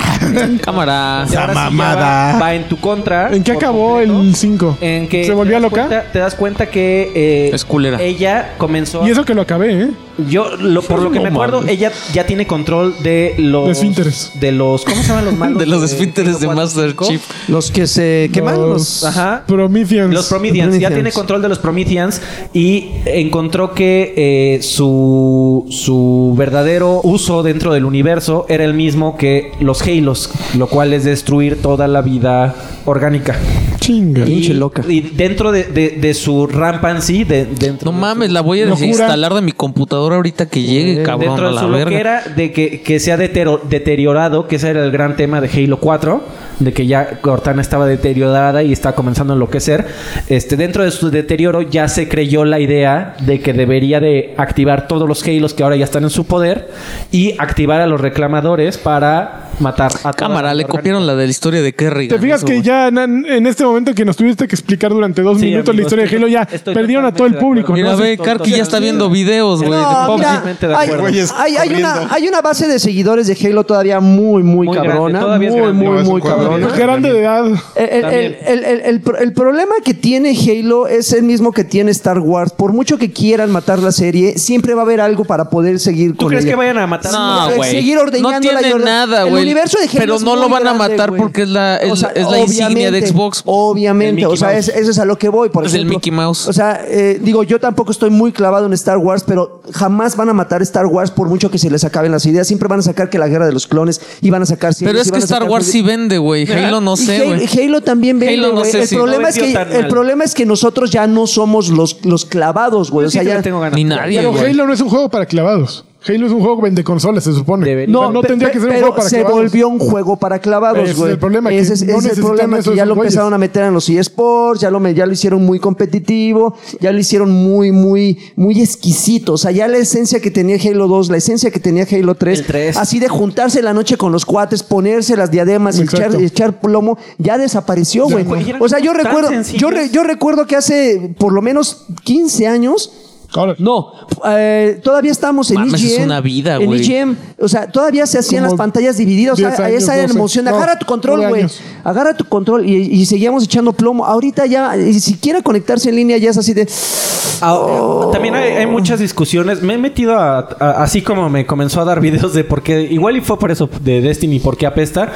B: ya ahora
E: Cámara.
B: sí ya
D: mamada.
B: va, va en tu contra.
C: ¿En qué
B: por
C: acabó
B: completo.
C: el 5?
B: En que
C: ¿Se volvió
B: te das
C: loca?
B: cuenta- te das cuenta que eh,
E: Es culera.
B: ella comenzó a
C: Y eso que lo acabé, ¿eh?
B: Yo, lo, por lo que
C: No
B: me acuerdo,
C: mames.
B: ella ya tiene control de los.
C: De esfínteres.
B: De los. ¿Cómo se llaman
E: (laughs)
B: los malos?
E: De los
B: Eh,
E: esfínteres de
B: Halo 4,
E: Master
B: 5.
E: Chief.
A: Los que se queman.
C: Los
A: Los...
B: Ajá.
C: Prometheans.
B: Los Prometheans. Ya
A: Prometheans.
B: tiene control de los Prometheans y encontró que eh, su, su verdadero uso dentro del universo era el mismo que los Halos, lo cual es destruir toda la vida orgánica.
C: Chinga.
A: Y- Pinche loca.
B: Y dentro de, de- de su rampancy, de, dentro
E: No
B: de
E: mames, la voy a
C: Locura.
E: desinstalar de mi computadora ahorita que llegue, cabrón,
B: Eh, dentro
E: a
B: de
E: la
B: su
E: verga.
B: loquera de que, que se ha detero- deteriorado, que ese era el gran tema de Halo 4, de que ya Cortana estaba deteriorada y estaba comenzando a enloquecer, este, dentro de su deterioro ya se creyó la idea de que debería de activar todos los Halos que ahora ya están en su poder y activar a los reclamadores para matar a toda
E: Cámara,
B: la
E: le
B: orgánica.
E: copiaron la de la historia de Kerry.
C: Te fijas que ya nan- en este momento que nos tuviste que explicar durante dos
B: Sí,
C: minutos la
B: amigo,
C: historia
B: estoy-
C: de Halo, ya
B: estoy
C: perdieron a todo el
B: totalmente de
C: público.
E: Mira,
C: ¿no?
E: ve, Karki ya está viendo videos, güey.
B: No,
E: de
B: mira.
E: PUBG.
B: Totalmente de
A: hay,
B: acuerdo.
D: Güeyes
A: hay- hay una,
D: corriendo.
A: hay una base de seguidores de Halo todavía muy, muy,
B: Muy grande,
A: cabrona.
B: todavía es
A: muy,
B: grande.
A: muy,
D: No, es un
A: muy
D: juego de
A: cabrona.
D: videojuegos.
C: Grande de edad.
A: El, el-
B: También.
A: el- el- el pro- el problema que tiene Halo es el mismo que tiene Star Wars. Por mucho que quieran matar la serie, siempre va a haber algo para poder seguir
B: ¿Tú
A: con
B: crees
A: ella. Eh,
B: que vayan a matar?
E: No,
A: Seguir
E: güey.
A: ordeñándola
E: No tiene
A: y orde-
E: nada,
A: El
E: güey.
A: universo de Halo
E: Pero
A: es
E: no lo
A: muy
E: van a
A: grande,
E: matar
A: güey.
E: porque es la, es-
A: O sea,
E: es la insignia de
A: obviamente,
E: Xbox.
B: El
A: Obviamente,
B: Mickey
A: o sea,
B: Mouse.
A: es- eso es a lo que voy. Por
E: Es el
A: ejemplo.
E: Mickey Mouse.
A: O sea, eh, digo, yo tampoco estoy muy clavado en Star Wars, pero jamás van a matar Star Wars por mucho que se les acaben las ideas. Siempre van a sacar que la guerra de los clones y van a sacar siempre.
E: Pero es que Star Wars sí vende, güey. Halo no sé,
A: Halo,
E: güey.
A: Halo también vende,
E: Halo no
A: güey.
E: sé
A: el
E: si-
A: problema
B: no
A: es que
B: vendió tan
A: el
B: mal.
A: problema es que nosotros ya no somos los, los clavados, güey. O sea, ya
B: tengo ganas.
E: Ni nadie,
C: Pero
E: güey.
C: Halo no es un juego para clavados. Halo es un juego de consolas, se supone.
B: Debería.
C: No, no
A: pe- pe-
C: tendría que ser un
A: pero
C: juego para
A: se
C: clavados.
A: volvió un juego para clavados,
C: Ese
A: güey.
C: es el problema, que
A: Ese es, ese
C: no
A: es el
C: necesitan
A: problema
C: esos
A: que ya lo
C: güeyes.
A: empezaron a meter en los eSports, ya lo, me- ya lo hicieron muy competitivo, ya lo hicieron muy, muy, muy exquisito. O sea, ya la esencia que tenía Halo 2, la esencia que tenía Halo 3,
B: El 3.
A: así de juntarse la noche con los cuates, ponerse las diademas y
C: Exacto.
A: echar, y echar plomo, ya desapareció, güey.
B: no. Y eran
A: O sea, yo
B: tan
A: recuerdo, yo, re-
B: sencillos.
A: yo recuerdo que hace por lo menos 15 años,
C: Ahora,
A: no, eh, todavía estamos en
E: Mames, es
A: EGM,
E: una vida,
A: En E
E: güey.
A: EGM. O sea, todavía se hacían
C: Como
A: las pantallas divididas. O sea,
C: 10
A: ahí
C: años,
A: esa era la
C: 12.
A: emoción.
C: No,
A: Agarra tu control,
C: 9
A: güey.
C: años.
A: Agarra tu control. Y, y seguíamos echando plomo. Ahorita ya, ni siquiera conectarse en línea ya es así de.
B: Ah, También hay, hay muchas discusiones. Me he metido a, a- así como me comenzó a dar videos de por qué. Igual y fue por eso de Destiny, por qué apesta.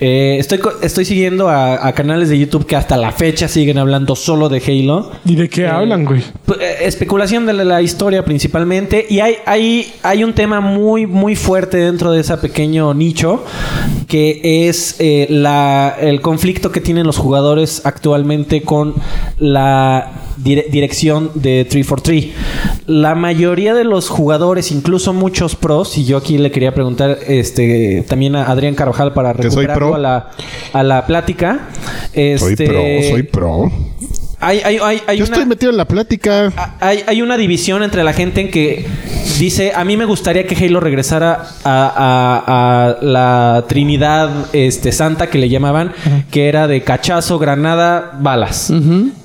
B: Eh, estoy, co- estoy siguiendo a, a canales de YouTube que hasta la fecha siguen hablando solo de Halo.
C: ¿y de qué hablan, güey?
B: P- eh, Especulación de la, la historia principalmente. Y hay, hay, hay un tema muy, muy fuerte dentro de ese pequeño nicho. Que es eh, la, el conflicto que tienen los jugadores actualmente con la dire- dirección de 343. La mayoría de los jugadores, incluso muchos pros, y yo aquí le quería preguntar este, también a Adrián Carvajal para
D: ¿Que soy
B: recuperarlo
D: pro?
B: a la, a la plática.
D: Soy
B: Este,
D: pro, soy pro.
B: Hay, hay, hay, hay
D: Yo
B: una-
D: estoy metido en la plática.
B: Ah, hay, hay una división entre la gente en que dice, a mí me gustaría que Halo regresara a, a- a la Trinidad este, Santa que le llamaban, que era de cachazo, granada, balas.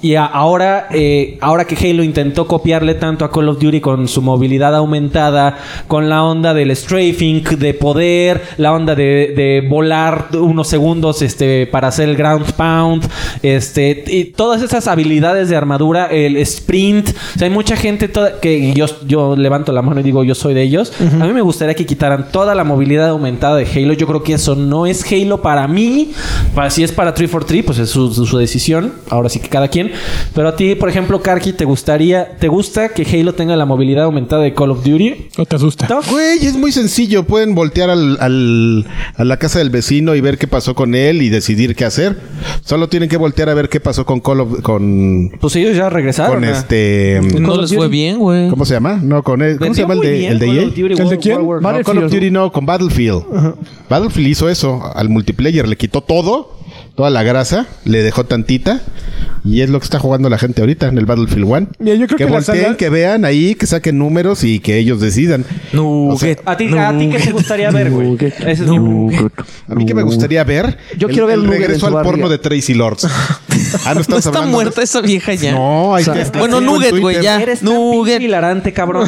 B: Y a- ahora, eh, ahora que Halo intentó copiarle tanto a Call of Duty con su movilidad aumentada, con la onda del strafing, de poder, la onda de, de volar unos segundos este, para hacer el ground pound, este, y todas esas habilidades de armadura, el sprint. O sea, hay mucha gente toda- que yo, yo levanto la mano y digo, yo soy de ellos. A mí me gustaría que quitaran toda la movilidad aumentada de Halo. Yo creo que eso no es Halo para mí. Para, si es para 343, pues es su, su- su decisión. Ahora sí que cada quien. Pero a ti, por ejemplo, Karki, ¿te gustaría, te gusta que Halo tenga la movilidad aumentada de Call of Duty?
C: ¿O te asusta?
D: Güey, es muy sencillo. Pueden voltear al, al- a la casa del vecino y ver qué pasó con él y decidir qué hacer. Solo tienen que voltear a ver qué pasó con Call of- con,
B: Pues ellos ya regresaron.
D: con
B: a-
D: este.
E: No les fue bien, güey.
D: ¿Cómo se llama? No, con el, ¿Cómo
B: Vendió
D: se llama el
B: muy
D: de,
B: bien
D: el de E
B: Call
D: EA?
B: of Duty,
C: ¿El de
B: World-
C: quién?
B: World War
D: No, Call of
C: Battlefield.
D: Duty no, con Battlefield. Battlefield hizo eso al multiplayer, le quitó todo, toda la grasa, le dejó tantita. Y es lo que está jugando la gente ahorita en el Battlefield 1.
C: Mira, yo creo
D: que
C: que la
D: volteen,
C: sala-
D: que vean ahí, que saquen números y que ellos decidan.
E: Nugget.
B: ¿A ti, a ti qué te gustaría ver, güey? Ese es mi-
D: A mí que
C: Uh.
D: me gustaría ver.
A: Yo
D: el-
A: quiero ver
D: el
A: el Nugget en su
D: regreso al
A: barriga.
D: porno de Tracy
C: (laughs)
D: Lords. Ah, no, estás
E: No está
D: hablando de-
E: muerta esa vieja ya.
D: No, ahí está- está
E: Bueno,
D: en
E: Nugget, güey,
D: Twitter.
E: ya.
B: Eres tan
E: Nugget.
B: pinche hilarante, cabrón.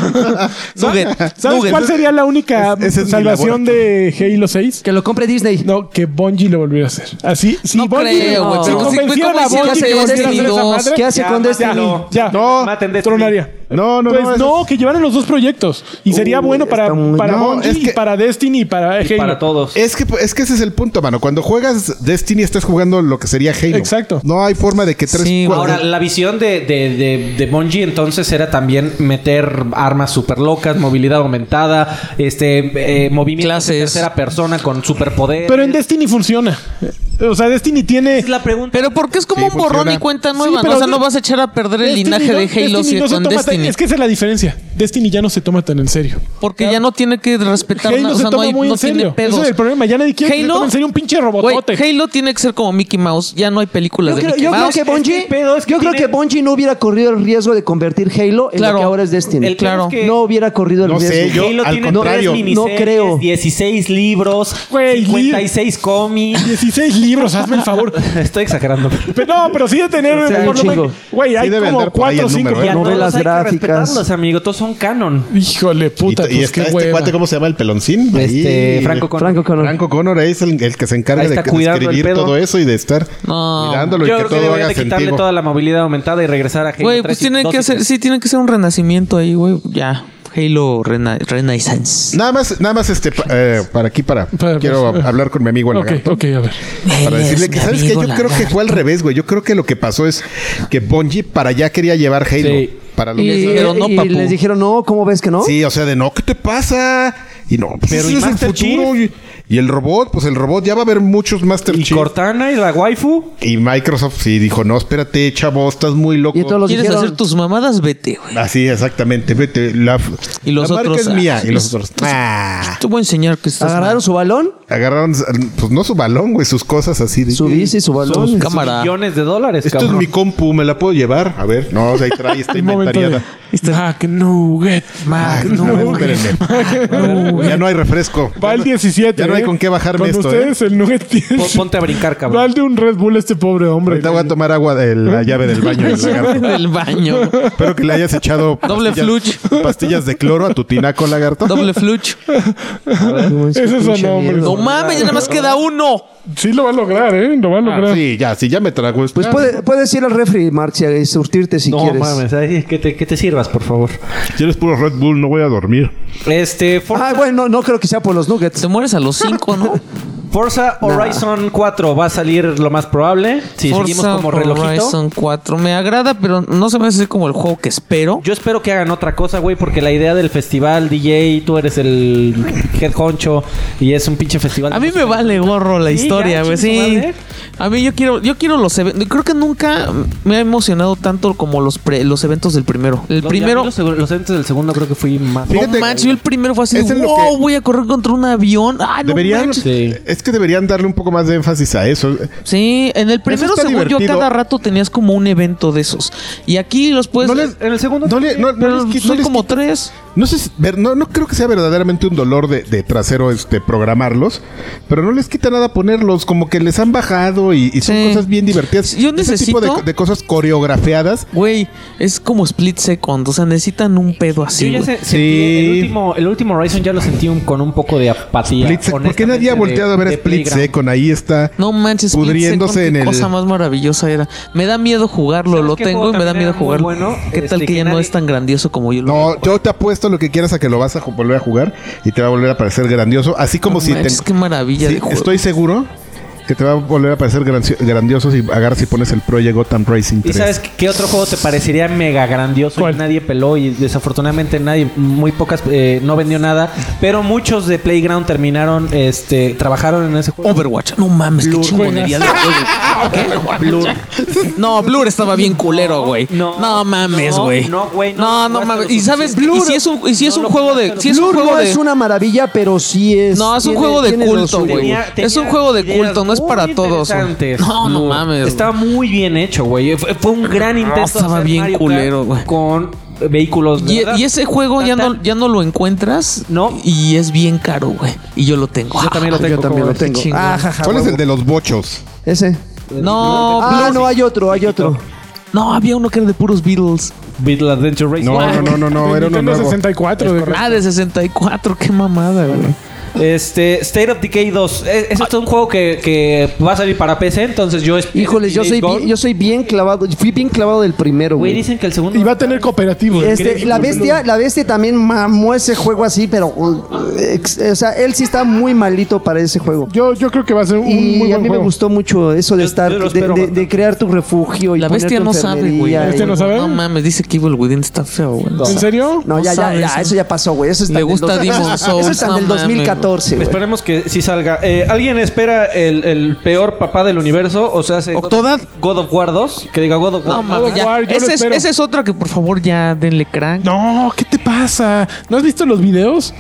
E: Nugget.
C: ¿Sabes
E: Nugget.
C: cuál sería la única
D: Es- esa es mi
C: salvación
D: labor.
C: de Halo 6?
A: Que lo compre Disney.
C: No, que Bungie lo volviera a hacer. Así, si
E: No
C: Bungie
E: creo, güey,
C: si
E: pero sí, güey,
C: convencieran
E: ¿cómo
C: a
E: hicieron
C: Bungie que
E: ese
C: volviera a hacer esa
E: Destiny
C: madre,
A: ¿Qué hace este
B: Ya,
A: con
B: mátalo.
A: Destiny?
C: ya,
D: No.
B: Maten Destiny.
C: tronaría.
D: No, no,
C: Pues
D: no.
C: no,
D: es-
C: que llevaran los dos proyectos. Y sería
A: Uy,
C: bueno para,
A: está muy-
C: para
D: No,
C: Bungie,
D: es que-
C: y para Destiny y para Halo.
B: Para todos.
D: Es que, es que ese es el punto, mano. Cuando juegas Destiny estás jugando lo que sería Halo.
C: Exacto.
D: No hay forma de que tres...
E: Sí,
D: cua-
B: Ahora, la visión de, de, de, de Bungie entonces era también meter armas super locas, movilidad aumentada, este eh, movimiento
E: Clases.
B: de tercera persona con superpoderes.
C: Pero en Destiny funciona. O sea, Destiny tiene.
B: Es la pregunta.
E: Pero porque es
D: Sí,
E: como un borrón
D: funciona.
E: y cuenta
C: Sí,
E: nueva, ¿no?
C: pero
E: O sea,
C: de-
E: no vas a echar a perder el
C: Destiny
E: linaje
C: no-
E: de Halo
C: Destiny
E: 7
C: no se
E: con
C: toma tan-
E: Destiny.
C: es que esa es la diferencia. Destiny ya no se toma tan en serio.
E: Porque ya no tiene que respetar
C: Halo
E: nada, o
C: se
E: sea, no,
C: toma
E: hay,
C: muy
E: no
C: en
E: tiene
C: serio.
E: pedos.
C: Ese es el problema. Ya nadie quiere que se
E: Halo-
C: tome en serio un pinche
E: Güey,
C: robotote.
E: Halo tiene que ser como Mickey Mouse. Ya no hay películas
A: Yo
E: de
A: creo,
E: Mickey
A: yo creo
E: Mouse.
A: que
B: Es que
A: Bungie,
B: el pedo es que
A: yo creo
B: tiene-
A: que Bungie no hubiera corrido el riesgo de convertir Halo en
E: Claro.
A: lo que ahora es Destiny.
B: El
E: claro.
B: claro. Es que
A: No hubiera corrido el
D: No sé,
A: riesgo.
D: yo-
B: Halo
D: al
B: tiene
D: contrario,
B: tres miniseries,
A: no creo.
B: 16 libros,
C: Güey, li-
B: 56
C: (laughs)
B: cómics.
C: 16 libros, hazme el
E: (laughs)
C: favor.
B: Estoy exagerando. pero-
C: Pero no, pero sí de tener.
A: sea,
C: por lo
A: un
C: menos- Güey, hay
D: debe
C: como
D: andar por ahí
C: 4 o
D: el
C: 5.
D: número, ¿eh?
B: a todos
A: Novelas
B: hay que
A: gráficas.
B: respetarlos, amigo. Todos son canon.
C: Híjole, puta,
D: y, y
C: pues
D: está
C: qué
D: este
C: hueva.
D: cuate, ¿cómo se llama? El peloncín.
B: Este,
D: Ahí,
B: Franco Con-
A: Franco Connor.
D: Franco Connor es el, el que se encarga
B: Ahí
D: de,
B: está
D: de
B: cuidando el
D: escribir
B: pedo.
D: todo eso y de estar
E: No.
D: cuidándolo
B: Yo
D: y que
B: creo que
D: todo
B: deberían
D: haga
B: de quitarle
D: sentido.
B: toda la movilidad aumentada y regresar a Halo.
E: Güey,
B: 3 y
E: pues tienen
B: 2
E: que
B: y
E: hacer,
B: 3.
E: sí, tienen que hacer un renacimiento ahí, güey. Ya. Halo Rena- Renaissance.
D: Nada más, nada más este, pa- eh, para aquí, para.
C: Para-
D: quiero
C: pues, eh.
D: hablar con mi amigo el
C: Ok,
B: (laughs)
D: lagarto.
C: ok, a ver.
D: Para
E: Él es
D: decirle que,
E: mi
D: ¿sabes qué?
E: amigo
D: Yo creo que
E: lagarto.
D: fue al revés, güey. Yo creo que lo que pasó es que Bungie para allá quería llevar Halo.
B: Sí.
D: Para lo
E: Y-
D: que
E: pero no,
A: y
E: papu.
A: les dijeron, no, ¿cómo ves que no?
D: Sí, o sea, de no, ¿qué te pasa? Y no, pues
B: Pero,
D: ese
B: ¿y
D: es el
B: Master
D: futuro. Y, y el robot, pues el robot ya va a haber muchos Master
B: Y
D: Chief.
B: Cortana y la waifu.
D: Y Microsoft sí dijo, no, espérate, chavo, estás muy loco.
A: Y todos los
E: ¿Quieres
A: dijeron,
E: hacer tus mamadas? Vete, güey.
D: Así, exactamente. Vete, la,
E: Y los
D: la
E: otros,
D: marca es mía.
E: ah,
D: Y los
E: los-
D: otros. ah.
E: Te voy a enseñar que estás
A: agarraron su balón,
D: agarraron, pues no su balón, güey, sus cosas así. de-
A: su bici, su balón.
E: mal. cámara.
B: Millones de dólares,
D: Esto
B: cabrón.
D: es mi compu, ¿me la puedo llevar? A ver, no, o sea, ahí trae, está
C: (laughs) Un momento de...
D: inventariada.
C: Hack Nugget.
D: Ah,
C: Mac
D: no,
C: Nugget.
D: espérenme. Ya no hay refresco.
C: Va el 17.
D: Ya no hay
C: ¿eh?
D: con qué bajarme
C: Con
D: esto, ¿eh?
C: ustedes el Nugget tiene...
B: Pon- Ponte a brincar,
C: Va
B: cabrón.
C: el de un Red Bull este pobre hombre. ¿Eh?
D: Ahorita voy a tomar agua de la llave del baño
C: (laughs)
D: del lagarto.
E: del baño.
D: Espero que le hayas echado
E: Doble
D: pastillas- pastillas de cloro a tu tinaco lagarto.
E: Doble fluch.
B: (laughs)
C: Esos son
A: Pinche
C: hombres.
A: mierda.
E: No mames, ya nada más queda uno.
C: Sí lo va a lograr, ¿eh? Lo va a
D: Ah, (laughs)
C: lograr.
D: sí, ya, sí, ya me trago esto.
A: Pues puede- puedes ir al refri, Marcia, y surtirte si
B: No
A: quieres.
B: mames, ay, que te, que te sirvas, por favor.
D: Tienes puro Red Bull, no voy a dormir.
B: Este, For-
A: Ah, bueno, no creo que sea por los nuggets.
E: Te mueres a los cinco, ¿no?
B: (laughs) Forza Horizon 4 va a salir lo más probable. Si seguimos
E: Forza
B: como relojito.
E: Horizon 4. Me agrada, pero no se me hace como el juego que espero.
B: Yo espero que hagan otra cosa, güey, porque la idea del festival, DJ, tú eres el head honcho y es un pinche festival.
E: A mí me vale gorro la
B: Sí, ya,
E: historia, güey.
B: chingue su
E: Sí.
B: madre.
E: A mí yo quiero, yo quiero los eventos. Creo que nunca me ha emocionado tanto como los pre- los eventos del primero. El
B: Los- a
E: primero.
B: mí Los, seg- los eventos del segundo creo que fui más.
E: No
D: Fíjate-
E: manches, yo el primero fue así,
D: Es en lo
E: wow,
D: que-
E: voy a correr contra un avión. Ah, no
D: Deberían,
E: manches.
D: es que deberían darle un poco más de énfasis a eso.
E: Sí, en el primero,
D: está
E: según yo,
D: divertido.
E: cada rato tenías como un evento de esos. Y aquí los puedes.
D: no les-
B: en el segundo
D: no, le- no- no
E: pero
D: les qui- no
E: son
D: les
E: como
D: qui-
E: tres.
D: no sé, si- ver- no, no creo que sea verdaderamente un dolor de, de trasero este programarlos, pero no les quita nada ponerlos, como que les han bajado y, y son
E: Sí.
D: cosas bien divertidas.
E: Yo
D: Ese tipo de,
E: necesito-
D: de cosas coreografiadas.
E: Güey, es como split second. O sea, necesitan un pedo
B: Yo
E: así.
B: ya
E: güey.
B: se- sentí- el, último, el último Horizon ya lo sentí un- con un poco de apatía.
D: Split Second. ¿Por qué nadie ha
B: honestamente,
D: volteado a ver
B: de- de
D: Split
B: Playground.
D: Second? Ahí está.
E: No manches, split
D: Pudriéndose
E: second,
D: en
E: qué
D: el-
E: cosa más maravillosa era. Me da miedo jugarlo,
B: ¿Sabes
E: lo
B: qué
E: tengo
B: juego
E: y me da
B: también
E: miedo
B: era muy
E: jugarlo.
B: bueno?
E: ¿Qué tal
B: Este,
E: que
B: que
E: ya no
B: nadie-
E: es tan grandioso como yo lo
D: No, yo te apuesto lo que quieras a que lo vas a ju- volver a jugar y te va a volver a parecer grandioso. Así como si te,
E: manches, qué maravilla
D: Sí,
E: de juego.
D: estoy seguro que te va a volver a parecer grancio- grandioso si agarras y pones el Project Gotham Racing 3.
B: ¿Y sabes qué- qué otro juego te parecería mega grandioso?
C: ¿Cuál?
B: Y nadie peló y desafortunadamente nadie, muy pocas, eh, no vendió nada. Pero muchos de Playground terminaron, este, trabajaron en ese juego.
E: Overwatch. No mames, qué chingonería de juego.
B: (laughs)
E: No, Blur estaba bien culero, güey.
B: no,
E: No, mames,
B: no,
E: güey.
B: no, güey, no
E: No, no
B: jugaste
E: mames.
B: lo
E: Y sabes, y si es un, y si es un juego de. Si es un
A: Blur
E: juego
A: no
E: de.
A: es una maravilla, pero sí es.
E: No, es un
A: tiene-
E: juego de
A: tiene lo
E: culto,
A: suyo.
E: güey. Es un juego de
B: ideas
E: culto, no es
B: muy
E: para todos, güey.
B: interesantes,
E: No, no
B: Blue.
E: mames, güey.
B: Estaba muy bien hecho, güey. Fue, fue un gran intento. de
E: estaba
B: hacer
E: bien
B: Mario Kart
E: culero, güey.
B: Con eh, vehículos. de
E: Y,
B: verdad.
E: y ese juego ya no, ya no lo encuentras.
B: No.
E: Y es bien caro, güey. Y yo lo tengo.
B: Yo también lo tengo.
A: Yo también lo
B: como-
A: tengo.
E: chingón.
A: Ah, jaja,
D: ¿Cuál es
A: huevo.
D: el de los bochos?
A: Ese.
E: No,
A: Ah,
E: Blur-
A: no, hay otro, hay otro.
E: no, había uno que era de puros Beatles.
B: Beetle Adventure Racing.
D: No, no, no, no, no,
C: De
D: era uno
C: Nintendo
D: nuevo.
C: 64. de-
E: Ah, de 64. Qué mamada, güey.
B: Este, State of Decay 2. E- Ese es un juego que, que va a salir para PC, entonces yo... esp-
A: Híjoles, yo
B: Days
A: soy,
B: Gone.
A: bien, yo soy bien clavado. Fui bien clavado del primero,
B: Güey,
A: güey.
B: dicen que el segundo...
C: Y va a tener cooperativo.
A: Este, la bestia, la bestia también mamó ese juego así, pero uh, ex- o sea, él sí está muy malito para ese juego.
C: Yo, yo creo que va a ser un muy
A: Y
C: buen
A: a mí me
C: juego.
A: gustó mucho eso de
B: Yo-
A: estar,
B: yo lo
A: de,
B: espero
A: de-
B: bastante.
A: de crear tu refugio y
E: La
A: poner
E: bestia
A: tu
E: no sabe, güey.
A: enfermería
E: La
C: bestia
A: y-
C: no sabe.
E: No mames, dice que Evil Within está feo, güey.
C: ¿En serio?
A: No,
E: No
A: ya, ya,
E: sabe
A: ya,
E: eso.
A: eso ya pasó, güey. Eso es tan
E: Le
A: del
E: gusta
A: dos-
E: Demon's
A: Eso
E: Souls,
A: es tan
E: no
A: del
E: mames,
A: 2014, güey.
B: Esperemos que sí salga. Eh, ¿Alguien espera el, el peor papá del universo? O sea, hace God-
E: ¿Octodad?
B: God of War 2. Que diga God of
E: No,
B: War.
E: mames, ya.
C: War, yo lo
E: Ese es-
C: espero.
E: Esa es otra que por favor ya denle crank.
C: No, ¿qué te pasa? ¿No has visto los videos?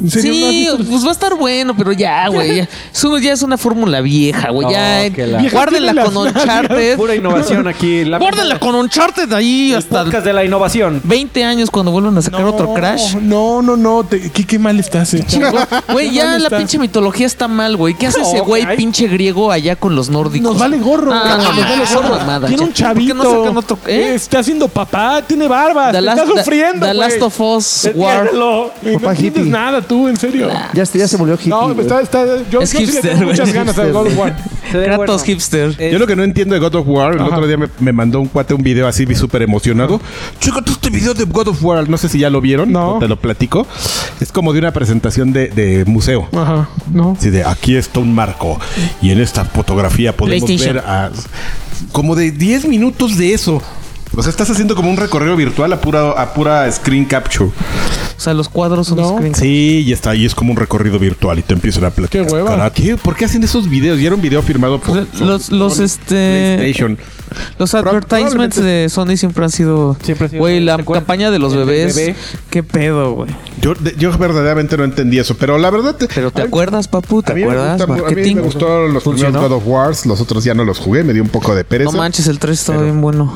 C: ¿En serio no has
E: Sí,
C: visto los-
E: pues va a estar bueno, pero ya, güey. Ya, es un- ya es una fórmula vieja, güey. ya,
B: No, que la-
E: eh, guárdenla
C: Vieja
E: con
C: tiene las
E: Uncharted.
B: Pura innovación aquí. La
E: Guárdenla con Uncharted ahí hasta
B: podcast de la innovación.
E: 20 años cuando vuelvan a sacar otro Crash.
C: No, no, no. te- ¿qué, qué mal estás, eh, chavo.
E: Güey,
C: Qué
E: ya
C: mal
E: la
C: estás.
E: pinche mitología está mal, güey. ¿Qué hace
B: No,
E: ese güey
B: caray.
E: pinche griego allá con los nórdicos?
C: Nos vale gorro.
E: Ah,
C: nos vale
E: esa
C: gorro.
E: mamada,
C: tiene
E: ya.
C: un
E: ¿Por qué
C: chavito.
E: no sacan otro- eh?
C: Está haciendo papá, tiene barba.
E: The
C: te
E: Last-
C: está sufriendo.
E: The- The
C: güey.
E: Last of Us War.
C: Entiéndelo. Y No
A: Papá
C: entiendes
A: hippie.
C: nada tú, en serio.
A: Ya, está- ya se volvió hippie,
C: No,
A: güey.
C: está, está, yo, yo
E: Es
C: sí le
E: hipster,
C: tengo
E: güey.
C: muchas ganas a God of War.
B: Se ve
E: Kratos
B: bueno.
C: Eh,
E: hipster.
D: Yo lo que no entiendo de God of War, el otro día me, me mandó un cuate un video así vi súper emocionado. Chécate este video de God of War, no sé si ya lo vieron,
C: No.
D: o te lo platico. Es como de una presentación de, de museo.
C: Ajá, no.
D: Así de aquí está un marco y en esta fotografía podemos
E: PlayStation.
D: ver a- como de 10 minutos de eso. O sea, estás haciendo como un recorrido virtual a pura, a pura screen capture.
E: O sea, los cuadros son
C: No.
E: screen.
D: Sí, y está ahí, es como un recorrido virtual y te empiezan a platicar.
C: Qué hueva.
D: Cara, ¿qué? ¿Por qué hacen esos videos? Y era un video firmado por
E: Los, los, este,
D: PlayStation.
E: los advertisements de Sony siempre han sido.
B: Siempre ha sido-
E: Güey, la
B: ¿te acuerdas?
E: campaña de los
B: El del
E: bebés.
B: bebé.
E: Qué pedo, güey.
D: Yo, de- yo verdaderamente no entendí eso, pero la verdad.
E: Pero te
D: a-
E: acuerdas, papu, te
D: a mí me
E: acuerdas.
D: gusta- a mí
E: Marketing.
D: me gustó los
E: Funcionó.
D: primeros God of Wars, los otros ya no los jugué, me dio un poco de pereza.
E: No manches, el 3 estaba bien bueno.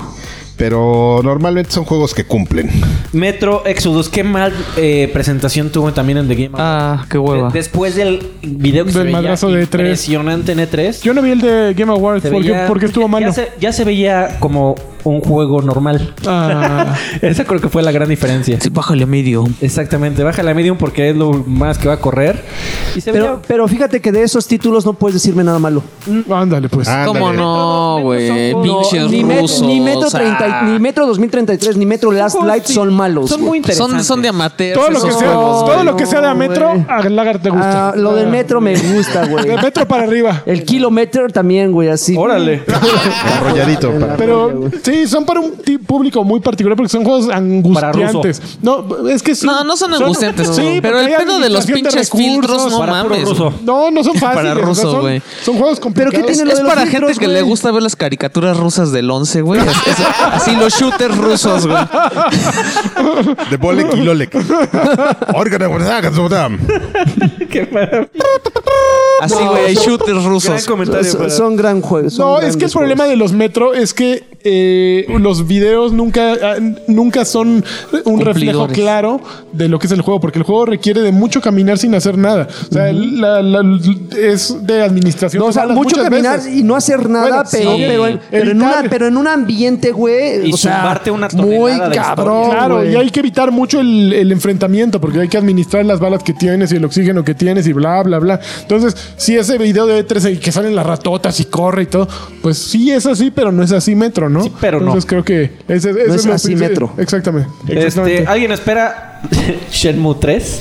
D: Pero normalmente son juegos que cumplen.
E: Pues,
B: Metro Exodus. Qué mal eh, presentación tuvo también en The Game Awards.
E: Ah, qué
B: De-
E: hueva.
B: Después del video que se
C: Del
B: veía
C: madrazo de E3.
B: impresionante en E3.
C: Yo no vi el de Game Awards
B: se
C: porque,
B: veía-
C: porque estuvo malo.
B: Ya se, ya se veía como un juego normal.
C: Ah,
B: (laughs) Esa creo que fue la gran diferencia.
E: Sí, bájale a medio.
B: Exactamente, baja la medium porque es lo más que va a correr. Y se
A: Pero, pero fíjate que de esos títulos no puedes decirme nada malo.
C: ándale, pues.
B: Ah.
E: ¿Cómo
D: Ándale.
E: no, güey?
A: No,
E: Pinches
A: ni, Met-
E: rusos.
A: ni metro
E: ah.
A: 30 ni Metro 2033 ni Metro Last Light son malos.
B: Son
A: güey.
B: muy interesantes.
C: (laughs)
E: Son, son de amateurs.
C: todo lo que
E: esos
C: sea,
E: juegos,
C: todo
E: güey.
C: lo que sea de a
A: No,
C: metro,
A: güey.
C: a Lagar te gusta.
A: Ah, lo del metro me gusta,
C: (laughs)
A: güey.
C: De metro
A: (laughs)
C: para arriba.
A: El kilómetro también, güey, así.
B: Órale.
D: Arrolladito. para-
C: Pero sí, son para un ti- público muy particular porque son juegos angustiantes. No, es que sí.
E: No, no son angustiantes.
C: sí,
E: pero
C: porque
E: el
C: hay
E: pedo de los
C: administración de
E: pinches filtros,
C: recursos.
E: no
B: Para puro
E: mames.
B: ruso.
E: güey.
C: No, no son fáciles.
E: (laughs) Para
C: o sea,
E: ruso,
C: son-
E: güey.
C: Son juegos complicados.
A: tiene lo
E: Es
A: de los
E: para
A: filtros,
E: gente que
A: güey.
E: le gusta ver las caricaturas rusas del 11, güey. Es- es- así los shooters rusos, güey.
D: De Bolek y Lolek. Órgano, pues, órgano.
E: Así, güey, hay shooters rusos.
A: Son- Son, son gran juegos. son
C: No, es que el
A: grandes
C: problema de los metro es que eh, los videos nunca, ah, nunca son un reflejo
E: Cumplidores.
C: claro de lo que es el juego, porque el juego requiere de mucho caminar sin hacer nada. O sea, la- la- es de administración.
A: No, o sea,
C: Hablas
A: mucho
C: muchas
A: caminar
C: veces.
A: y no hacer nada,
C: Bueno,
A: pero,
E: sí.
A: pero, en, pero, en
C: Evitar-
A: una- pero en un ambiente, güey.
B: Y
A: o sea,
B: zumbarte una tonelada
A: Muy
B: de
A: cabrón.
C: Claro,
A: Ah, güey.
C: y hay que evitar mucho el, el enfrentamiento porque hay que administrar las balas que tienes y el oxígeno que tienes y bla, bla, bla. Entonces, si ese video de E3 y que salen las ratotas y corre y todo, pues sí es así, pero no es así metro, ¿no?
B: Sí, pero no.
C: Entonces creo que ese, ese
A: No es
C: lo-
A: así Metro.
C: Exactamente.
B: Este,
C: exactamente.
B: ¿Alguien espera (laughs) Shenmue 3?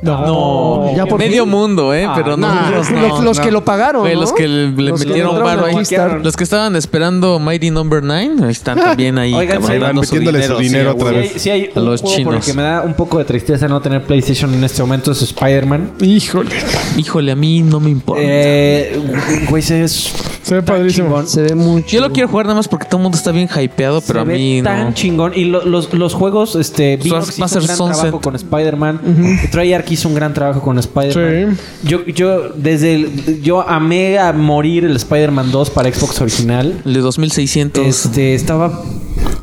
C: no.
A: Ya Ah, por
E: Medio mundo, ¿eh? pero no.
A: Nah,
E: rusos, no.
A: los, los que lo pagaron.
E: Güey,
A: ¿no?
E: los que le, le
A: Los que
E: metieron
A: entraron
E: varo
A: a
E: ahí.
A: Kickstarter.
E: Los que estaban esperando Mighty Number 9,
A: (laughs)
E: ahí están también ahí.
B: Oigan,
E: cabrón,
B: ahí van
E: dando su
D: metiéndole su dinero
E: sí,
D: otra
E: güey.
D: vez.
B: Si hay
E: A
B: un
E: los
B: juego por el
E: chinos.
B: que me da un poco de tristeza no tener PlayStation en este momento es Spider-Man.
C: Híjole,
E: Híjole, a mí no me importa.
B: Eh, güey,
A: (laughs)
B: se es
C: se ve padrísimo.
B: chingón.
A: Se ve mucho.
E: Yo lo quiero jugar nada más porque todo el mundo está bien hypeado, pero a
B: se ve
E: mí
B: tan
E: no.
B: chingón. Y lo- los, los juegos, este, Binox
E: va a
B: hizo
E: ser
B: un gran
E: Sunset.
B: trabajo con Spider-Man. Treyarch hizo un gran trabajo con Spider-Man. Yo, yo, desde el- yo amé a morir el Spider-Man 2 para Xbox original.
E: El de 2600.
B: Este, estaba.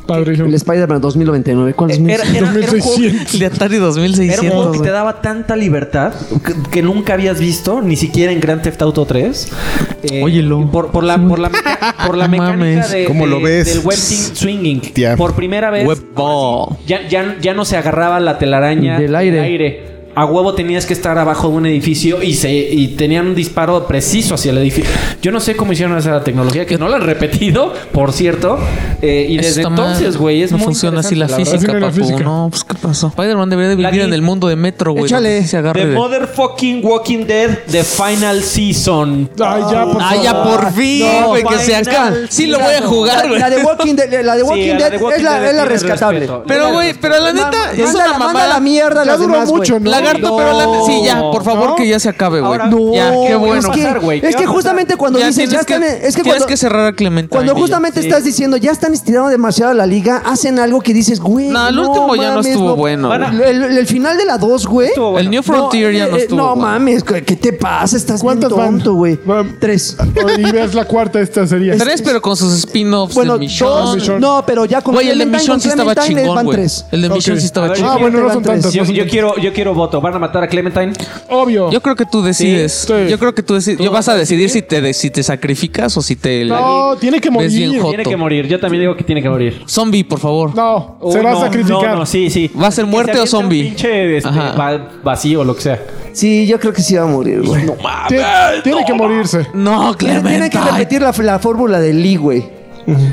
C: Padrísimo.
A: El Spider-Man 2099. ¿Cuál es mi-
B: Era, era- era un juego,
C: 2600.
E: (laughs) El de Atari
B: era un
E: 2600.
B: juego que
E: güey.
B: te daba tanta libertad que, que nunca habías visto, ni siquiera en Grand Theft Auto 3. Eh,
E: Óyelo.
B: Por, por la, por la, meca- por la
E: (laughs) No
B: mecánica
E: mames.
B: de,
D: ¿Cómo
B: de-
D: lo ves?
B: del web thing- swinging.
D: Tía.
B: Por primera vez.
E: Web ball.
B: Ya, ya, ya no se agarraba la telaraña
A: Del aire.
B: A huevo tenías que estar abajo de un edificio y se y tenían un disparo preciso hacia el edificio. Yo no sé cómo hicieron esa tecnología, que no la han repetido, por cierto. Eh, y
E: Eso
B: desde
E: está mal.
B: entonces, güey, es
E: No
B: muy
E: funciona así la,
B: interesante, verdad.
C: Así no
E: física,
C: es
E: papu.
C: la física.
E: No, pues ¿qué pasó? Spider-Man debería de vivir
B: Lagui.
E: en el mundo de Metro, güey.
A: Échale.
E: donde sí se agarre
B: The
E: de-
B: Motherfucking Walking Dead, The Final Season.
C: Ay, ya, por
E: Ah,
C: favor.
E: ya por fin,
B: No,
E: güey, que se
B: final.
E: acaba. Sí lo voy a jugar,
A: La,
E: güey.
A: la de Walking Dead, la de
B: Sí,
A: Walking
B: a la
A: Dead
B: de Walking
A: es la,
B: Dead
A: es la
B: tiene
A: rescatable.
B: respeto.
E: Pero, güey, pero la neta,
A: Manda-
E: es
A: manda
E: una
A: la- manda
E: mamada.
A: la mierda a
C: Ya
A: las
C: duró
A: demás,
C: mucho,
A: güey.
C: ¿no?
E: La lagarto,
A: No,
E: pero la- sí, ya, por favor,
A: ¿no?
E: que ya se acabe, güey.
A: No,
E: ya, qué
A: es
E: bueno.
A: que,
F: pasar, güey? ¿Qué
A: es
F: va
A: que
F: a pasar?
A: justamente cuando
E: Ya
A: dicen,
E: tienes
A: ya están, en- es que
E: tienes
A: cuando,
E: que cerrar a Clementine.
A: cuando
E: Villa.
A: justamente estás diciendo, ya están estirando demasiado la liga, hacen algo que dices, güey.
E: No, el último ya no estuvo bueno,
A: Van a-
E: güey.
A: El, el final de la 2, güey.
E: El New Frontier ya no
A: eh,
E: estuvo.
A: No
E: bueno.
A: mames, ¿qué qué te pasa? Estás bien
C: ¿Cuántas van?
A: pues, tonto, güey.
C: Van-
A: Tres.
C: Y ves la cuarta, esta sería.
E: Tres, pero con sus spin-offs.
A: Bueno,
E: de Michonne.
A: dos. No, pero ya con
E: Güey, el de
A: Clementine,
E: Michonne
A: con
E: sí estaba
A: Clementine
E: chingón,
A: van
E: güey.
A: tres.
E: El de
C: Ok.
E: Michonne sí
F: A
E: estaba
F: ver,
C: Ah,
E: chingón.
C: bueno, no
A: Van
C: son
A: tres.
C: tantas.
F: Yo,
C: no son
F: yo quiero, yo quiero voto. ¿Van a matar a Clementine?
C: tantas. Obvio.
E: Yo creo que tú decides.
C: sí.
E: Yo creo que tú decides. Yo vas a decidir si te, de- si te sacrificas o si te.
C: No, tiene que
E: ves
C: morir.
E: bien joto.
F: Tiene que morir. Yo también digo que tiene que morir.
E: Zombie, por favor.
C: No,
B: Uh,
F: Oh,
C: se va
F: no,
C: a sacrificar.
F: No, no, sí, sí.
E: ¿Va a ser
F: Que
E: muerte
F: se
E: o
F: aviente un
E: zombie?
F: Pinche este,
E: Ajá.
F: va- vacío, lo que sea.
A: Sí, yo creo que sí va a morir, güey.
C: Tie- tiene que morirse.
E: No,
A: Tiene- Tiene que
E: Clementine.
A: repetir la, la fórmula de Lee, güey.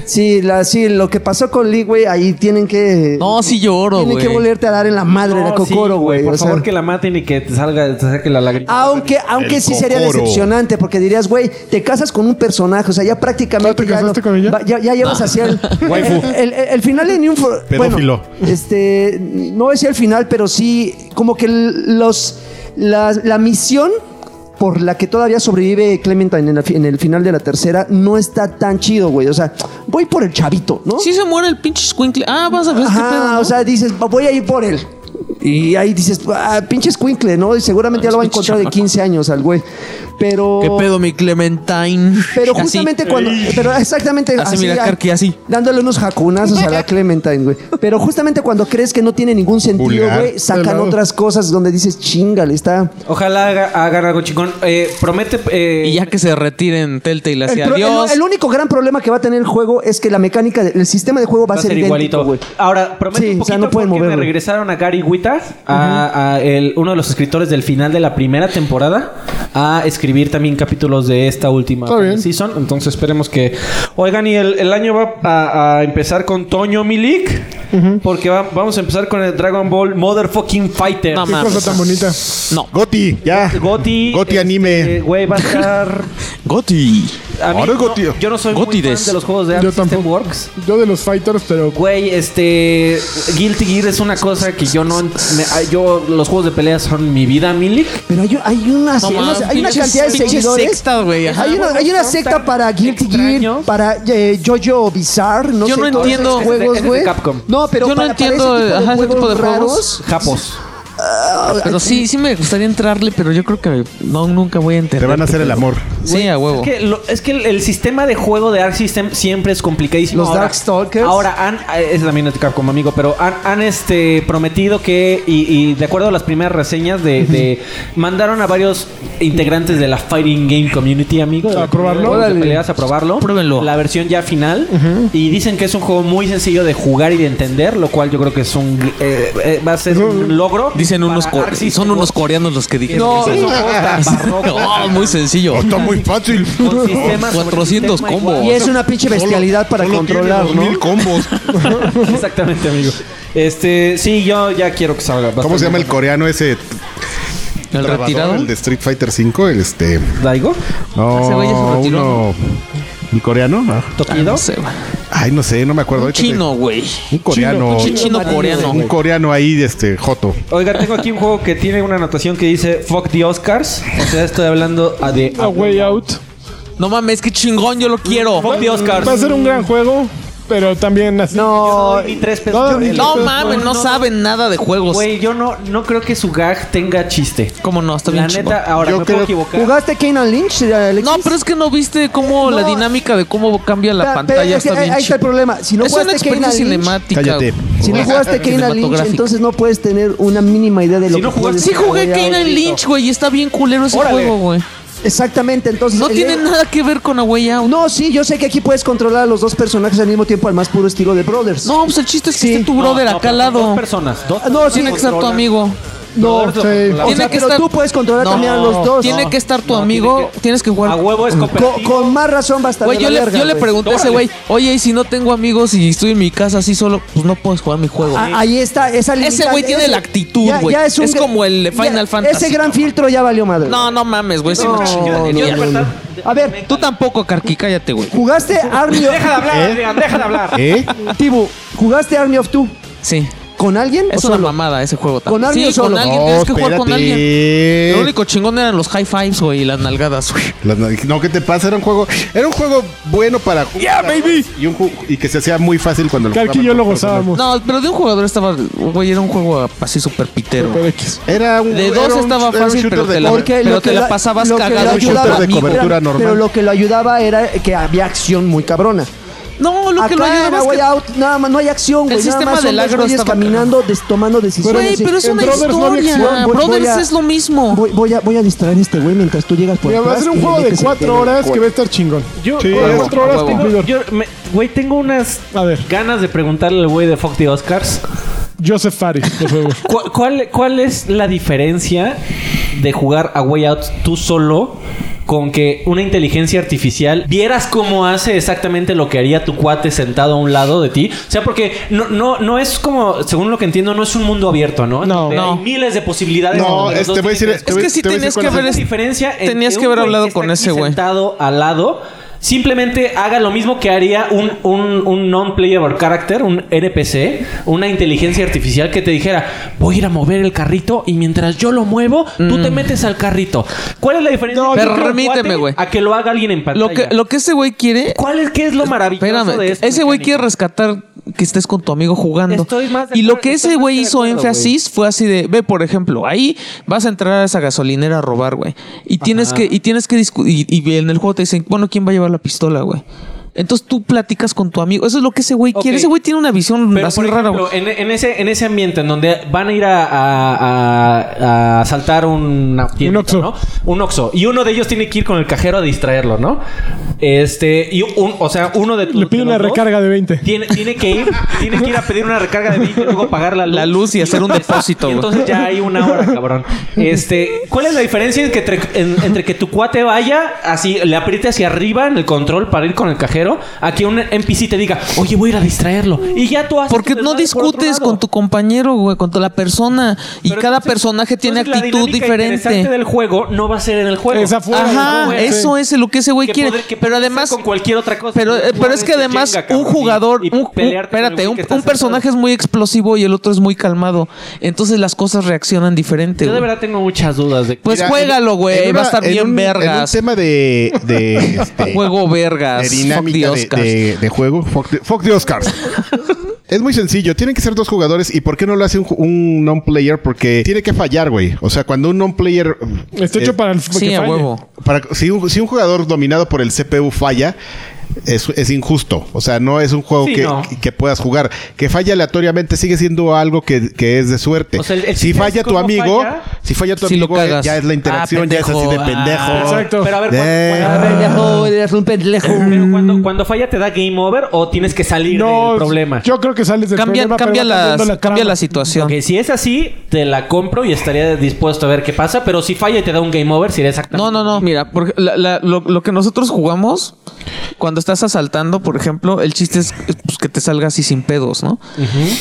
A: Sí, la, sí, lo que pasó con Lee, güey, ahí tienen que.
E: No, sí lloro,
A: Tienen que
E: güey.
A: volverte a dar en la madre
F: No,
A: la
F: sí,
A: Kokoro, güey.
F: Por
A: o sea.
F: favor, que la maten y que te salga, te saque la lágrima.
A: Aunque, aunque
D: El
A: sí sería
D: Kokoro.
A: decepcionante, porque dirías, güey, te casas con un personaje, o sea, ya prácticamente.
C: ¿No te
A: ya
C: casaste con ella?
A: va- Ya, ya llevas hacia el,
D: (laughs) Waifu.
A: el, el- el final de New For-
D: Pedófilo.
A: bueno, este, no decía el final, pero sí, como que los, la, la misión por la que todavía sobrevive Clementine en, la fi- en el final de la tercera no está tan chido, güey. O sea, voy por el chavito, ¿no?
E: Si se muere el pinche squinkle. Ah, vas a ver qué
A: Ajá,
E: pedo. ¿no?
A: o sea, dices, voy a ir por él. Y ahí dices, ah, pinche escuincle, ¿no? Y seguramente ya lo va a
E: Pinche
A: encontrar de
E: chamaco.
A: 15 años al güey. Pero.
E: ¿Qué pedo, mi Clementine?
A: Pero
E: Así.
A: justamente cuando. Pero exactamente.
E: Así, mira,
A: ah,
E: Karki, así.
A: Dándole unos jacunazos a la Clementine, güey. Pero justamente cuando crees que no tiene ningún sentido,
D: Vulgar.
A: güey, sacan
C: Pelado.
A: otras cosas donde dices, chingale, está.
B: Ojalá haga- hagan algo chingón. Eh, promete. eh,
E: Y ya que se retiren Telltale
A: El,
E: hacia
A: pro- el-
E: adiós.
A: el único gran problema que va a tener el juego es que la mecánica, del el sistema de juego va,
B: Va a ser
A: idéntico,
B: igualito.
A: güey.
B: Ahora, prometo
A: Sí,
B: un
A: o sea,
B: poquito
A: no pueden
B: porque
A: moverlo.
B: me regresaron a Gary Witta, a, a el- uno de los escritores del final de la primera temporada, a escribir también capítulos de esta última
C: Está bien.
B: season. Entonces esperemos que... Oigan, y el, el año va a, a empezar con Toño Milik, porque va- vamos a empezar con el Dragon Ball Motherfucking Fighter.
E: No
C: Qué
E: mames.
C: cosa tan bonita.
E: No.
D: Goti, ya.
B: Goti...
D: Goti
B: este,
D: anime.
B: Güey, va a estar...
E: Goti.
B: A mí
D: Ahora
B: no-
D: Goti.
B: yo no soy muy fan
E: Gotides.
B: de los juegos de
C: Yo
B: Arc System
C: tampoco.
B: Works.
C: Yo de los fighters, pero.
B: Güey, este Guilty Gear es una cosa que yo no me- ah, yo los juegos de peleas son mi vida, Milik.
A: Pero hay, hay una,
E: No mames,
A: hay una
E: pinches-
A: cantidad de
E: pinches
A: seguidores.
E: secta, güey, ajá.
A: hay, una, hay una
B: Son
A: secta
B: tan
A: para Guilty Gear,
B: extraños.
A: para eh, Jojo Bizarre, no
E: Yo
A: sé,
E: no
A: todos
E: entiendo-
A: esos
B: Ese
A: juegos,
B: es de
A: güey.
B: Capcom.
A: No, pero
E: Yo no
A: para- para
E: entiendo,
A: ese tipo de
E: ajá, ese
A: juegos
E: tipo de juegos.
A: raros,
B: Japos.
E: Pero sí, sí me gustaría entrarle, pero yo creo que no, nunca voy a enterar.
D: Te van a hacer el amor.
E: Sí, a huevo.
B: Es que, lo- es que el, el sistema de juego de Arc System siempre es complicadísimo.
A: Los Darkstalkers.
B: Ahora, han, eh, es también es de Capcom, amigo, pero han, han, este, prometido que, y, y de acuerdo a las primeras reseñas, de, de- mandaron a varios integrantes de la Fighting Game Community, amigo. de
C: ¿A
B: la
C: probarlo?
B: comunidad de
C: Órale.
B: peleas, a probarlo.
E: Pruébenlo.
B: La versión ya final. Y dicen que es un juego muy sencillo de jugar y de entender, lo cual yo creo que es un, eh, eh, va a ser un logro.
E: Dicen unos
B: para
E: core-
B: Arc System.
E: son unos coreanos los que dijeron.
B: No,
E: eso.
B: son (laughs) cosas barrocas.
E: (laughs) No, muy sencillo.
D: Oh, está muy fácil.
B: Con sistema sobre
E: 400
B: sistema igual.
E: combos.
A: Y es una pinche bestialidad para
D: Solo tiene
A: controlar, ¿no?
D: 2000 combos.
B: (laughs) Exactamente, amigo. Este, sí, yo ya quiero que salga.
D: ¿Cómo se llama el
B: co...
D: coreano ese?
E: El
D: trabador,
E: retirado. Ah,
D: El de Street Fighter 5, el este.
B: ¿Daigo?
D: No,
E: Ese güey ya se retiró.
D: uno- ¿El coreano? Ah.
E: Ah,
B: ¿Tokido?
E: no sé, güey.
D: Ay, no sé, no me acuerdo. Ahorita te-
E: Chino, güey.
D: Un coreano.
E: Chino, chino
D: Un
E: coreano.
D: coreano ahí, este, Joto.
B: Oiga, tengo aquí un juego que tiene una anotación que dice Fuck the Oscars. O sea, estoy hablando a de.
E: Ah,
C: A Way Out.
E: No mames, qué chingón, yo lo quiero.
B: Fuck the Oscars.
C: Va a ser un gran juego, pero también así.
B: No,
A: No,
B: ni tres
C: no,
B: pesos. por
C: ni-
B: él.
E: No mames, no saben nada de juegos.
B: Güey, yo no, no creo que su gag tenga chiste.
E: ¿Cómo no? Está bien
B: La
E: chingón.
B: neta, ahora
D: Yo
B: me puedo
D: creo-
B: equivocar.
A: ¿Jugaste Kane and Lynch, eh, Alexis?
E: No, pero es que no viste cómo la
A: No.
E: dinámica de cómo cambia la
A: Pero-
E: pantalla
A: pero es que
E: está bien
A: ahí está el
E: chingón.
A: problema. Si no
E: es una
A: jugaste Kane
E: experiencia
A: and Lynch,
E: cinemática.
D: Cállate.
E: güey.
A: si no
E: (laughs)
A: jugaste Kane and Lynch,
E: Cinematográfica.
A: entonces no puedes tener una mínima idea de lo
B: Si no
A: que puedes
B: jugaste-
E: Sí jugué
A: desarrollar.
E: Kane and Lynch, güey, y está bien culero ese
B: Órale.
E: juego, güey.
A: Exactamente, entonces
E: No
A: el-
E: tiene nada que ver con Away Out.
A: No, sí, yo sé que aquí puedes controlar a los dos personajes al mismo tiempo al más puro estilo de Brothers.
E: No, pues el chiste es que
A: Sí.
E: esté tu
B: No,
E: brother
B: no,
E: acá
B: pero
E: al
B: Dos
E: lado.
B: personas. Dos
A: Ah, no, sí,
E: Tiene que estar tu
B: controlan.
E: amigo.
A: no.
B: Brothers lo
C: sí.
B: controlan.
A: O sea,
E: Tiene que
A: pero
E: estar-
A: tú puedes controlar
E: No,
A: también a los dos.
E: Tiene
A: No.
E: que estar tu
B: No, tiene
E: amigo,
B: que-
E: tienes que jugar.
B: A huevo es
A: Co-
B: cooperativo.
A: con más razón basta.
E: Güey, yo, le, yo le pregunté a ese güey, oye, y si no tengo amigos y estoy en mi casa así solo, pues no puedes jugar mi juego.
A: Ah, ahí está, esa limitante-
E: Ese güey tiene
A: ese-
E: la actitud,
A: ya-
E: güey.
A: ya un
E: Es
A: gran-
E: como el de Final
A: ya-
E: Fantasy,
A: Ese gran
E: no
A: filtro ya valió madre.
E: no, no mames, güey. sí,
A: No,
E: una
A: no,
E: chingonería.
A: no, no. A ver,
E: Tú tampoco, Karki, cállate, güey.
A: jugaste Army of
B: Deja de
D: (laughs)
B: hablar, Adrián, deja de hablar.
D: ¿Eh?
A: Tibu, jugaste Army of Two.
E: Sí.
A: con alguien
E: Es
A: o
E: una
A: solo?
E: mamada ese juego también.
A: ¿Con alguien
E: sí, con
A: solo?
E: alguien.
D: No,
E: Tienes que jugar con
D: Oh, espérate.
E: alguien. Lo único chingón eran los high fives, güey, y las nalgadas, güey.
D: Las na- no, ¿qué te pasa? Era un juego, era un juego bueno para jugar.
C: Yeah, baby.
D: Y, un ju- y que se hacía muy fácil cuando lo
C: Que aquí
D: jugaban
C: yo lo
D: con personas.
C: gozábamos.
E: No, pero de un jugador estaba. Güey, era un juego así súper pitero.
C: Pero X.
D: Era un,
E: De
D: era
E: dos
D: un-
E: estaba
D: era un
E: fácil,
D: shooter
E: pero
D: de
E: te la-
D: cobertura.
E: pero
A: lo
E: te
A: que
E: la pasabas
A: lo que
E: cagado,
A: lo
D: un shooter
A: ayudaba-
D: de
A: Espérame,
D: cobertura normal.
A: Pero lo que lo ayudaba era que había acción muy cabrona.
E: No, lo que
A: Acá
E: lo
A: era,
E: ayudaba es
A: güey,
E: que...
A: out, nada más no hay acción, güey.
E: sistema
A: nada más
E: del
A: son dos
E: agro
A: güeyes
E: estaba-
A: caminando, des- tomando decisiones.
E: Güey,
A: y-
E: pero es
C: en
E: una
C: Brothers no había
E: historia.
C: acción,
A: voy-
E: Brothers
A: voy a-
E: es lo mismo.
A: Voy, voy a, voy a distraer a este güey mientras tú llegas por
C: Mira, va a
A: atrás
C: ser un
A: y
C: juego
A: le
C: de
A: metes el
C: cuatro
A: dedo.
C: horas que va a estar chingón.
B: Yo,
C: Sí,
B: Oye,
C: cuatro horas
B: tengo-
C: cumplidor.
B: yo me- güey, tengo unas
C: A ver.
B: ganas de preguntarle al güey de Fox de Oscars.
C: Joseph Fares, por favor.
B: ¿Cu- ¿Cuál, cuál es la diferencia de jugar a Way Out tú solo con que una inteligencia artificial vieras cómo hace exactamente lo que haría tu cuate sentado a un lado de ti? O sea, porque no, no, no es como, según lo que entiendo, no es un mundo abierto, ¿no?
C: No.
B: Donde
E: No.
B: Hay miles de posibilidades.
D: No,
B: donde los
D: este
B: dos
D: voy a decir.
B: tienen
D: te voy-
E: que sí
D: te voy a decir
E: tenías
D: cuál
E: que
D: es la-
E: haber
B: es la diferencia entre
E: Tenías que
B: un
E: haber
B: güey
E: hablado
B: está
E: con
B: aquí
E: ese güey.
B: sentado al lado simplemente haga lo mismo que haría un, un, un non-playable character un NPC una inteligencia artificial que te dijera voy a ir a mover el carrito y mientras yo lo muevo tú te metes al carrito ¿cuál es la diferencia
E: Mm. No,
B: entre un
E: permíteme,
B: cuate
E: güey.
B: a que lo haga alguien en pantalla?
E: Lo que, lo que ese güey quiere
B: ¿cuál es, qué es lo maravilloso
E: Espérame,
B: de esto?
E: ese güey
B: mecánico?
E: quiere rescatar que estés con tu amigo jugando.
B: Estoy más de
E: y lo
B: acuerdo,
E: que
B: estoy
E: ese
B: más
E: güey
B: de
E: hizo
B: acuerdo,
E: énfasis fue así de, ve, por ejemplo, ahí vas a entrar a esa gasolinera a robar, güey. Y tienes que, y tienes que discutir, y en el juego te dicen, bueno, ¿quién va a llevar la pistola, güey? Entonces tú platicas con tu amigo. Eso es lo que ese güey quiere.
B: Ok.
E: Ese güey tiene una visión
B: Pero,
E: así
B: por
E: rara,
B: ejemplo,
E: güey.
B: en, en ese, en ese ambiente en donde van a ir a, a- a- a asaltar una tienda,
C: Oxxo.
B: ¿no? Un Oxxo. Y uno de ellos tiene que ir con el cajero a distraerlo, ¿no? Este, y un, o sea, uno de tus-
C: Le pide
B: de
C: una
B: los dos
C: recarga de 20.
B: Tiene, tiene que ir, tiene que ir a pedir una recarga de 20 y luego pagar la luz.
E: La luz y hacer un depósito,
B: y
E: güey.
B: entonces ya hay una hora, cabrón. Este, ¿cuál es la diferencia en que entre, en- entre que tu cuate vaya así, le apriete hacia arriba en el control para ir con el cajero, a que un NPC te diga, oye, voy a ir a distraerlo? Y ya tú haces.
E: Porque
B: tu
E: no
B: desmadre por otro
E: discutes
B: lado.
E: con tu compañero, güey, con tu- la persona. Y
B: Pero
E: cada
B: entonces-
E: personaje tiene
B: entonces la
E: actitud
B: dinámica
E: diferente.
B: interesante del juego no va a ser en el juego.
C: Esa fue-
E: Ajá,
B: güey,
E: eso es lo que ese güey
B: Que
E: quiere.
B: poder- que
E: pero
B: poder
E: además,
B: hacer con cualquier otra cosa.
E: Pero,
B: Puedes
E: eh, pero
B: jugar
E: es que
B: este
E: además
B: Jenga, cabrón,
E: un jugador,
B: y- y
E: un, un-
B: pelearte con el
E: espérate,
B: güey
E: un,
B: que está
E: un personaje es
B: sentado.
E: muy explosivo y el otro es muy calmado. Entonces las cosas reaccionan diferente.
B: Yo de
E: güey.
B: verdad tengo muchas dudas de
E: Pues
D: Mira,
E: juégalo,
D: en-
E: güey.
D: en
E: Va
D: una-
E: a estar
D: en
E: bien
D: un- En un
E: vergas.
D: tema de.
E: (laughs)
D: de, este,
E: Juego
D: de
E: vergas. Fuck the
D: dinámica de, Este
E: Oscars.
D: de- de juego. Fuck the, fuck the
E: (laughs)
D: Oscars. Es muy sencillo, tienen que ser dos jugadores y ¿por qué no lo hace un, ju- un non-player? Porque tiene que fallar, güey. O sea, cuando un non-player...
C: Está
D: eh,
C: hecho para el para
E: Sí,
C: que
E: a
C: falle.
E: huevo.
D: para- si, un, si un jugador dominado por el CPU falla, es, es injusto. O sea, no es un juego
B: Sí,
D: que,
B: no.
D: que puedas jugar. Que falla aleatoriamente sigue siendo algo que, que es de suerte.
B: O sea, el- el
D: si
B: chiste
D: falla
B: es
D: tu
B: cómo
D: amigo,
B: falla.
D: si falla tu
E: Si lo
D: amigo, eh,
E: cagas.
D: ya es la interacción,
E: Ah,
D: ya es así de
E: pendejo.
D: pendejo.
E: Ah,
C: exacto.
B: Pero a ver, cu-
D: Eh.
B: cu- a
A: A
B: ver,
A: ver, viejo, eres un pendejo.
B: Pero cuando, cuando falla te da game over o tienes que salir
C: No,
B: del problema.
C: yo creo que sales del
E: Cambia,
C: problema.
E: cambia,
C: pero va
E: las-
C: cambiando la
E: cambia
C: trama.
E: la situación.
B: Que si es así, te la compro y estaría dispuesto a ver qué pasa. Pero si falla y te da un game over, sería exactamente.
E: No, no, no. Mira, porque la- la- lo, lo que nosotros jugamos, cuando estás asaltando, por ejemplo, el chiste es eh, pues, que te salgas así sin pedos, ¿no?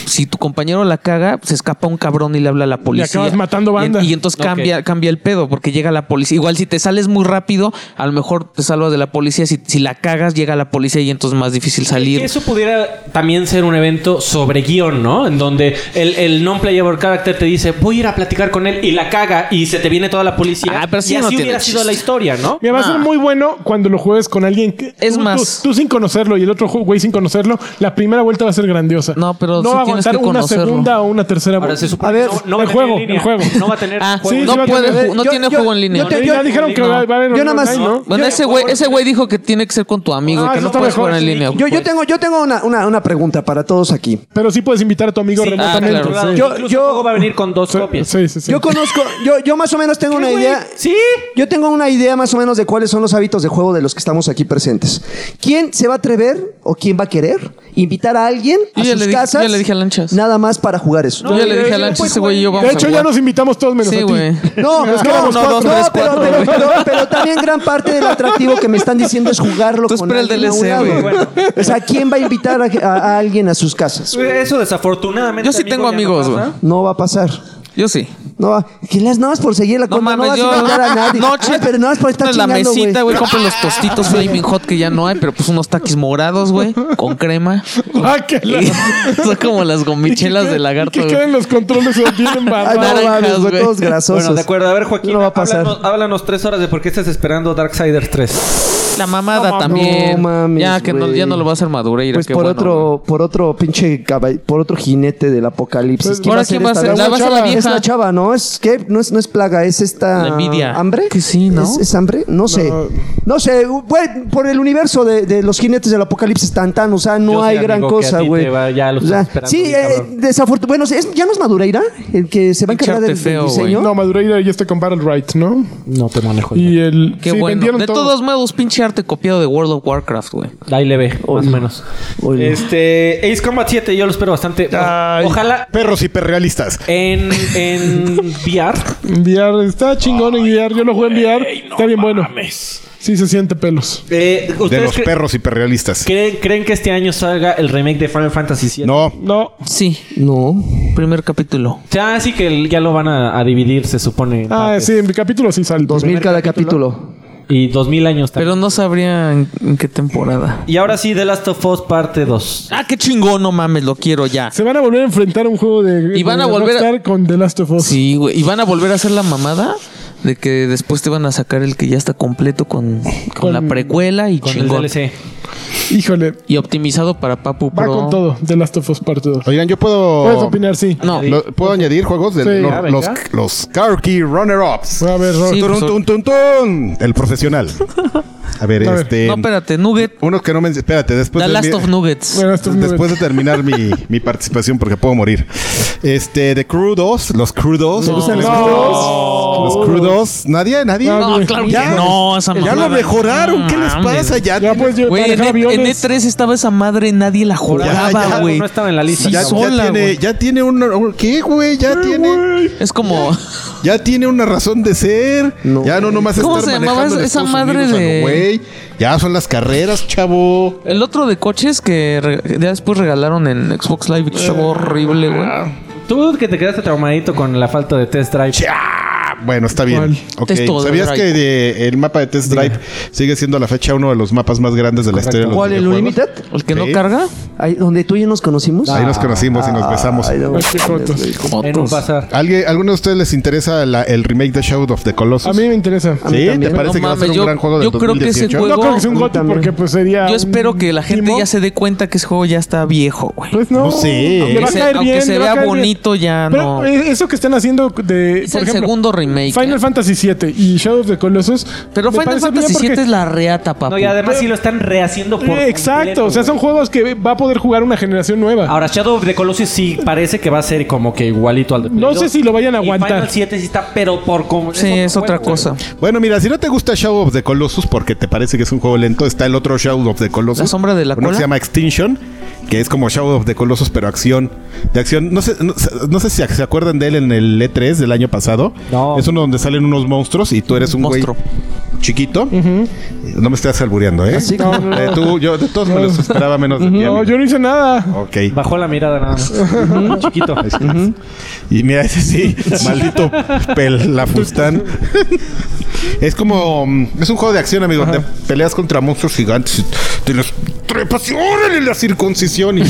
E: Si tu compañero la caga, se escapa un cabrón y le habla a la policía.
C: acabas matando banda.
E: Y, y entonces
B: Ok.
E: cambia, cambia el pedo, porque llega la policía. Igual si te sales muy rápido, a lo mejor te salvas de la policía. Si, si la cagas, llega la policía y entonces es más difícil
B: Que
E: salir.
B: Eso pudiera también ser un evento sobre guión, ¿no? En donde el, el non-playable character te dice, voy a ir a platicar con él y la caga y se te viene toda la policía.
E: Ah, pero sí
B: y
E: no
B: así
E: tiene
B: hubiera
E: chiste.
B: sido la historia, ¿no?
C: Mira, va a ser muy bueno cuando lo juegues con alguien que.
E: Es
C: tú-
E: más-
C: Tú, tú sin conocerlo y el otro ju- güey sin conocerlo, la primera vuelta va a ser grandiosa.
E: No, pero
C: No
E: sí
C: va a
E: tienes
C: aguantar
E: que
C: una
E: conocerlo.
C: segunda o una tercera
B: Ahora se
C: vuelta.
B: supone
A: A ver,
B: que no, no va a tener
C: el juego,
B: línea.
C: el juego.
B: No va a tener
E: Ah,
B: juego.
C: sí,
E: no,
C: sí va a
E: puede
C: tener-
E: ju- no
A: Yo-
E: tiene
A: yo-
E: juego en línea.
A: yo te-
C: Ya dijeron que
A: no.
C: va a haber
A: Yo nada más-
C: online, ¿no?
E: Bueno,
A: yo-
E: ese güey, ese güey dijo que tiene que ser con tu amigo,
C: Ah,
E: que
C: eso
E: no
C: está
E: puedes
C: mejor.
E: jugar en línea.
A: Yo, yo tengo, yo tengo una, una, una pregunta para todos aquí.
C: Pero sí puedes invitar a tu amigo
B: Sí,
C: remotamente.
E: ah, claro.
C: sí.
B: Yo, yo,
A: yo-
B: va a venir con dos
C: Sí,
B: copias.
C: Sí, sí, sí.
A: Yo conozco, yo, yo más o menos tengo una idea.
B: ¿Sí?
A: Yo tengo una idea más o menos de cuáles son los hábitos de juego de los que estamos aquí presentes. ¿Quién se va a atrever o quién va a querer invitar a alguien a
E: Yo ya
A: sus
E: le dije-
A: casas?
E: ya le dije a Lanchas.
A: Nada más para jugar eso.
E: Yo ya le dije a Lanchas, ese güey y yo vamos
C: de
E: a
C: hecho, ya
E: jugar.
C: nos invitamos todos menos
E: Sí,
C: a ti.
E: güey.
A: No,
C: Es que
A: no,
C: éramos
A: no, no,
C: cuatro,
E: tres,
A: pero,
E: cuatro,
A: pero-
E: güey.
A: pero- pero también gran parte del atractivo que me están diciendo es jugarlo
E: Tú
A: con
E: espera el
A: alguien a un
E: DLC,
A: lado.
E: güey.
A: O sea, ¿quién va a invitar a, a- a alguien a sus casas?
B: Eso desafortunadamente.
E: Yo sí tengo
B: ya no
E: amigos,
B: pasa.
E: güey.
A: No va a pasar.
E: Yo sí.
A: No, que las nada más por seguir la
E: No
A: cuenta,
E: mames,
A: no
E: yo.
A: vas a
E: (laughs)
A: matar a nadie.
E: Noche.
A: Ay, pero nada más por estar
E: en la
A: chingando, güey.
E: mesita, güey. Compro los tostitos Flaming Hot que ya no hay, pero pues unos taquis morados, güey. Con crema.
C: (laughs) Ah, que la-
E: Y (laughs) son como
C: (laughs)
E: las gomichelas de
C: Que
E: lagarto, güey.
C: quedan los controles
E: (laughs)
C: bien
A: Ay,
C: embarrados.
A: no,
E: Naranjas,
A: mames, güey,
E: güey.
A: todos grasosos.
B: Bueno, de acuerdo. A ver, Joaquín,
A: No va a pasar.
B: Háblanos, háblanos tres horas de por qué estás esperando Darksiders 3.
E: La mamada también.
A: no mames,
E: ya que no,
A: güey.
E: ya no lo va a hacer Madureira.
A: Pues
E: qué
A: por
E: bueno, güey.
A: otro, por otro pinche caball- por otro jinete del apocalipsis.
C: Pues,
A: ¿Quién
E: ¿ahora
A: a ser
E: quién va a
A: esta
E: ser?
A: vez?
E: La va a ser la
A: chava. Es
E: vieja.
A: la chava, ¿no? Es que no es, no es plaga, es esta
E: La envidia.
A: hambre.
E: Que sí, ¿no?
A: ¿Es, es hambre? No sé. No, sé, güey, por el universo de, de los jinetes del apocalipsis tan tan, o sea, no
B: Yo sé,
A: hay gran
B: amigo, que a
A: cosa,
B: ti
A: güey.
B: te va- ya lo
A: O sea,
B: estás esperando,
A: sí,
B: mi
A: eh,
B: cabrón.
A: desafortunadamente, bueno, es- ya no es Madureira el que se va a
E: Pinche
A: encargar del,
E: arte
A: del
E: feo,
A: diseño.
C: No, Madureira ya está con Battle Right, ¿no?
B: No te manejo.
C: Y el.
E: Qué
C: sí,
E: bueno.
C: vendieron
E: De
C: todo.
E: todos modos, pinche arte copiado de World of Warcraft, güey.
B: Ahí le ve, más o menos. Este, Ace Combat 7 yo lo espero bastante. O-
D: Ay,
B: Ojalá
D: Perros hiperrealistas.
B: en, en VR.
C: VR, está chingón en VR. Yo lo jugué en VR. está bien bueno. Sí, se siente pelos.
B: Eh,
D: De
B: ¿Ustedes
D: los
B: cre-
D: perros hiperrealistas.
B: creen, creen que este año salga el remake de Final Fantasy 7?
D: No.
C: No.
E: Sí.
A: No.
E: Primer capítulo.
B: Ya, sí que el- ya lo van a, a dividir, se supone. en
C: Ah,
B: partes.
C: sí, en mi capítulo sí sale. el
A: 2000
C: primer
A: cada capítulo.
B: Y 2000 años también.
E: Pero no sabría en, en qué temporada.
B: Y ahora sí, The Last of Us parte 2.
E: Ah, qué chingón, no mames, lo quiero ya.
C: Se van a volver a enfrentar a un juego de.
E: Y van
C: de
E: a volver a-
C: Rockstar con The Last of Us.
E: Sí, güey. ¿Y van a volver a hacer la mamada? De que después te van a sacar el que ya está completo con, con,
C: Con-
E: la precuela y
B: Con
E: chingón.
B: el DLC.
C: Híjole,
E: Y optimizado para Papu
C: va
E: Pro.
C: con todo. The Last of Us Part 2.
D: Oigan, yo puedo.
C: Puedes opinar, sí.
E: No.
D: lo- ¿Puedo añadir juegos? De,
C: Sí.
D: los,
C: Ah,
D: los, los Car Key Runner-Ups.
C: A ver, Rock.
E: Sí,
D: Turun,
E: pues,
D: tun, tun, tun. El
E: (laughs)
D: profesional. A ver,
C: A ver.
D: este.
E: No, espérate, Nugget.
D: Unos que no me. Espérate, después
E: The
D: Pues de
E: Last
D: mi-
E: of Nuggets.
C: Bueno, esto es muy-
D: Después de terminar mi, mi participación, porque puedo morir. Este, The Crew 2, los Crew 2.
C: ¿Te gustan
D: los,
C: los juegos?
D: los Crew 2. Nadie, nadie.
C: No,
E: No, claro que
D: Ya-
E: no. Esa
D: ya lo
E: mamada.
D: mejoraron. ¿Qué les
E: Mames.
D: pasa? Ya,
C: Ya puedes
E: Güey, en,
C: manejar
E: E- en
C: aviones.
E: E3 estaba esa madre, nadie la
D: Ya,
E: jugaba,
D: ya,
E: güey.
B: no estaba en la lista.
E: Sí,
D: ya- ya
E: sola,
D: tiene,
E: güey.
D: ya tiene una. un- ¿Qué, güey? Ya tiene.
E: Es como.
D: Ya tiene una razón de ser.
A: No.
D: Ya no nomás
E: ¿Cómo
D: estar
E: se llamaba
D: manejando en
E: esa
D: Estados
E: madre
D: Unidos a lo
E: de-
D: güey. Ya son las carreras, chavo.
E: El otro de coches que re- ya después regalaron en Xbox Live.
D: Eh.
E: que Estaba horrible, güey.
B: Tú que te quedaste traumadito con la falta de test drive.
D: Ah, Bueno, está bien. Ok.
E: Testo de
D: ¿Sabías
E: Drive.
D: que de- el mapa de Test Drive sigue siendo a la fecha uno de los mapas más grandes de la historia de los
A: ¿Cuál? ¿El
D: videojuegos?
A: Unlimited?
E: El que no
D: Sí.
E: carga.
A: Ahí donde tú y yo nos conocimos.
D: Ahí nos conocimos y nos besamos.
A: Ay, no,
C: Ay, qué fotos.
A: güey, ¿cómo?
B: En un bazar.
D: ¿Alguien, ¿Alguno de ustedes les interesa la- el remake de Shadow of the Colossus?
C: A mí me interesa.
A: mí
D: ¿Sí? ¿Te
A: también.
D: parece
E: No
D: que va a ser
E: mames,
D: un
E: yo-
D: gran juego del
E: yo creo que ese
D: 2018?
E: juego-
C: No creo que sea un
A: A mí
C: GOTY
A: también.
C: porque pues sería.
E: Yo
C: un
E: espero que la gente
C: timo.
E: ya se dé cuenta que ese juego ya está viejo, güey.
C: Pues no.
D: No sé.
C: Le va a
E: Aunque se-
C: caer
E: aunque
C: bien,
E: se
C: le va a
E: vea
C: caer bien.
E: bonito, ya
C: Pero
E: no.
C: eh, eso que están haciendo de.
E: Es
C: por
E: el
C: ejemplo,
E: segundo remake.
C: Final
E: eh.
C: Fantasy VII y Shadow of the Colossus.
E: Pero
C: me
E: Final
C: parece bien
E: Fantasy
C: porque-
E: VII es la reata, papá.
B: No, y además sí lo están rehaciendo por.
C: Eh, Exacto,
B: completo,
C: o sea, son
B: güey.
C: juegos que va a poder jugar una generación nueva.
B: Ahora, Shadow of the Colossus sí parece que va a ser como que igualito al de Play
C: No
B: 2.
C: sé si lo vayan a
B: Y
C: aguantar.
B: Final 7 sí está, pero por. com-
E: Sí, es
B: otro
E: otra
B: juego,
E: cosa.
D: Bueno, mira, si no te gusta Shadow of the Colossus porque te parece que es un juego lento, está el otro Shadow of the Colossus.
E: La sombra de la
D: Uno que
E: cola.
D: se llama Extinction, que es como Shadow of the Colossus, pero acción. De acción. No sé, no, sé- no sé si se acuerdan de él en el E3 del año pasado.
B: No.
D: Es uno donde salen unos monstruos y tú eres un güey
E: Monstruo.
D: chiquito. No me estás albureando,
E: Ah,
D: ¿eh?
C: No, no, no.
D: Eh, tú, yo de todos me los esperaba menos
E: (laughs)
D: de ti.
C: No,
D: amigo.
C: yo no hice nada.
D: Ok.
C: (laughs)
B: güey. Bajó la mirada nada más. Chiquito.
D: Y mira, ese
C: (laughs)
D: sí, maldito pelafustán. es como. mm, Es un juego de acción, amigo. Te peleas contra monstruos gigantes. y Te los trepas y órale la circuncisión. Y,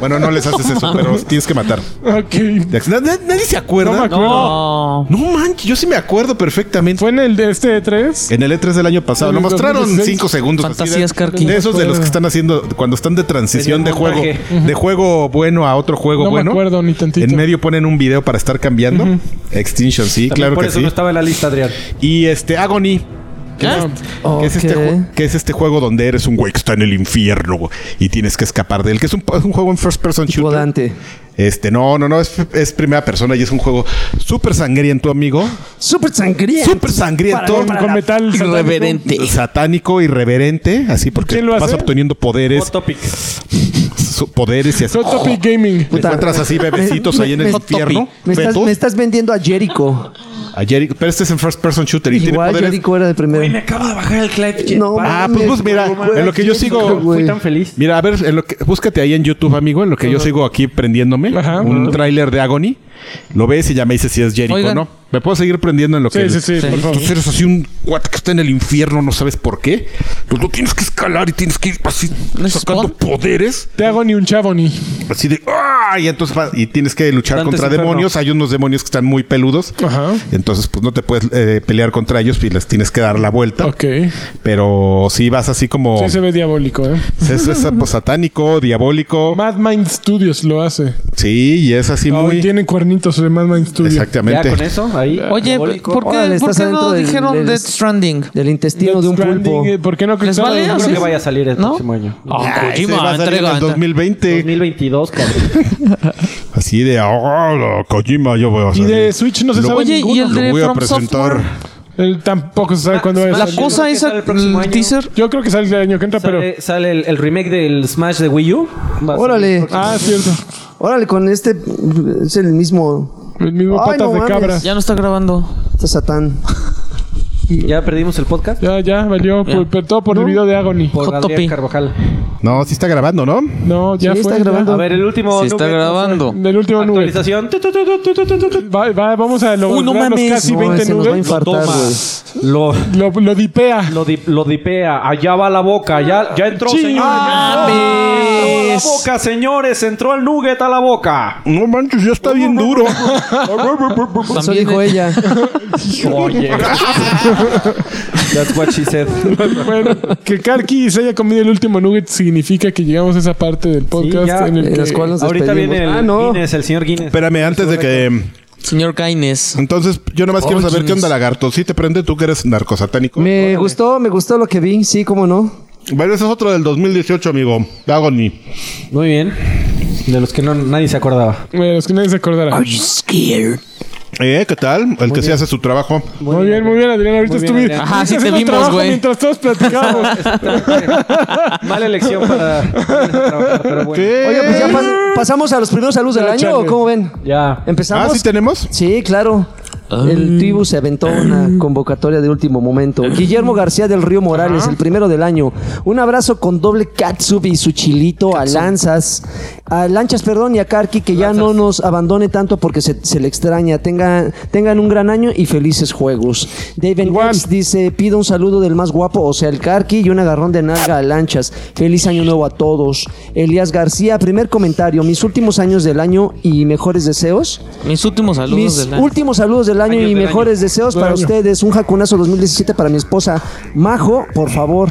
D: bueno, no les haces eso, pero los tienes que
C: (laughs)
D: matar.
C: Ok.
D: De acción. Nad- Nadie se
C: No me
D: acuerda.
C: acuerdo.
E: No.
D: No, manches, yo sí me acuerdo perfectamente.
C: Fue en el de este 3.
D: En el E3 del año pasado.
C: En
D: Lo
C: el
D: mostraron
C: 2016.
D: 5 segundos. así
E: Fantasías,
D: de,
E: Karki.
D: de esos de los que están haciendo cuando están de transición de
B: Desde el
D: juego,
B: montaje.
D: de juego bueno a otro juego
C: No me
D: bueno.
C: acuerdo ni tantito.
D: En medio ponen un video para estar cambiando. Extinction, sí,
B: También
D: claro
B: por
D: que
B: eso
D: sí.
B: no estaba en la lista, Adrián.
D: Y este Agony.
E: ¿Ya?
D: Que, es
A: Ok.
D: este ju- que es este juego donde eres un güey que está en el infierno y tienes que escapar de él, que es un, es un juego en first person
A: Tipo
D: shooter.
A: Dante.
D: Este, no, no, no, es, es primera persona y es un juego súper sangriento, amigo.
A: Súper sangriento.
D: Súper sangriento.
C: Con, con metal.
E: Irreverente.
D: satánico, irreverente, así porque
C: ¿Quién lo
D: vas
C: hace?
D: obteniendo
B: Hot
D: poderes,
B: topic.
D: su- poderes y así. Oh.
C: Son Topic Gaming.
D: Te encuentras así bebecitos
A: Me-
D: ahí en
A: me-
D: el
A: me-
D: infierno.
A: Me estás,
D: fetos.
A: me estás vendiendo a Jericho.
D: A Jericho- pero este es en first person shooter y tiene
A: Igual
D: poderes.
A: Jericho era de
B: Me
A: primero.
B: acabo de bajar el clip.
A: No,
D: Ah, pues, pues, mira,
A: güey,
D: en lo que yo sigo-
A: Jericho, güey.
B: Fui tan feliz.
D: Mira, a ver, en lo que- búscate ahí en YouTube, amigo, en lo que yo sigo aquí prendiéndome.
C: Ajá.
D: un tráiler de Agony. Lo ves y ya me dices si es Jericho
E: Oigan.
D: no. Me puedo seguir prendiendo en lo que.
C: Sí, sí, sí,
E: Sí.
C: por favor.
D: Entonces eres así un cuate que está en el infierno, no sabes por qué.
G: Pues lo tienes que escalar y tienes que ir así
E: ¿No es
G: sacando
E: Spawn?
G: poderes.
C: Te hago ni un chavo ni.
D: Así de ¡ah! Y entonces vas- y tienes que luchar
B: Dante's
D: contra
B: Inferno.
D: demonios. Hay unos demonios que están muy peludos.
C: Ajá.
D: Entonces, pues no te puedes eh, pelear contra ellos y les tienes que dar la vuelta.
C: Ok.
D: Pero si vas así como.
C: Sí, se ve diabólico, ¿eh?
D: Es, es, pues, satánico, diabólico.
C: Mad Mind Studios lo hace.
D: Sí, y es así
C: Oh,
D: muy.
C: tienen cuernitos de Mad Mind Studios.
B: Ya
D: Exactamente.
B: con eso, ahí.
E: Oye, ¿por qué,
B: diabólico.
A: Órale,
E: ¿por
A: estás
E: qué
A: adentro
E: no
A: del-
E: dijeron
A: del-
E: Death Stranding?
A: Del intestino de un pulpo.
C: Stranding, eh, ¿Por qué no
E: ¿Les
C: criticaron
E: vale?
C: los
B: No creo
E: ¿Sí?
B: que vaya a salir el
E: ¿No?
B: próximo año.
E: Ah,
D: Ah, ese
E: Kojima,
D: va a salir en
E: entrega,
D: el 2020.
B: 2022, cabrón.
D: Así de, oh, Kojima, yo voy a
C: Y
D: salir.
C: de Switch no se
D: Lo-
C: sabe
E: Oye,
C: ninguno.
E: y el
D: Lo
E: de
D: voy a
E: From
D: presentar.
E: Software.
C: Él tampoco se sabe cuándo va a
B: Smash
E: La
C: salir.
B: Creo
E: cosa
B: que
E: esa,
B: sale el próximo
E: el
B: año.
E: teaser.
C: Yo creo que sale el año que entra, pero...
B: Sale, sale el, el remake del Smash de Wii U. Va
D: pues,
B: a
A: Órale.
B: salir.
C: Ah, cierto.
A: Órale, con este mm, es el mismo.
C: El mismo
A: Ay,
C: patas
A: no
C: de
A: mames.
C: cabra.
E: Ya no está grabando.
A: Este
D: (laughs)
A: Satán.
B: Ya perdimos el podcast.
C: Ya, ya, valió. por- pero todo por el video de Agony.
B: Por
E: Hot
B: Gabriel
E: Topic.
B: Carvajal.
D: No, sí está grabando, ¿no?
C: No, ya
A: Sí,
C: fue.
A: está grabando.
B: A ver, el último.
E: Se está
B: nugget,
E: grabando.
C: ya. Del último nube.
B: Actualización. Tu, tu, tu, tu, tu, tu, tu, tu.
C: Va- va- vamos a lograr
E: Uy, no
C: los
E: mames.
C: casi
A: No,
C: 20
A: se nos va a
C: nubes.
A: infartar,
B: Toma.
A: güey.
B: Lo,
C: Lo, lo dipea.
B: lo, di- lo dipea. Allá va la boca. Ya, ya entró,
C: Chin.
B: señores.
C: Ah,
B: Entró a la boca, señores. Entró el nugget a la boca.
D: No manches, ya está bien duro.
A: Eso
E: También
A: dijo
E: es-
A: ella.
B: Oye. That's what she said.
C: bueno, que Karki se haya comido el último nugget significa que llegamos a esa parte del podcast
B: ya,
C: en el
A: en
C: que...
A: las cuales- Nos
B: Ahorita
A: despedimos.
B: viene el
A: Ah, no.
B: Guinness, el señor Guinness.
D: Espérame, antes de que.
E: Señor Gaines.
D: Entonces, yo nomás quiero saber qué onda, lagarto. ¿Sí te prende tú que eres narcosatánico?
A: Me gustó, me gustó lo que vi, sí, cómo no.
D: Bueno, ese es otro del 2018, amigo. Agony.
B: Muy bien. De los que no, nadie se acordaba.
C: Eh, los que nadie se acordará.
D: ¿Eh? ¿Qué tal? El que sí hace su trabajo. Ah,
C: Muy bien, muy bien, Adrián. Ahorita
B: Muy bien, Adrián.
C: estuvimos.
E: Ajá, sí te
C: haciendo
E: vimos,
C: trabajo
E: güey.
C: Mientras
B: (laughs)
C: todos platicábamos.
B: Mala elección para trabajar, pero bueno.
A: Oiga, pues ya
D: Eh.
A: pas- pasamos a los primeros saludos del
C: Ya,
A: año,
C: chale.
A: ¿o cómo ven?
B: Ya.
A: ¿Empezamos?
D: Ah, ¿sí tenemos?
A: Sí, claro. El Tribu se aventó una convocatoria de último momento. Guillermo García del Río Morales, el primero del año. Un abrazo con doble Katsubi y su chilito a Lanzas. A Lanchas, perdón, y a Karki, que ya no nos abandone tanto porque se, se le extraña. Tenga- tengan un gran año y felices juegos. David
C: Igual.
A: Wells dice: pido un saludo del más guapo, o sea, el Karki, y un agarrón de nalga a Lanchas. Feliz año nuevo a todos. Elías García, primer comentario. Mis últimos años del año y mejores deseos.
E: Mis últimos saludos
A: Mis
E: del año.
A: últimos saludos del año
B: Años
A: y
B: del
A: mejores deseos para
C: año.
A: ustedes. Un jacunazo 2017 para mi esposa Majo, por favor.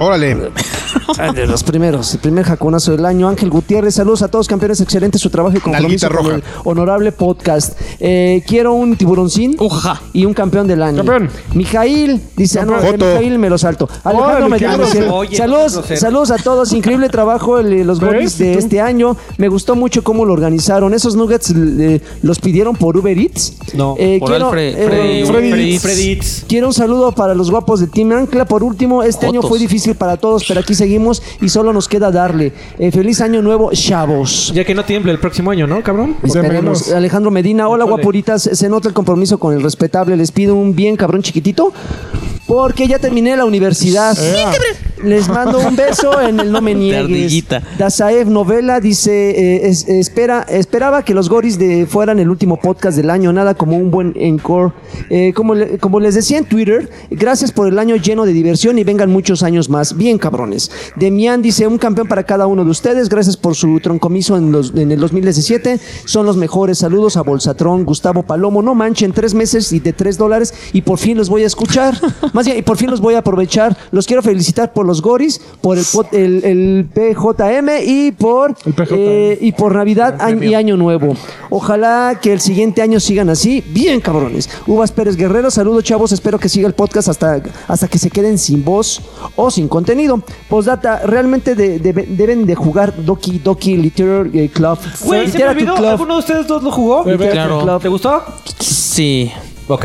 D: Órale.
A: De los primeros, el primer jacunazo del año. Ángel Gutiérrez, saludos a todos, campeones. Excelente su trabajo y compromiso
D: Nalguita
A: con
D: roja.
A: el honorable podcast. Eh, quiero un tiburoncín
E: Ujaja.
A: y un campeón del año.
C: Campeón.
A: Mijail, dice, ah, no, de
D: Foto.
A: Mijail me lo salto. Alejandro
C: Órale,
A: Medina,
C: qué grosero.
A: dice,
B: Oye, qué
A: saludos,
B: grosero.
A: saludos a todos. Increíble trabajo el- los
C: ¿Ves?
A: goles de
C: ¿Tú?
A: este año. Me gustó mucho cómo lo organizaron. Esos nuggets eh, los pidieron por Uber Eats.
B: No,
A: Eh,
E: Por
A: quiero,
E: Alfred.
A: eh,
E: Freddy.
C: Freddy.
E: Freddy.
B: Predits.
A: Quiero un saludo para los guapos de Team Ancla. Por último, este año
E: Jotos.
A: fue difícil para todos, pero aquí seguimos y solo nos queda darle. Eh, feliz año nuevo, chavos.
B: Ya que no tiemble el próximo año, ¿no, cabrón?
A: Esperemos.
C: menos.
A: Alejandro Medina, hola
B: Híjole.
A: guapuritas, se nota el compromiso con el respetable, les pido un bien cabrón chiquitito, porque ya terminé la universidad.
C: Eh.
A: Les mando un beso en el no me niegues.
E: ardillita.
A: Dazaev Novela dice, eh, es- espera, esperaba que los goris de fueran el último podcast del año, nada como un buen encore. Eh, como, le- como les decía en Twitter, gracias por el año lleno de diversión y vengan muchos años más. Bien cabrones. Demian dice, un campeón para cada uno de ustedes, gracias por su troncomiso en, los- en el 2017, son los mejores. Saludos a Bolsatrón, Gustavo Palomo, no manchen, tres meses y de tres dólares y por fin los voy a escuchar. Más bien, y por fin los voy a aprovechar. Los quiero felicitar por los goris, por el, pot- el, el PJM y por,
C: El PJM.
A: eh, y por Navidad año- y Año Nuevo. Ojalá que el siguiente año sigan así. Bien, cabrones. Uvas Pérez Guerrero, saludos chavos. Espero que siga el podcast hasta, hasta que se queden sin voz o sin contenido. Postdata, realmente de- debe- deben de jugar Doki Doki Literature eh, Club.
B: Güey, se me
A: Literature
B: olvidó.
A: Club.
B: ¿Alguno de ustedes dos lo jugó?
C: Bebé.
E: Claro.
B: ¿Te gustó?
E: Sí.
B: Ok.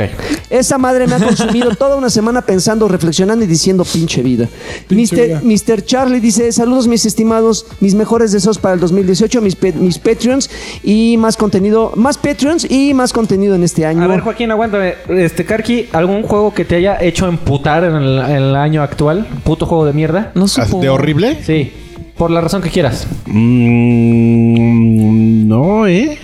A: Esa madre me ha consumido toda una semana pensando, reflexionando y diciendo pinche vida.
C: Pinche
A: Mister,
C: vida.
A: Mister Charlie dice, saludos mis estimados, mis mejores deseos para el 2018, mis, pe- mis Patreons y más contenido, más Patreons y más contenido en este año.
B: A ver, Joaquín, aguántame. Este, Karki, ¿algún juego que te haya hecho emputar en el, en el año actual? ¿Puto juego de mierda?
E: No supo.
D: ¿De horrible?
B: Sí. Por la razón que quieras.
D: Mm, no, ¿eh?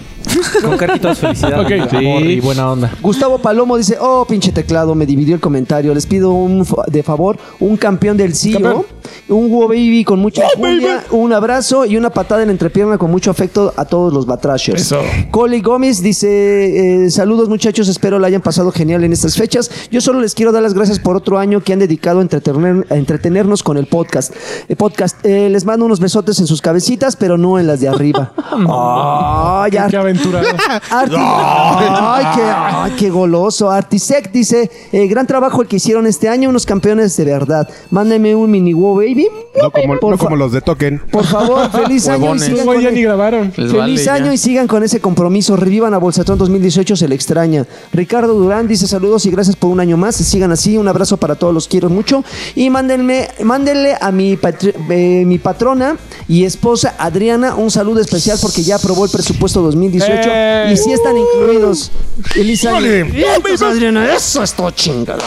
B: Con carritos, (laughs) felicidad,
C: Ok.
B: amor y buena onda.
A: Gustavo Palomo dice, oh, pinche teclado, me dividió el comentario. Les pido un fa- de favor un campeón del CEO,
C: Campeón. Oh,
A: un wow baby con mucha furia, un abrazo y una patada en la entrepierna con mucho afecto a todos los batrashers.
C: Eso.
A: Coli Gómez dice, eh, saludos muchachos, espero la hayan pasado genial en estas fechas. Yo solo les quiero dar las gracias por otro año que han dedicado a, entretener- a entretenernos con el podcast. Eh, podcast eh, les mando unos besotes en sus cabecitas, pero no en las de
C: (laughs)
A: arriba. Ay, ya
C: Qué aventurado.
D: (laughs)
A: Arti- ay, qué, ay, qué goloso. Artisec dice: eh, Gran trabajo el que hicieron este año, unos campeones de verdad. Mándenme un mini wow, baby.
D: No como,
A: por,
D: no
A: fa- Pues,
D: como los de Token.
A: por favor, feliz año. Y
E: Huevones.
A: sigan
C: Luego
A: con
C: ya ni
A: el-
C: grabaron.
E: Les
A: Feliz
E: vale,
A: año
E: ya.
A: y sigan con ese compromiso. Revivan a Bolsatón 2018, se le extraña. Ricardo Durán dice saludos y gracias por un año más. Sigan así, un abrazo para todos, los quiero mucho. Y mándenme, mándenle a mi, patri- eh, mi patrona y esposa Adriana un saludo especial porque ya aprobó el presupuesto 2018
C: ¡Eh!
A: y sí están incluidos. Feliz año.
G: ¡Órale!
A: Vientos, Adriana, eso es todo chingada.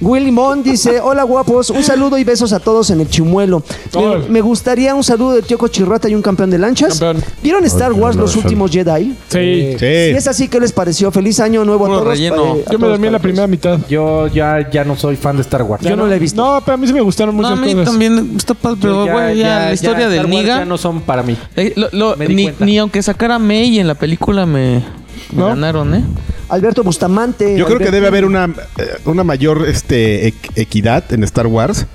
A: Willy Mon dice, hola guapos, un saludo y besos a todos en el chimuelo. Me,
C: Órale.
A: me gustaría un saludo de Tioco Chirrata y un campeón de lanchas.
C: Campeón.
A: Pues, ¿Vieron Star Wars Los Últimos Jedi?
C: Sí.
D: Sí.
A: Si es así, ¿qué les pareció? Feliz año nuevo a
E: Puro
A: todos. pa-
E: relleno.
A: eh, a
C: Yo me
A: todos,
C: dormí en la
A: pa-
C: primera mitad.
B: Yo ya, ya no soy fan de Star Wars.
A: Yo
C: Ya
A: no la he visto.
C: No, pero a mí sí me gustaron
E: No, a
C: muchas
E: mí
C: cosas.
E: también está padre, pero
B: Yo
E: güey, ya, la historia
B: Star
E: del
B: Wars
E: Niga.
B: ya no son para mí.
E: eh, lo- lo-
B: Me di
E: ni,
B: cuenta.
E: ni aunque sacara a May en la película me, me
C: ¿No?
E: ganaron, ¿eh?
A: Alberto Bustamante.
D: Yo creo que
A: Alberto-
D: debe haber una, eh, una mayor este, equ- equidad en Star Wars,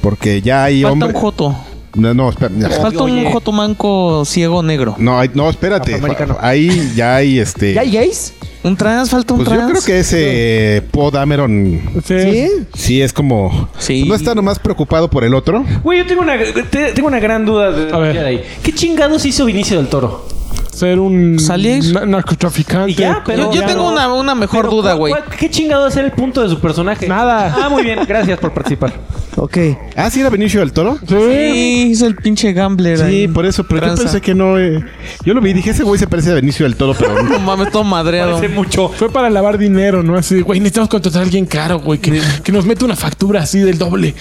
D: porque ya hay
E: Falta
D: hombre-
E: un Joto.
D: No, no, espera, mira.
E: Falta un Joto manco ciego negro.
D: No, hay- no, espérate.
B: Afroamericano.
D: Ahí ya hay este.
A: ¿Ya hay gays?
E: Un trans, falta un
D: Pues
E: trans.
D: yo creo que ese eh, Poe Dameron
A: Sí.
C: Sí.
D: sí es como. pues,
E: Sí.
D: No está nomás preocupado por el otro.
B: Güey, yo tengo una, te- tengo una gran duda de,
C: A ver.
B: de ahí. ¿Qué chingados hizo Vinicio del Toro?
C: Ser un
E: Salir.
C: na- narcotraficante.
B: Y ya, pero-
E: Yo, yo
B: Ya
E: tengo
B: no.
E: una, una mejor
B: Pero,
E: duda,
B: ¿cuál-
E: güey.
B: cuál- ¿Qué chingados era el punto de su personaje?
C: Nada.
B: Ah, muy bien. Gracias por (laughs) participar.
A: Ok.
D: Ah, sí, era Benicio del Toro.
C: Sí.
E: Sí, hizo el pinche gambler.
D: Sí,
E: ahí.
D: por eso, pero
E: Tranza.
D: yo pensé que no. eh, yo lo vi y dije, ese güey se parece a Benicio del Toro, pero
E: (laughs) No
D: no.
E: mames, todo madreado.
B: Hace mucho.
C: Fue para lavar dinero, ¿no? Así, güey, necesitamos contratar a alguien caro, güey, que, que nos mete una factura así del doble.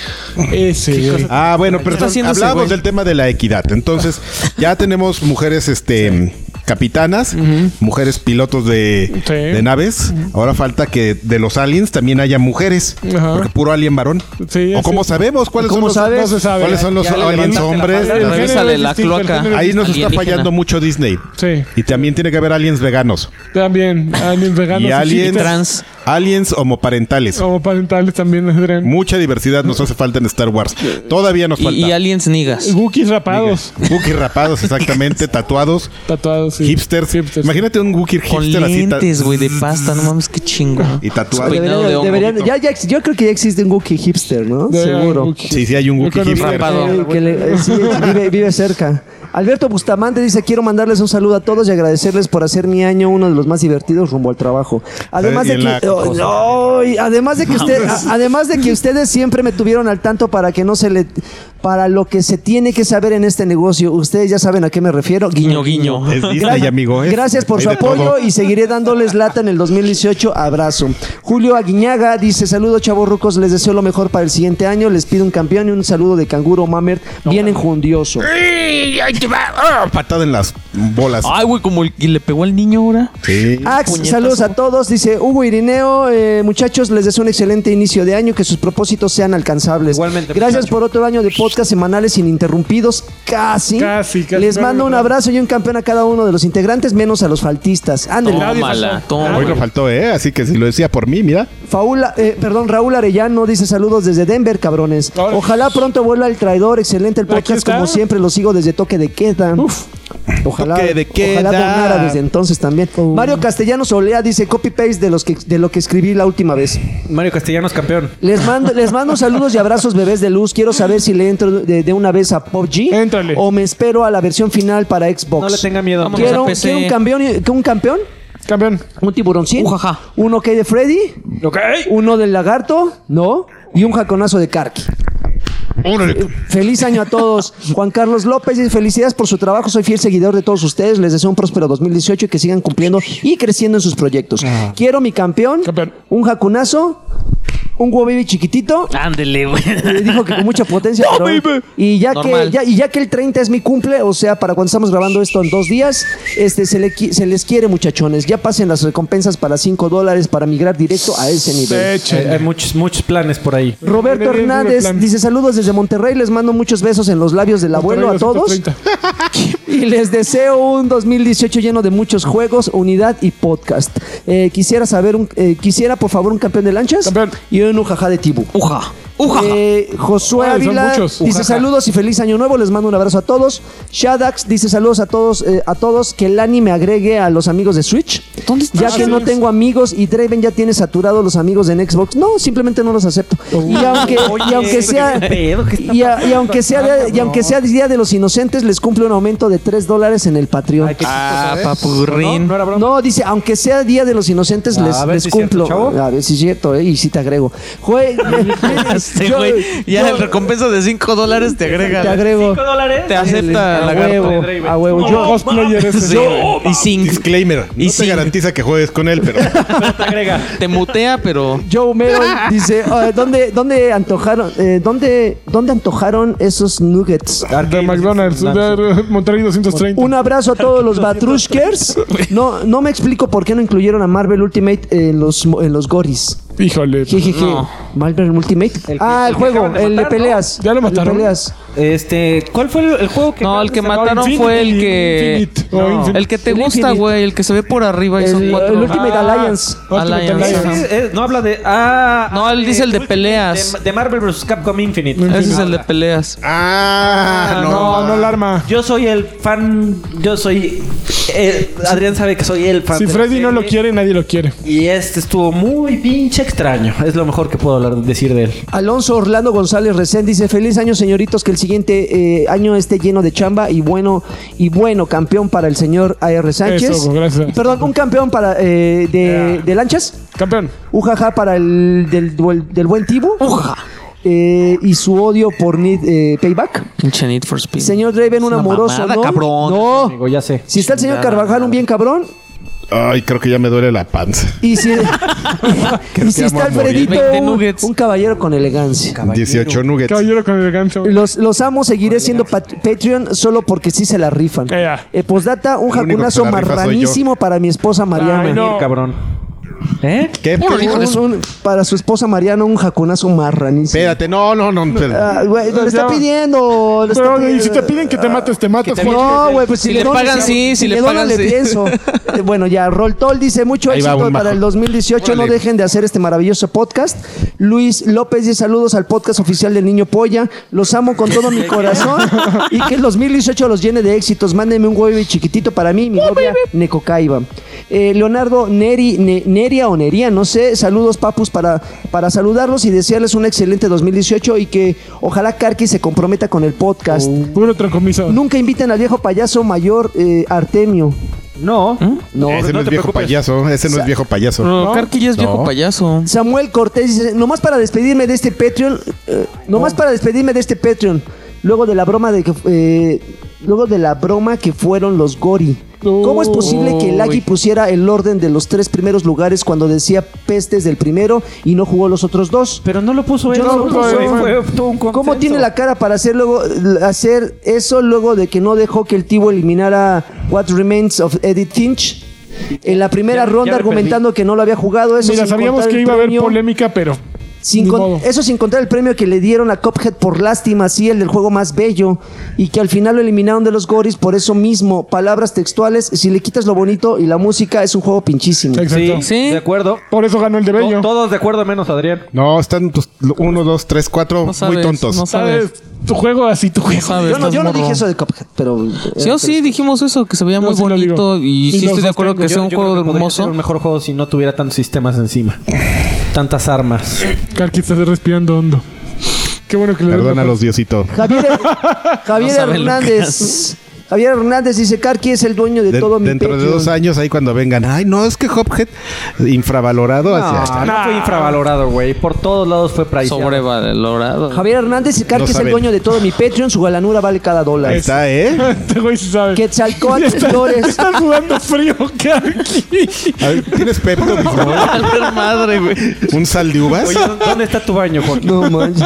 C: Eh, Ese, güey.
D: Ah, bueno, pero
E: está haciendo ese
D: hablábamos
E: güey?
D: del tema de la equidad. Entonces, ya tenemos mujeres este capitanas, mujeres pilotos de,
C: Sí.
D: de naves. Ahora falta que de los aliens también haya mujeres.
C: Ajá.
D: Porque puro alien varón.
C: Sí,
D: o cómo
C: sí.
D: sabemos cuáles
A: ¿Cómo
D: son los,
A: sabes?
C: No se sabe.
D: ¿Cuáles son los
B: Ya le
D: aliens
B: levantaste la
D: hombres?
B: palabra.
C: género
E: Revísale
C: es
E: la
C: distinto, el
E: cloaca.
C: género es
D: Ahí nos está
E: Alienígena.
D: fallando mucho Disney.
C: Sí.
D: Y también tiene que haber aliens veganos.
C: También, aliens veganos.
D: y aliens,
C: chiquitas.
E: trans.
D: aliens homoparentales.
C: Como parentales también, Adrián.
D: Mucha diversidad nos hace falta en Star Wars. Todavía nos falta.
E: Y, y aliens nigas.
C: Wookiees rapados.
D: Wookiees rapados, exactamente,
E: (laughs)
D: tatuados,
C: Tatuados. sí.
D: hipsters. Imagínate un Wookiee
E: Con
D: hipster así. ta-
E: lentes, güey, de pasta. No mames, qué chingón.
D: (laughs) Y tatuado.
E: Su peinado de hongo.
A: Deberían- ya- ya ex- yo creo que ya existe un Wookiee hipster, ¿no?
C: De-
A: Seguro.
C: Wookiees.
D: Sí, sí, hay un Wookiee
C: Yo conozco-
D: hipster.
E: Rapado.
A: Eh, que le- eh, sí, vive, vive cerca. Alberto Bustamante dice, quiero mandarles un saludo a todos y agradecerles por hacer mi año uno de los más divertidos rumbo al trabajo. Además
D: Eh,
A: de
D: y en la pues.
A: que, oh, no, y además de que usted- a- además de que ustedes siempre me tuvieron al tanto para que no se le para lo que se tiene que saber en este negocio. Ustedes ya saben a qué me refiero. Guiño,
E: Guiño,
A: guiño.
E: guiño.
D: Es Disney, amigo. ¿eh?
A: Gracias por
D: Hay
A: su
D: de todo.
A: apoyo y seguiré dándoles lata en el 2018. Abrazo. Julio Aguiñaga dice: Saludos, chavos rucos. Les deseo lo mejor para el siguiente año. Les pido un campeón y un saludo de canguro Mamer. Bien enjundioso.
D: Ah, Patada en las bolas.
E: Ay, güey, como el que le pegó al niño ahora.
D: Sí.
A: Ax,
E: puñetazo.
A: saludos a todos. Dice Hugo Irineo, eh, muchachos, les deseo un excelente inicio de año, que sus propósitos sean alcanzables.
B: Igualmente,
A: Gracias
B: muchacho.
A: por otro año de podcast semanales ininterrumpidos, casi.
C: Casi, casi.
A: Les mando un abrazo y un campeón a cada uno de los integrantes, menos a los faltistas. Ándale.
B: pues,
E: Tómala,
D: Hoy no
E: toma.
D: faltó, ¿eh? Así que si lo decía por mí, mira.
A: Faula, eh, perdón, Raúl Arellano dice saludos desde Denver, cabrones.
C: Ahora-
A: Ojalá pronto vuelva el traidor. Excelente el
C: Aquí
A: podcast,
C: está.
A: como siempre, lo sigo desde toque de queda. Ojalá,
D: Toque de queda.
A: ojalá donara desde entonces también. Mario Castellanos Olea dice copy paste de los que de lo que escribí la última vez.
B: Mario Castellanos, campeón.
A: Les mando, les mando (laughs) saludos y abrazos, bebés de luz. Quiero saber si le entro de, de una vez a PUBG
C: Éntrale.
A: o me espero a la versión final para Xbox.
B: No le tenga miedo.
E: Vamos
A: Quiero,
E: a PC.
A: quiero un campeón, y- un campeón,
C: Campeón.
A: un tiburoncín,
E: Ujaja.
A: un OK de Freddy,
C: Ok.
A: uno del lagarto, ¿no? Y un jaconazo de Karki. Eh, Feliz año a
E: (laughs)
A: todos. Juan Carlos López dice felicidades por su trabajo. Soy fiel seguidor de todos ustedes. Les deseo un próspero 2018 y que sigan
E: Ah.
A: cumpliendo y creciendo en sus proyectos. Quiero mi campeón,
C: Campeón.
A: un jacunazo, un Wobaby chiquitito.
E: Ándele, güey.
A: Le dijo que con mucha potencia.
E: (laughs) No,
A: pero-
E: baby.
A: y ya que
E: Normal.
A: ya, y ya que el 30 es mi cumple, o sea, para cuando estamos grabando esto en dos días, este se, le qui- se les quiere, muchachones. Ya pasen las recompensas para 5 dólares para migrar directo a ese nivel.
C: Echen.
B: Hay muchos, muchos planes por ahí.
A: Roberto
C: Viene bien,
A: Hernández
C: viene plan.
A: dice saludos desde Monterrey, les mando muchos besos en los labios del abuelo a todos
C: 130.
A: y les deseo un 2018 lleno de muchos juegos, unidad y podcast. Eh, quisiera saber, un, eh, quisiera por favor un campeón de lanchas
C: Campeón.
A: y un ujajá de Tibu.
E: Uja, uja.
A: Eh, Josué
C: Ay, son
A: Ávila
C: muchos.
A: dice saludos y feliz año nuevo. Les mando un abrazo a todos. Shadax dice saludos a todos, eh, a todos. Que Lani me agregue a los amigos de Switch.
E: ¿Dónde está?
A: Ya
E: Ah,
A: que
E: sí.
A: no tengo amigos y Draven ya tiene saturado los amigos en Xbox. No, simplemente no los acepto.
C: Oh.
A: Y aunque, y aunque sea. Y, a- y aunque sea de- y aunque sea Día de los Inocentes, les cumple un aumento de 3 dólares en el Patreon.
E: Ah, papurrín.
B: No era broma.
A: No, dice, aunque sea Día de los Inocentes,
B: A
A: les,
B: ver
A: les
B: si es
A: cumplo.
B: cierto, chavo.
A: a ver si es cierto, eh, y si te agrego.
B: (laughs)
A: Jue-
E: Este
A: yo-
E: güey, ya
A: yo-
E: el recompensa de 5 dólares te agrega.
A: te agrego.
B: dólares?
E: Te acepta
A: A
E: la
A: huevo, a huevo.
C: Un
A: Yo,
C: cosplayer ese.
E: Sí, y sin
D: Disclaimer.
E: Y
D: no
E: sí.
D: te garantiza que juegues con él, pero
B: te (laughs) agrega.
E: te mutea, pero
A: Joe
B: (laughs)
A: Merrill dice, "Ah, ¿dónde, dónde antojaron, eh, dónde, dónde antojaron esos nuggets?
C: De McDonald's. de Monterrey 230.
A: Un abrazo a todos los
B: (laughs)
A: Batrushkers. No, no me explico por qué no incluyeron a Marvel Ultimate en los, en los goris.
C: Híjole.
A: Jejeje.
E: No.
A: Marvel Ultimate. ah, el
B: el que
A: juego,
B: acaban de
A: el de
B: matar, ¿no?
A: peleas.
C: ¿Ya lo
A: El de
C: mataron?
A: peleas.
B: Este, ¿cuál fue el, el juego que
E: No, el que
C: No,
E: mataron
C: Infinity,
E: fue el que
C: Infinite, o Infinite.
E: el que te
A: El
E: gusta,
A: Infinite.
E: güey, el que se ve por arriba y
A: El,
E: son cuatro.
A: el Ultimate
C: Ah.
A: Alliance.
C: Ultimate
E: Alliance,
B: Es-
E: ajá.
C: Alliance.
B: es- es- no habla de. Ah,
E: No, él dice el de
B: Ultimate
E: peleas.
B: De, de Marvel vs. Capcom Infinite.
E: Ese es el de peleas.
D: Ah, no.
C: No, no la arma.
B: Yo soy el fan. Yo soy. eh, Adrián sabe que soy el fan.
C: Si
B: de la
C: Freddy no
B: serie.
C: lo quiere, nadie lo quiere.
B: Y este estuvo muy pinche extraño. Es lo mejor que puedo hablar, decir de él.
A: Alonso Orlando González Recén dice, feliz año señoritos, que el siguiente eh, año esté lleno de chamba y bueno, y bueno, campeón para el señor AR Sánchez.
C: Eso, gracias.
A: Perdón, un campeón para eh, de,
C: Ya.
A: de lanchas,
C: Campeón.
A: ujaja para el del, del- del buen Tibu. Uja. y su odio por Need, eh, Payback.
E: Pinche Need for Speed.
A: Señor Draven, un
E: una
A: amoroso,
E: mamada,
A: ¿no?
E: cabrón.
A: No.
B: Digo, ya sé.
A: Si está el señor Carvajal, un bien cabrón.
D: Ay, creo que ya me duele la panza.
A: Y
D: (laughs)
A: si, y si está Alfredito,
E: 20
A: un,
E: nuggets.
A: un caballero con elegancia.
D: 18 nuggets.
C: Caballero con elegancia.
A: Los, los amo, seguiré siendo pat- Patreon solo porque sí se la rifan.
C: Ya, ya.
A: Eh, postdata, un
D: El único que
A: jacunazo
D: se la rifa soy yo.
A: marranísimo para mi esposa Mariana.
C: Ay, no.
B: Cabrón. ¿Eh?
D: ¿Qué?
A: Un- un- para su esposa Mariana, un jacunazo marranísimo.
D: Espérate, no, no, no. espérate.
A: Ah, güey, lo está
C: Ya.
A: pidiendo. lo está
C: Pero, y si te
A: pidiendo.
C: piden que te mates, te matas. Juan.
A: No, güey, pues si,
E: Si le
A: dono,
E: pagan, sí, si le
A: dono,
E: pagan,
A: le
E: sí.
A: pienso. Eh, (laughs) bueno, ya, Roltol dice mucho
D: Ahí va
A: éxito
D: un
A: para
D: majo.
A: el 2018. No
D: Órale.
A: dejen de hacer este maravilloso podcast. Luis López dice saludos al podcast oficial del Niño Polla. Los amo con todo mi corazón y que el 2018 los llene de éxitos. Mándenme un huevo chiquitito para mí, mi novia Necocaiba. Eh, Leonardo Neri, Ne- Neria o Neria, no sé. Saludos, papus, para, para saludarlos y desearles un excelente 2018 y que ojalá Karki se comprometa con el podcast.
C: Puro troncomiso.
A: Nunca inviten al viejo payaso mayor eh, Artemio.
B: No.
A: No.
D: ese no, es viejo payaso. Ese no es viejo payaso.
E: Pero Karki ya es viejo
D: No.
E: payaso.
A: Samuel Cortés dice, nomás para despedirme de este Patreon, eh, nomás para despedirme de este Patreon, luego de la broma de que eh, luego de la broma que fueron los Gori. ¿Cómo es posible que Lagi
E: Uy.
A: pusiera el orden de los tres primeros lugares cuando decía pestes del primero y no jugó los otros dos?
B: Pero no lo puso él.
A: Yo no lo
B: puso
A: puse.
B: él. Fue- fue un
A: ¿Cómo
B: consenso.
A: tiene la cara para hacer luego hacer eso luego de que no dejó que el Tibo eliminara What Remains of Edith Finch? En la primera
B: Ya- ya
A: ronda
B: me
A: argumentando que no lo había jugado eso.
C: Mira,
A: sin
C: sabíamos
A: contar
C: que
A: el
C: iba a haber
A: premio-
C: polémica, pero.
A: sin
C: ni
A: con-
C: modo.
A: eso sin contar el premio que le dieron a Cophead por lástima, sí, el del juego más bello, y que al final lo eliminaron de los goris por eso mismo. Palabras textuales, si le quitas lo bonito y la música, es un juego pinchísimo.
C: Exacto.
B: Sí,
E: Sí.
B: de acuerdo.
C: Por eso ganó el de Bello.
B: To- Todos de acuerdo menos Adrián.
D: No, están tus- uno, dos, tres, cuatro
E: No sabes,
D: muy tontos.
E: No sabes.
C: ¿Sabes? Tu juego así, tu
E: No
C: juego.
E: sabes.
A: Yo no,
E: estás
A: yo no
E: morro.
A: dije eso de Cophead, pero...
E: Sí, oh, sí, dijimos eso, que se veía
C: Yo
E: muy
C: sí lo digo.
E: bonito y
C: Y
E: sí
C: los
E: estoy de acuerdo
C: sostengo.
E: que sea un
B: creo
E: juego
B: que podría ser
E: hermoso.
B: un mejor juego si no tuviera tantos sistemas encima. Tantas armas.
C: Karki está respirando hondo. Qué bueno que le
D: Perdónalos, Diosito.
E: (laughs)
A: Javier, Javier
E: No saben lo que
A: Hernández Javier Hernández dice, Karki es el dueño de,
D: De-
A: todo mi
D: dentro de
A: Patreon".
D: dos años, ahí cuando vengan, ay, no, es que Hophead infravalorado.
C: Pues
D: hacia-
B: No, no fue infravalorado, güey. Por todos lados fue priceado.
E: Sobrevalorado. (laughs)
A: Javier Hernández dice, Karki
D: No
A: es el
D: saben.
A: dueño de todo mi Patreon, su galanura vale cada dólar.
D: Ahí está, ¿eh?
C: (laughs) Este güey sí sabe.
A: Quetzalcóatl
C: Está-
A: Flores.
C: Están jugando frío, Karki.
D: (laughs) A ver, ¿Tienes
A: (laughs)
D: Pepto Bismol?
E: madre, güey.
D: (laughs) ¿Un sal de uvas?
B: Oye, ¿dónde está tu baño, Joaquín?
A: No manches.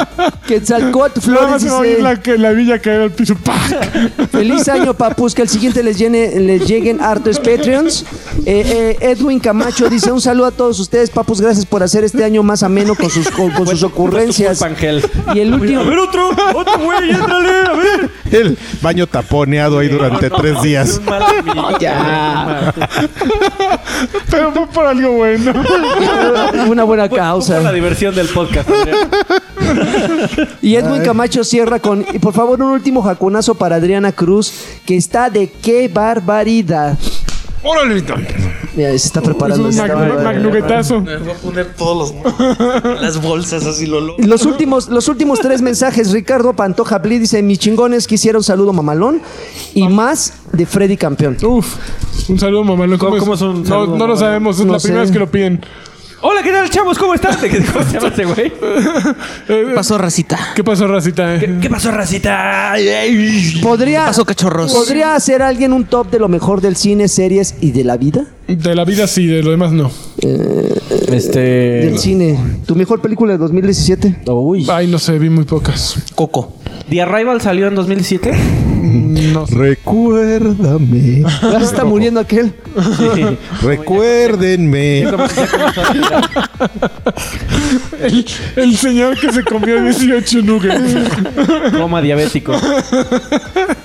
A: Quetzalcóatl
C: Nada
A: Flores
C: más se va a oír
A: dice,
C: la, que- la villa caer al piso. ¡Pac!
A: feliz año papus, que el siguiente les, llene, les lleguen hartos Patreons. Eh, eh, Edwin Camacho dice, un saludo a todos ustedes papus, gracias por hacer este año más ameno con sus, con, con sus ocurrencias.
B: Pangel.
A: Y el último...
B: otro, otro güey,
C: (laughs)
B: entrale, a ver.
D: El baño taponeado
A: (laughs)
D: ahí durante tres días.
B: ya.
C: Pero fue por algo bueno.
A: Una buena
B: la
A: causa.
B: diversión del podcast. Andrea.
A: Y Edwin Camacho cierra con, y por favor, un último jaconazo para Adriana Cruz, que está de qué barbaridad.
G: Órale, entonces.
A: Mira, se está
C: Es
A: preparando.
C: un
A: se está
C: magnu-
A: preparando.
C: magnuguetazo.
B: Ah,
E: Me voy a poner todos los las bolsas así lo lo.
A: Los últimos, los últimos tres mensajes, Ricardo Pantoja Bli dice, mis chingones quisiera un saludo mamalón y más de Freddy Campeón.
C: Uf. Un saludo, mamá. ¿Cómo,
B: ¿Cómo-
C: es?
B: cómo es un
C: no,
B: saludo,
C: no
B: mamá?
C: lo sabemos. Es
A: No
C: la
A: sé.
C: primera vez que lo piden.
B: Hola, ¿qué tal, chavos? ¿Cómo (laughs) están? ¿Cómo se llama ese güey?
C: Eh,
E: Pasó racita.
C: ¿Qué pasó, racita?
B: ¿Qué pasó, racita?
A: ¿Podría,
E: Pasó cachorros.
A: ¿Podría hacer alguien un top de lo mejor del cine, series y de la vida?
C: De la vida sí, de lo demás no.
A: Del
B: Este.
A: cine. ¿Tu mejor película de
B: (laughs)
A: 2017?
B: Uy.
C: Ay, no sé, vi muy pocas.
E: Coco.
B: The Arrival salió en 2007.
C: No sé. (laughs)
D: Recuérdame,
A: Ya se está muriendo aquel.
B: Sí.
D: recuérdenme.
C: El, el señor que se comió 18 nuggets.
B: (laughs) Coma diabético.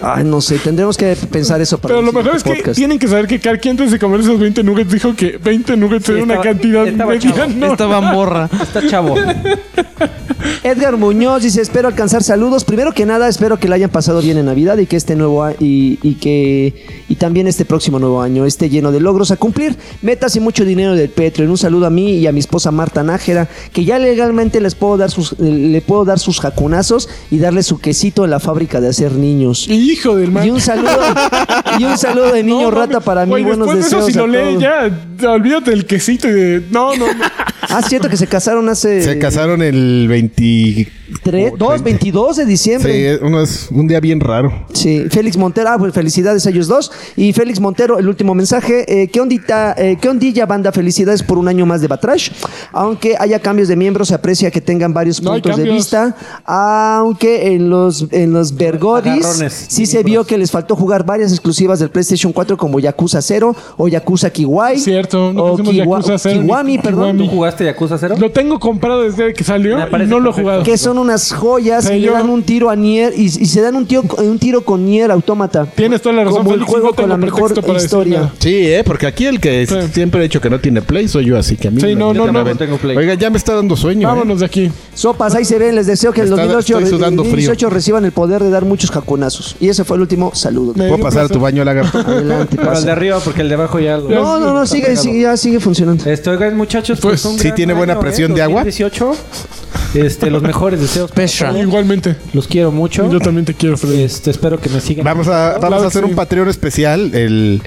A: Ay, no sé, tendremos que pensar eso para
C: (laughs) Pero
A: el
C: lo mejor es
A: siguiente
C: que
A: podcast.
C: tienen que saber que Karki antes de comer esos 20 nuggets dijo que 20 nuggets era una
B: estaba-
C: cantidad
B: estaba
C: media.
B: chavo,
C: No,
E: Estaba morra.
B: Está chavo.
A: Edgar Muñoz dice, espero alcanzar saludos. Primero que nada, espero que la hayan pasado bien en Navidad y que este nuevo a- y, y que y también este próximo nuevo año esté lleno de logros a cumplir, metas y mucho dinero del Petro. Un saludo a mí y a mi esposa Marta Nájera, que ya legalmente les puedo dar sus le puedo dar sus jacunazos y darle su quesito en la fábrica de hacer niños.
C: Hijo del mal.
A: Y un saludo y un saludo de niño rata para mí,
C: Güey,
A: buenos
C: después de
A: deseos.
C: Eso, si
A: a
C: lo lee
A: todos.
C: ya, olvídate del quesito y de. No, no,
A: (laughs)
C: no.
A: Ah, cierto que se casaron hace
D: Se casaron el 20.
A: tres- dos, 22 de diciembre.
D: Sí, uno es un día bien raro.
A: Sí, Félix Montero, ah, pues felicidades a ellos dos. Y Félix Montero, el último mensaje. eh, ¿qué, ondita, eh, ¿Qué ondilla, banda? Felicidades por un año más de Batrash. Aunque haya cambios de miembros, se aprecia que tengan varios
C: No hay
A: puntos de
C: cambios.
A: vista. Aunque en los, en los Bergodis
B: Agarrones.
A: sí se vio que les faltó jugar varias exclusivas del PlayStation 4 como Yakuza 0 o Yakuza Kiwai.
C: Cierto, no
A: o
C: pusimos
A: Kiwa-
C: Yakuza 0 ni
A: Kiwami, perdón.
B: ¿Tú
C: Kiwami.
B: jugaste Yakuza 0?
C: Lo tengo comprado desde que salió
B: Me
C: y
B: parece
C: no lo he
B: perfecto.
C: jugado.
A: Que son unas joyas
C: Sí,
A: y le
C: yo-
A: dan un tiro a Nier y, y se dan un, tío- un tiro con Nier Autómata.
C: Tienes toda la razón,
A: Como el
C: Félix,
A: juego
C: no
A: con
C: tengo
A: la mejor
C: pretexto para decir
A: historia.
C: nada.
D: Sí, ¿eh? porque aquí el que
C: Sí.
D: siempre ha dicho que no tiene play soy yo, así que a mí
C: Sí, no, no,
D: me
C: no.
D: ven.
B: Tengo Play.
D: Oiga, ya me está dando sueño. ¿eh?
C: Vámonos de aquí.
A: Sopas, ahí se ven. Les deseo que el
D: Está-
A: 2008,
D: estoy sudando
A: 2018 reciban el poder de dar muchos jacunazos. Y ese fue el último saludo.
C: Me
D: ¿Puedo
C: dio
D: pasar a tu
C: placer.
D: baño, lagarto?
C: (laughs)
A: Adelante,
B: Pero el de
A: pasa.
B: arriba, porque el de abajo ya lo.
A: No, no, no, sigue, sigue, ya sigue funcionando.
B: Este, oigan, muchachos,
C: Pues,
B: un
D: sí
B: gran
D: tiene buena presión de agua.
B: 2018. Este, los mejores deseos.
E: Pesha.
C: Igualmente.
B: Los quiero mucho.
C: Yo también te quiero, Freddy.
B: Este, espero que me sigan.
D: Vamos a, vamos
C: Claro
D: a
C: que
D: hacer
C: sí.
D: un Patreon especial. El.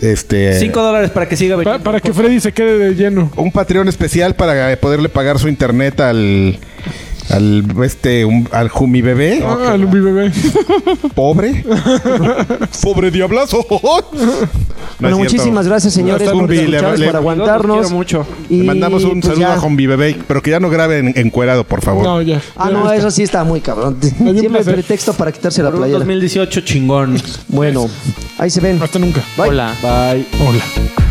D: Este.
B: 5 dólares para que siga
C: Pa-
B: veniendo.
C: para que Freddy se quede de lleno.
D: Un Patreon especial para poderle pagar su internet al. Al. Este. un- al Jumi bebé.
C: Ah, Lumbi bebé.
D: Pobre. (laughs) Pobre diablazo. (laughs)
A: bueno, muchísimas gracias, señores,
D: Hasta
A: por
D: luego.
A: escucharnos,
D: Le-
A: por
D: le-
A: aguantarnos.
B: Los quiero mucho.
A: Y,
D: Le mandamos un
A: pues,
D: saludo
A: ya.
D: a Jombi Bebé, pero que ya no grabe en- encuerado, por favor.
C: (laughs) No, ya.
A: Ah,
C: Ya
A: no,
C: está.
A: eso sí está muy cabrón.
C: un
A: Siempre hay
C: placer.
A: pretexto para quitarse la
B: Por un
A: playera.
B: 2018 chingón.
A: Bueno, ahí se ven.
C: Hasta nunca.
A: Bye.
E: Hola.
B: Bye.
C: Hola.